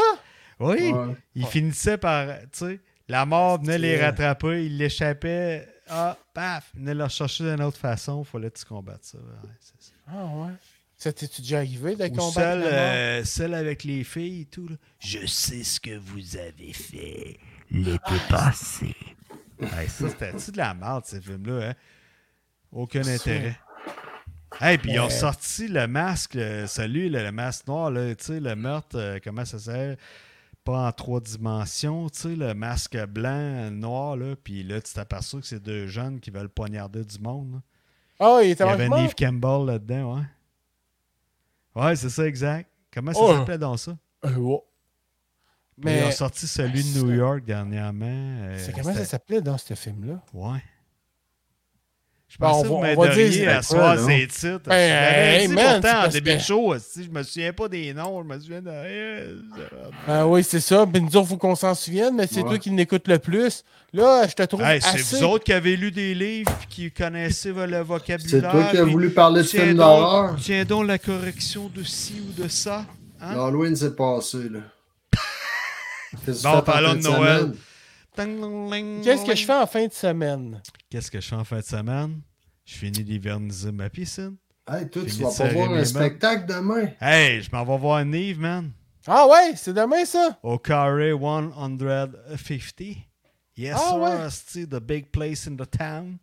Speaker 4: Oui,
Speaker 2: Ouais.
Speaker 4: il finissait par, tu sais, la mort venait les
Speaker 3: C'est-
Speaker 4: rattraper, il l'échappait. Ah, paf, venait leur chercher d'une autre façon. Fallait que tu combattes ça. Ouais, c'est ça.
Speaker 3: Ah ouais. Ça t'es-tu déjà arrivé de
Speaker 4: Ou
Speaker 3: combattre
Speaker 4: celle,
Speaker 3: la mort?
Speaker 4: euh, celle avec les filles et tout. là.
Speaker 5: Je sais ce que vous avez fait l'été
Speaker 3: Ah,
Speaker 5: passé.
Speaker 4: Hey, ça, c'était-tu de la merde, ces films-là? Hein? Aucun
Speaker 3: Ça.
Speaker 4: intérêt. Hey, puis ils ont
Speaker 3: Ouais.
Speaker 4: sorti le masque, le- celui, le, le masque noir, là, tu sais, le meurtre, euh, comment ça s'appelle? Pas en trois dimensions, tu sais, le masque blanc, noir, là, puis là, tu t'aperçois que c'est deux jeunes qui veulent poignarder du monde. là.
Speaker 3: Ah, il était
Speaker 4: Il y
Speaker 3: en
Speaker 4: avait Neve Campbell là-dedans, ouais. Ouais, c'est ça, exact. Comment ça
Speaker 3: Oh.
Speaker 4: s'appelait dans ça? Puis
Speaker 3: Mais Ah,
Speaker 4: ils ont sorti celui de New York dernièrement. euh,
Speaker 3: c'est comment ça
Speaker 4: c'était-
Speaker 3: s'appelait dans ce film-là?
Speaker 4: Ouais. Je
Speaker 3: Ben, on
Speaker 4: pensais
Speaker 3: va-
Speaker 4: que vous
Speaker 3: on va
Speaker 4: m'aideriez
Speaker 3: dire
Speaker 4: à
Speaker 2: c'est
Speaker 4: soir
Speaker 2: quoi,
Speaker 4: ces titres. Je
Speaker 3: Ben,
Speaker 4: l'avais
Speaker 3: hey,
Speaker 4: dit
Speaker 3: man, c'est
Speaker 4: pourtant en
Speaker 3: parce
Speaker 4: début
Speaker 3: que-
Speaker 4: de show. Si je me souviens pas des noms, je me souviens de. Euh,
Speaker 3: Ah oui, c'est ça. Ben, nous autres, faut qu'on s'en souvienne, mais c'est
Speaker 2: Ouais.
Speaker 3: toi qui n'écoutes le plus. Là, je te trouve
Speaker 4: Hey, c'est
Speaker 3: assez...
Speaker 4: vous autres qui avez lu des livres puis qui connaissez le vocabulaire.
Speaker 2: C'est toi qui as
Speaker 4: puis
Speaker 2: voulu parler de
Speaker 4: tiens
Speaker 2: film
Speaker 4: donc-
Speaker 2: d'horreur?
Speaker 4: Tiens donc la correction de ci ou de ça. hein?
Speaker 2: L'Halloween s'est passé, là. Qu'est-ce que tu
Speaker 4: Bon,
Speaker 2: fais en
Speaker 4: parlons
Speaker 2: fin
Speaker 4: de Noël.
Speaker 2: semaine?
Speaker 4: Tang, long, ling,
Speaker 3: Qu'est-ce que je
Speaker 4: long.
Speaker 3: fais en fin de semaine?
Speaker 4: Qu'est-ce que je fais en fin de semaine? Je finis d'hiverniser ma piscine.
Speaker 2: Hey, toi, tu
Speaker 4: Fini
Speaker 2: vas
Speaker 4: de
Speaker 2: pas
Speaker 4: serrer
Speaker 2: voir
Speaker 4: mes mains.
Speaker 2: un spectacle demain.
Speaker 4: Hey, je m'en vais voir Nive, man.
Speaker 3: Ah ouais, c'est demain, ça?
Speaker 4: au carré 150. Yes,
Speaker 3: Ah
Speaker 4: sir,
Speaker 3: ouais.
Speaker 4: asti, the big place in the town.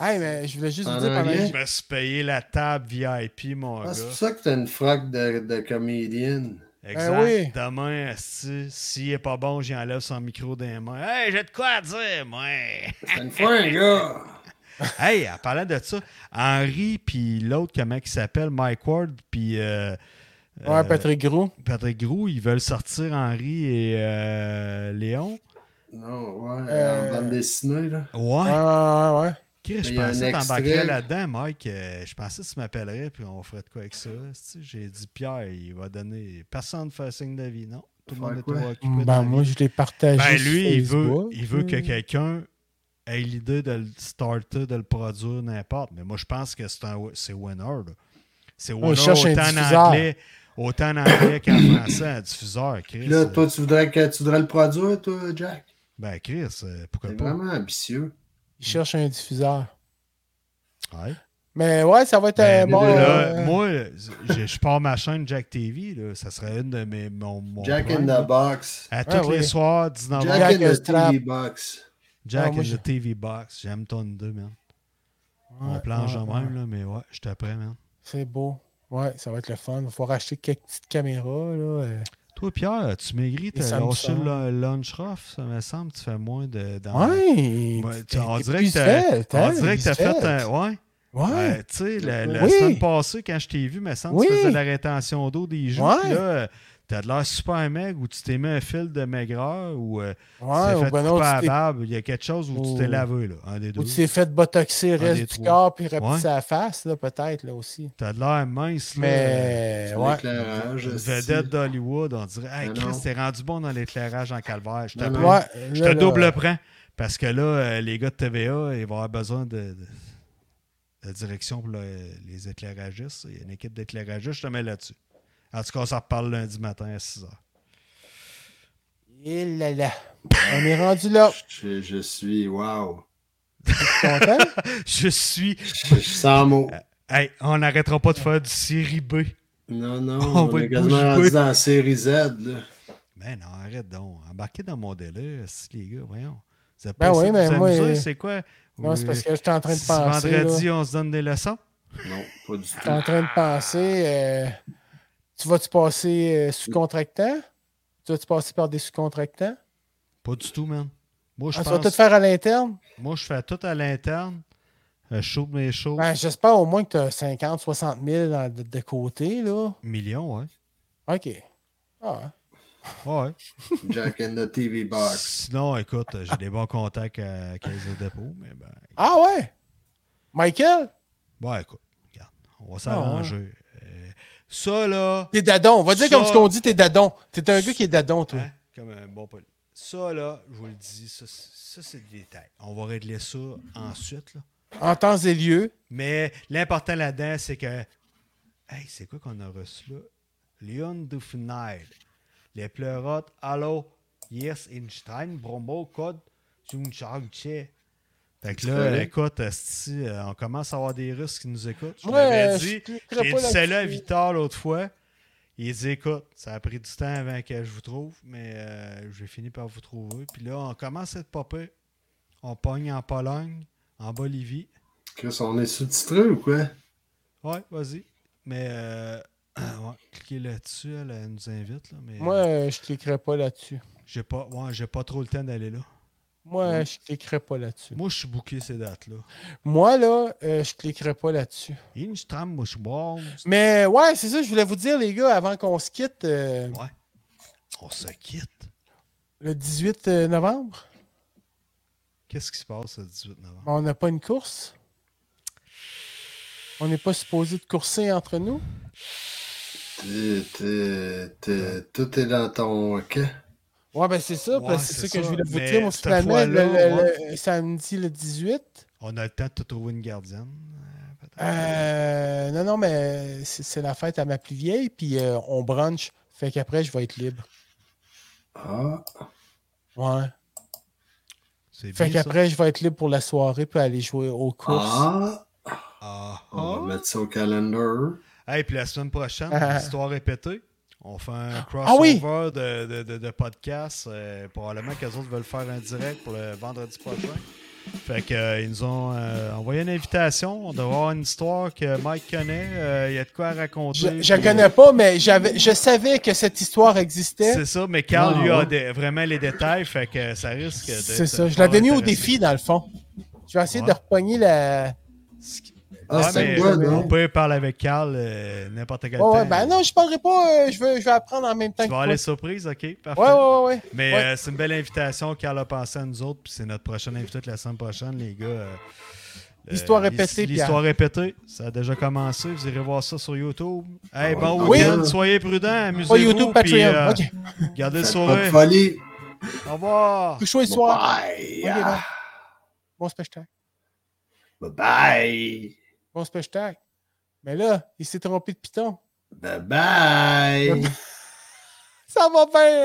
Speaker 3: Hey, mais je voulais juste vous
Speaker 2: En
Speaker 3: dire pendant
Speaker 2: anglais?
Speaker 3: que
Speaker 4: Je me suis payé la table VIP, mon
Speaker 2: Ah, c'est pour
Speaker 4: gars.
Speaker 2: ça que t'as une frac de, de comédienne.
Speaker 4: Exact.
Speaker 3: ben oui.
Speaker 4: Demain, asti, s'il est pas bon, j'y enlève son micro des mains. Hey, j'ai de quoi à dire, moi.
Speaker 2: T'as une fois un gars.
Speaker 4: hey, en parlant de ça, Henri, puis l'autre, comment il s'appelle, Mike Ward, puis euh,
Speaker 3: j'ai- Ouais, Patrick Gros.
Speaker 4: Patrick Groux, ils veulent sortir Henri et euh, Léon.
Speaker 2: Non, ouais,
Speaker 3: Euh,
Speaker 2: en bande dessinée, là.
Speaker 4: Ouais.
Speaker 3: Ouais, ouais, ouais.
Speaker 4: Chris, je
Speaker 2: Il y a un
Speaker 4: pensais que t'embarquerais
Speaker 2: extrait.
Speaker 4: là-dedans, Mike. Euh, Je pensais que tu m'appellerais puis on ferait de quoi avec ça. Esti, J'ai dit Pierre, il va donner. Personne ne fait un signe d'avis, non? Tout le
Speaker 2: Faire
Speaker 4: monde est
Speaker 2: quoi?
Speaker 4: trop occupé. dans la
Speaker 3: Ben,
Speaker 4: vie.
Speaker 3: moi, je l'ai partagé
Speaker 4: Ben,
Speaker 3: sur
Speaker 4: lui, il veut,
Speaker 3: Facebook. Hmm.
Speaker 4: il veut que quelqu'un ait l'idée de le starter, de le produire, n'importe. Mais moi, je pense que c'est un c'est winner. là. C'est winner
Speaker 3: cherche un
Speaker 4: autant en
Speaker 3: diffuseur.
Speaker 4: anglais, autant en anglais qu'en français, un diffuseur, Chris.
Speaker 2: Puis là, toi, tu voudrais, que, tu voudrais le produire, toi, Jack?
Speaker 4: Ben, Chris, euh, pourquoi
Speaker 2: T'es
Speaker 4: pas?
Speaker 2: vraiment ambitieux.
Speaker 3: Il cherche un diffuseur.
Speaker 4: Ouais.
Speaker 3: Mais ouais, ça va être un
Speaker 4: Ben,
Speaker 3: bon.
Speaker 4: là,
Speaker 3: euh,
Speaker 4: Moi, je je pars ma chaîne Jack TV, là, ça serait une de mes. Mon, mon
Speaker 2: Jack in
Speaker 4: rêve,
Speaker 2: the
Speaker 4: là.
Speaker 2: Box.
Speaker 4: À tous
Speaker 3: Ah
Speaker 4: les
Speaker 3: oui.
Speaker 4: soirs, 19h. Jack,
Speaker 2: Jack in the
Speaker 3: Strap.
Speaker 2: TV Box.
Speaker 3: Ah, moi,
Speaker 4: in
Speaker 3: je-
Speaker 4: the TV Box. J'aime ton 2, man. On
Speaker 3: ouais,
Speaker 4: planche
Speaker 3: ouais,
Speaker 4: en
Speaker 3: ouais.
Speaker 4: même, là, mais ouais, je t'apprends, man.
Speaker 3: C'est beau. Ouais, ça va être le fun. Il va falloir acheter quelques petites caméras. Là. euh.
Speaker 4: Toi, Pierre, tu maigris, t'as
Speaker 3: Samsung.
Speaker 4: lâché le lunch off, ça me semble, tu fais moins de. dans-
Speaker 3: Ouais.
Speaker 4: Ah. Ouais, tu-
Speaker 3: t'es-
Speaker 4: on
Speaker 3: t'es
Speaker 4: dirait
Speaker 3: plus
Speaker 4: que t'as
Speaker 3: svelte, hein,
Speaker 4: on dirait que
Speaker 3: plus
Speaker 4: t'as fait
Speaker 3: svelte.
Speaker 4: un. Ouais.
Speaker 3: Ah, Ouais.
Speaker 4: Euh, tu sais, la, la
Speaker 3: Oui.
Speaker 4: semaine passée, quand je t'ai vu, me semble, tu
Speaker 3: Oui.
Speaker 4: faisais la rétention d'eau des joues.
Speaker 3: Ouais.
Speaker 4: puis Là, euh, t'as de l'air super maigre ou tu t'es mis un fil de maigreur ou euh,
Speaker 3: Ouais,
Speaker 4: tu t'es
Speaker 3: ou
Speaker 4: fait
Speaker 3: ben non,
Speaker 4: couper
Speaker 3: tu
Speaker 4: à
Speaker 3: t'es-
Speaker 4: barbe. Il y a quelque chose où tu t'es
Speaker 3: Ou-
Speaker 4: lavé, là. Un des
Speaker 3: ou
Speaker 4: deux.
Speaker 3: tu t'es fait botoxer
Speaker 4: Un
Speaker 3: le reste
Speaker 4: des
Speaker 3: du
Speaker 4: trois.
Speaker 3: corps puis repetir
Speaker 4: Ouais.
Speaker 3: sa face, là, peut-être, là aussi.
Speaker 4: T'as de l'air mince, là.
Speaker 3: Mais,
Speaker 2: C'est
Speaker 3: ouais.
Speaker 2: l'éclairage,
Speaker 4: Une
Speaker 2: aussi.
Speaker 4: vedette d'Hollywood, on dirait, hey,
Speaker 2: Mais
Speaker 4: Chris,
Speaker 2: non.
Speaker 4: t'es rendu bon dans l'éclairage en calvaire. Je
Speaker 2: Non,
Speaker 4: t'apprends.
Speaker 2: non.
Speaker 3: Ouais,
Speaker 4: Je
Speaker 3: là,
Speaker 4: te
Speaker 3: là,
Speaker 4: double prends. Parce que là, euh, les gars de TVA, ils vont avoir besoin de, de- de direction pour le- les éclairagistes. Il y a une équipe d'éclairagistes, je te mets là-dessus. En tout cas, on s'en reparle lundi matin à 6 h.
Speaker 3: Et Eh là là. On est rendu
Speaker 4: Oh.
Speaker 3: là.
Speaker 2: Je, je suis, wow.
Speaker 3: Content?
Speaker 4: Je suis.
Speaker 2: Je, je suis sans mots.
Speaker 4: Hey, on n'arrêtera pas de faire du série B.
Speaker 2: Non, non,
Speaker 4: On
Speaker 2: on,
Speaker 4: va
Speaker 2: est
Speaker 4: être
Speaker 2: quasiment
Speaker 4: bouche-bée.
Speaker 2: rendu dans la série Z. là.
Speaker 4: Mais non, arrête donc. Embarquez dans mon délire, si les gars, voyons. Vous êtes
Speaker 3: Ben
Speaker 4: pas
Speaker 3: oui,
Speaker 4: ici
Speaker 3: mais
Speaker 4: pour vous
Speaker 3: moi,
Speaker 4: amuser,
Speaker 3: euh,
Speaker 4: c'est quoi?
Speaker 3: Non, c'est parce
Speaker 4: Euh,
Speaker 3: que j'étais en train de
Speaker 4: si
Speaker 3: penser. là.
Speaker 4: vendredi, on se donne des leçons.
Speaker 2: Non, pas du
Speaker 3: J'étais en
Speaker 4: Ah.
Speaker 2: tout.
Speaker 3: train de penser. euh, tu vas-tu passer euh, sous-contractant? Tu vas-tu passer par des sous-contractants?
Speaker 4: Pas du tout, man. Moi, je
Speaker 3: Ah, tu vas
Speaker 4: pense.
Speaker 3: tout faire à l'interne?
Speaker 4: Moi, je fais tout à l'interne. Euh, Je chauffe mes choses.
Speaker 3: Ben, J'espère au moins que tu as 50, 60 000 dans- de, de côté, là.
Speaker 4: Millions, ouais.
Speaker 3: OK. Ah,
Speaker 4: Ouais.
Speaker 2: Jack in the TV Box.
Speaker 4: Sinon, écoute, j'ai des bons contacts à Caisse de dépôt, mais ben.
Speaker 3: ah ouais? Michael?
Speaker 4: Bon, écoute, regarde, on va s'arranger. Euh, ça, là.
Speaker 3: T'es dadon. On va dire
Speaker 4: Ça-
Speaker 3: comme ce qu'on dit, t'es dadon. T'es un gars qui est dadon, toi.
Speaker 4: hein, comme un bon poli. Ça, là, je vous le dis, ça, c'est- ça, c'est des détails. On va régler ça ensuite, là.
Speaker 3: En temps et lieu.
Speaker 4: Mais l'important là-dedans, c'est que. Hey, c'est quoi qu'on a reçu là? Leon Dufnay. Les pleurotes, allô, yes, Einstein, Bromo, code, Zunchangche. Fait que là,
Speaker 2: vrai?
Speaker 4: écoute, esti, euh, on commence à avoir des Russes qui nous écoutent. Je vous
Speaker 3: Ouais,
Speaker 4: l'avais
Speaker 3: je
Speaker 4: dit,
Speaker 3: cliquerai
Speaker 4: j'ai
Speaker 3: pas
Speaker 4: dit celle-là à
Speaker 3: là-dessus.
Speaker 4: Victor l'autre fois. Il dit, écoute, ça a pris du temps avant que je vous trouve, mais euh, j'ai fini par vous trouver. Puis là, on commence à être popé. On pogne en Pologne, en Bolivie.
Speaker 2: Chris, on est sous-titré ou quoi?
Speaker 4: Ouais, vas-y. Mais euh, ouais, cliquez là-dessus, elle, elle nous invite. Là, mais
Speaker 3: Moi, euh, je cliquerai pas là-dessus.
Speaker 4: j'ai pas, ouais, j'ai pas trop le temps d'aller là.
Speaker 3: Moi, euh, je cliquerai pas là-dessus.
Speaker 4: Moi, je suis booké ces dates-là.
Speaker 3: Moi, là, euh, je cliquerai pas là-dessus.
Speaker 4: Instagram, moi, je suis bon.
Speaker 3: Mais ouais, c'est ça, je voulais vous dire, les gars, avant qu'on se quitte, euh,
Speaker 4: Ouais. On se quitte.
Speaker 3: le 18 novembre, Ben,
Speaker 4: Qu'est-ce qui se passe le 18 novembre?
Speaker 3: on n'a pas une course. On n'est pas supposé de courser entre nous.
Speaker 2: T'es- t'es- t'es- tout est dans ton camp.
Speaker 3: Ouais, ben c'est ça,
Speaker 4: Ouais,
Speaker 3: parce que c'est
Speaker 4: c'est
Speaker 3: ça
Speaker 4: ça,
Speaker 3: que je voulais vous
Speaker 4: mais
Speaker 3: dire. Moi,
Speaker 4: cette
Speaker 3: finalement, le,
Speaker 4: fois-là,
Speaker 3: le- le samedi le 18.
Speaker 4: On a le temps de te trouver une gardienne. euh, peut-être.
Speaker 3: euh, non, non, mais c'est c'est la fête à ma plus vieille, puis euh, on brunch. Fait qu'après, je vais être libre.
Speaker 2: Ah,
Speaker 3: Ouais.
Speaker 4: C'est
Speaker 3: Fait
Speaker 4: bien ça.
Speaker 3: qu'après, je vais être libre pour la soirée, puis aller jouer aux courses.
Speaker 2: ah,
Speaker 4: Ah,
Speaker 2: on
Speaker 4: ah.
Speaker 2: va mettre ça au calendrier.
Speaker 4: Hey, puis la semaine prochaine,
Speaker 3: Ah.
Speaker 4: histoire répétée, on fait un crossover
Speaker 3: Ah oui!
Speaker 4: de, de, de, de podcast. euh, probablement qu'eux autres veulent faire un direct pour le vendredi prochain. Fait que, euh, ils nous ont euh, envoyé une invitation. On devrait avoir une histoire que Mike connaît. euh, Il y a de quoi à raconter.
Speaker 3: Je, je
Speaker 4: Puis,
Speaker 3: connais pas, mais j'avais, je savais que cette histoire existait.
Speaker 4: C'est ça, mais Carl
Speaker 2: Ah,
Speaker 4: lui a
Speaker 2: ouais.
Speaker 4: des- vraiment les détails. Fait que ça risque d'être
Speaker 3: C'est ça. Je
Speaker 4: fort
Speaker 3: l'avais mis au
Speaker 4: intéressant.
Speaker 3: défi, dans le fond. Je vais essayer
Speaker 4: Ouais.
Speaker 3: de repogner la.
Speaker 2: Ah,
Speaker 4: Ouais,
Speaker 2: c'est
Speaker 4: mais
Speaker 2: quoi,
Speaker 4: on
Speaker 2: non?
Speaker 4: peut parler avec Carl euh, n'importe quel
Speaker 3: Ouais, ouais,
Speaker 4: temps.
Speaker 3: ben non, je parlerai pas. euh, je, veux, je vais apprendre en même temps
Speaker 4: Tu
Speaker 3: que
Speaker 4: vas
Speaker 3: toi.
Speaker 4: avoir les surprises, ok? Parfait.
Speaker 3: Ouais, ouais, ouais. ouais.
Speaker 4: Mais
Speaker 3: Ouais.
Speaker 4: euh, c'est une belle invitation qu'elle a passée à nous autres. Puis c'est notre prochaine invité de la semaine prochaine, les gars. Euh,
Speaker 3: L'histoire
Speaker 4: euh,
Speaker 3: répétée,
Speaker 4: l'his- L'histoire répétée. Ça a déjà commencé. Vous irez voir ça sur YouTube. Hey, bon
Speaker 3: Oui.
Speaker 4: week-end. Soyez prudents. Amusez-vous.
Speaker 3: Pas YouTube,
Speaker 4: puis,
Speaker 3: Patreon.
Speaker 4: euh,
Speaker 3: Ok.
Speaker 4: Gardez le
Speaker 2: Faites Pas de
Speaker 4: sourire.
Speaker 2: folie.
Speaker 4: Au revoir.
Speaker 3: Couche-toi ce
Speaker 2: Ah,
Speaker 3: soir.
Speaker 2: Bye.
Speaker 3: Ok, bye. Bon spectacle.
Speaker 2: Bye bye.
Speaker 3: Bon spectacle. Mais là, il s'est trompé de piton.
Speaker 2: Bye bye.
Speaker 3: Ça va bien.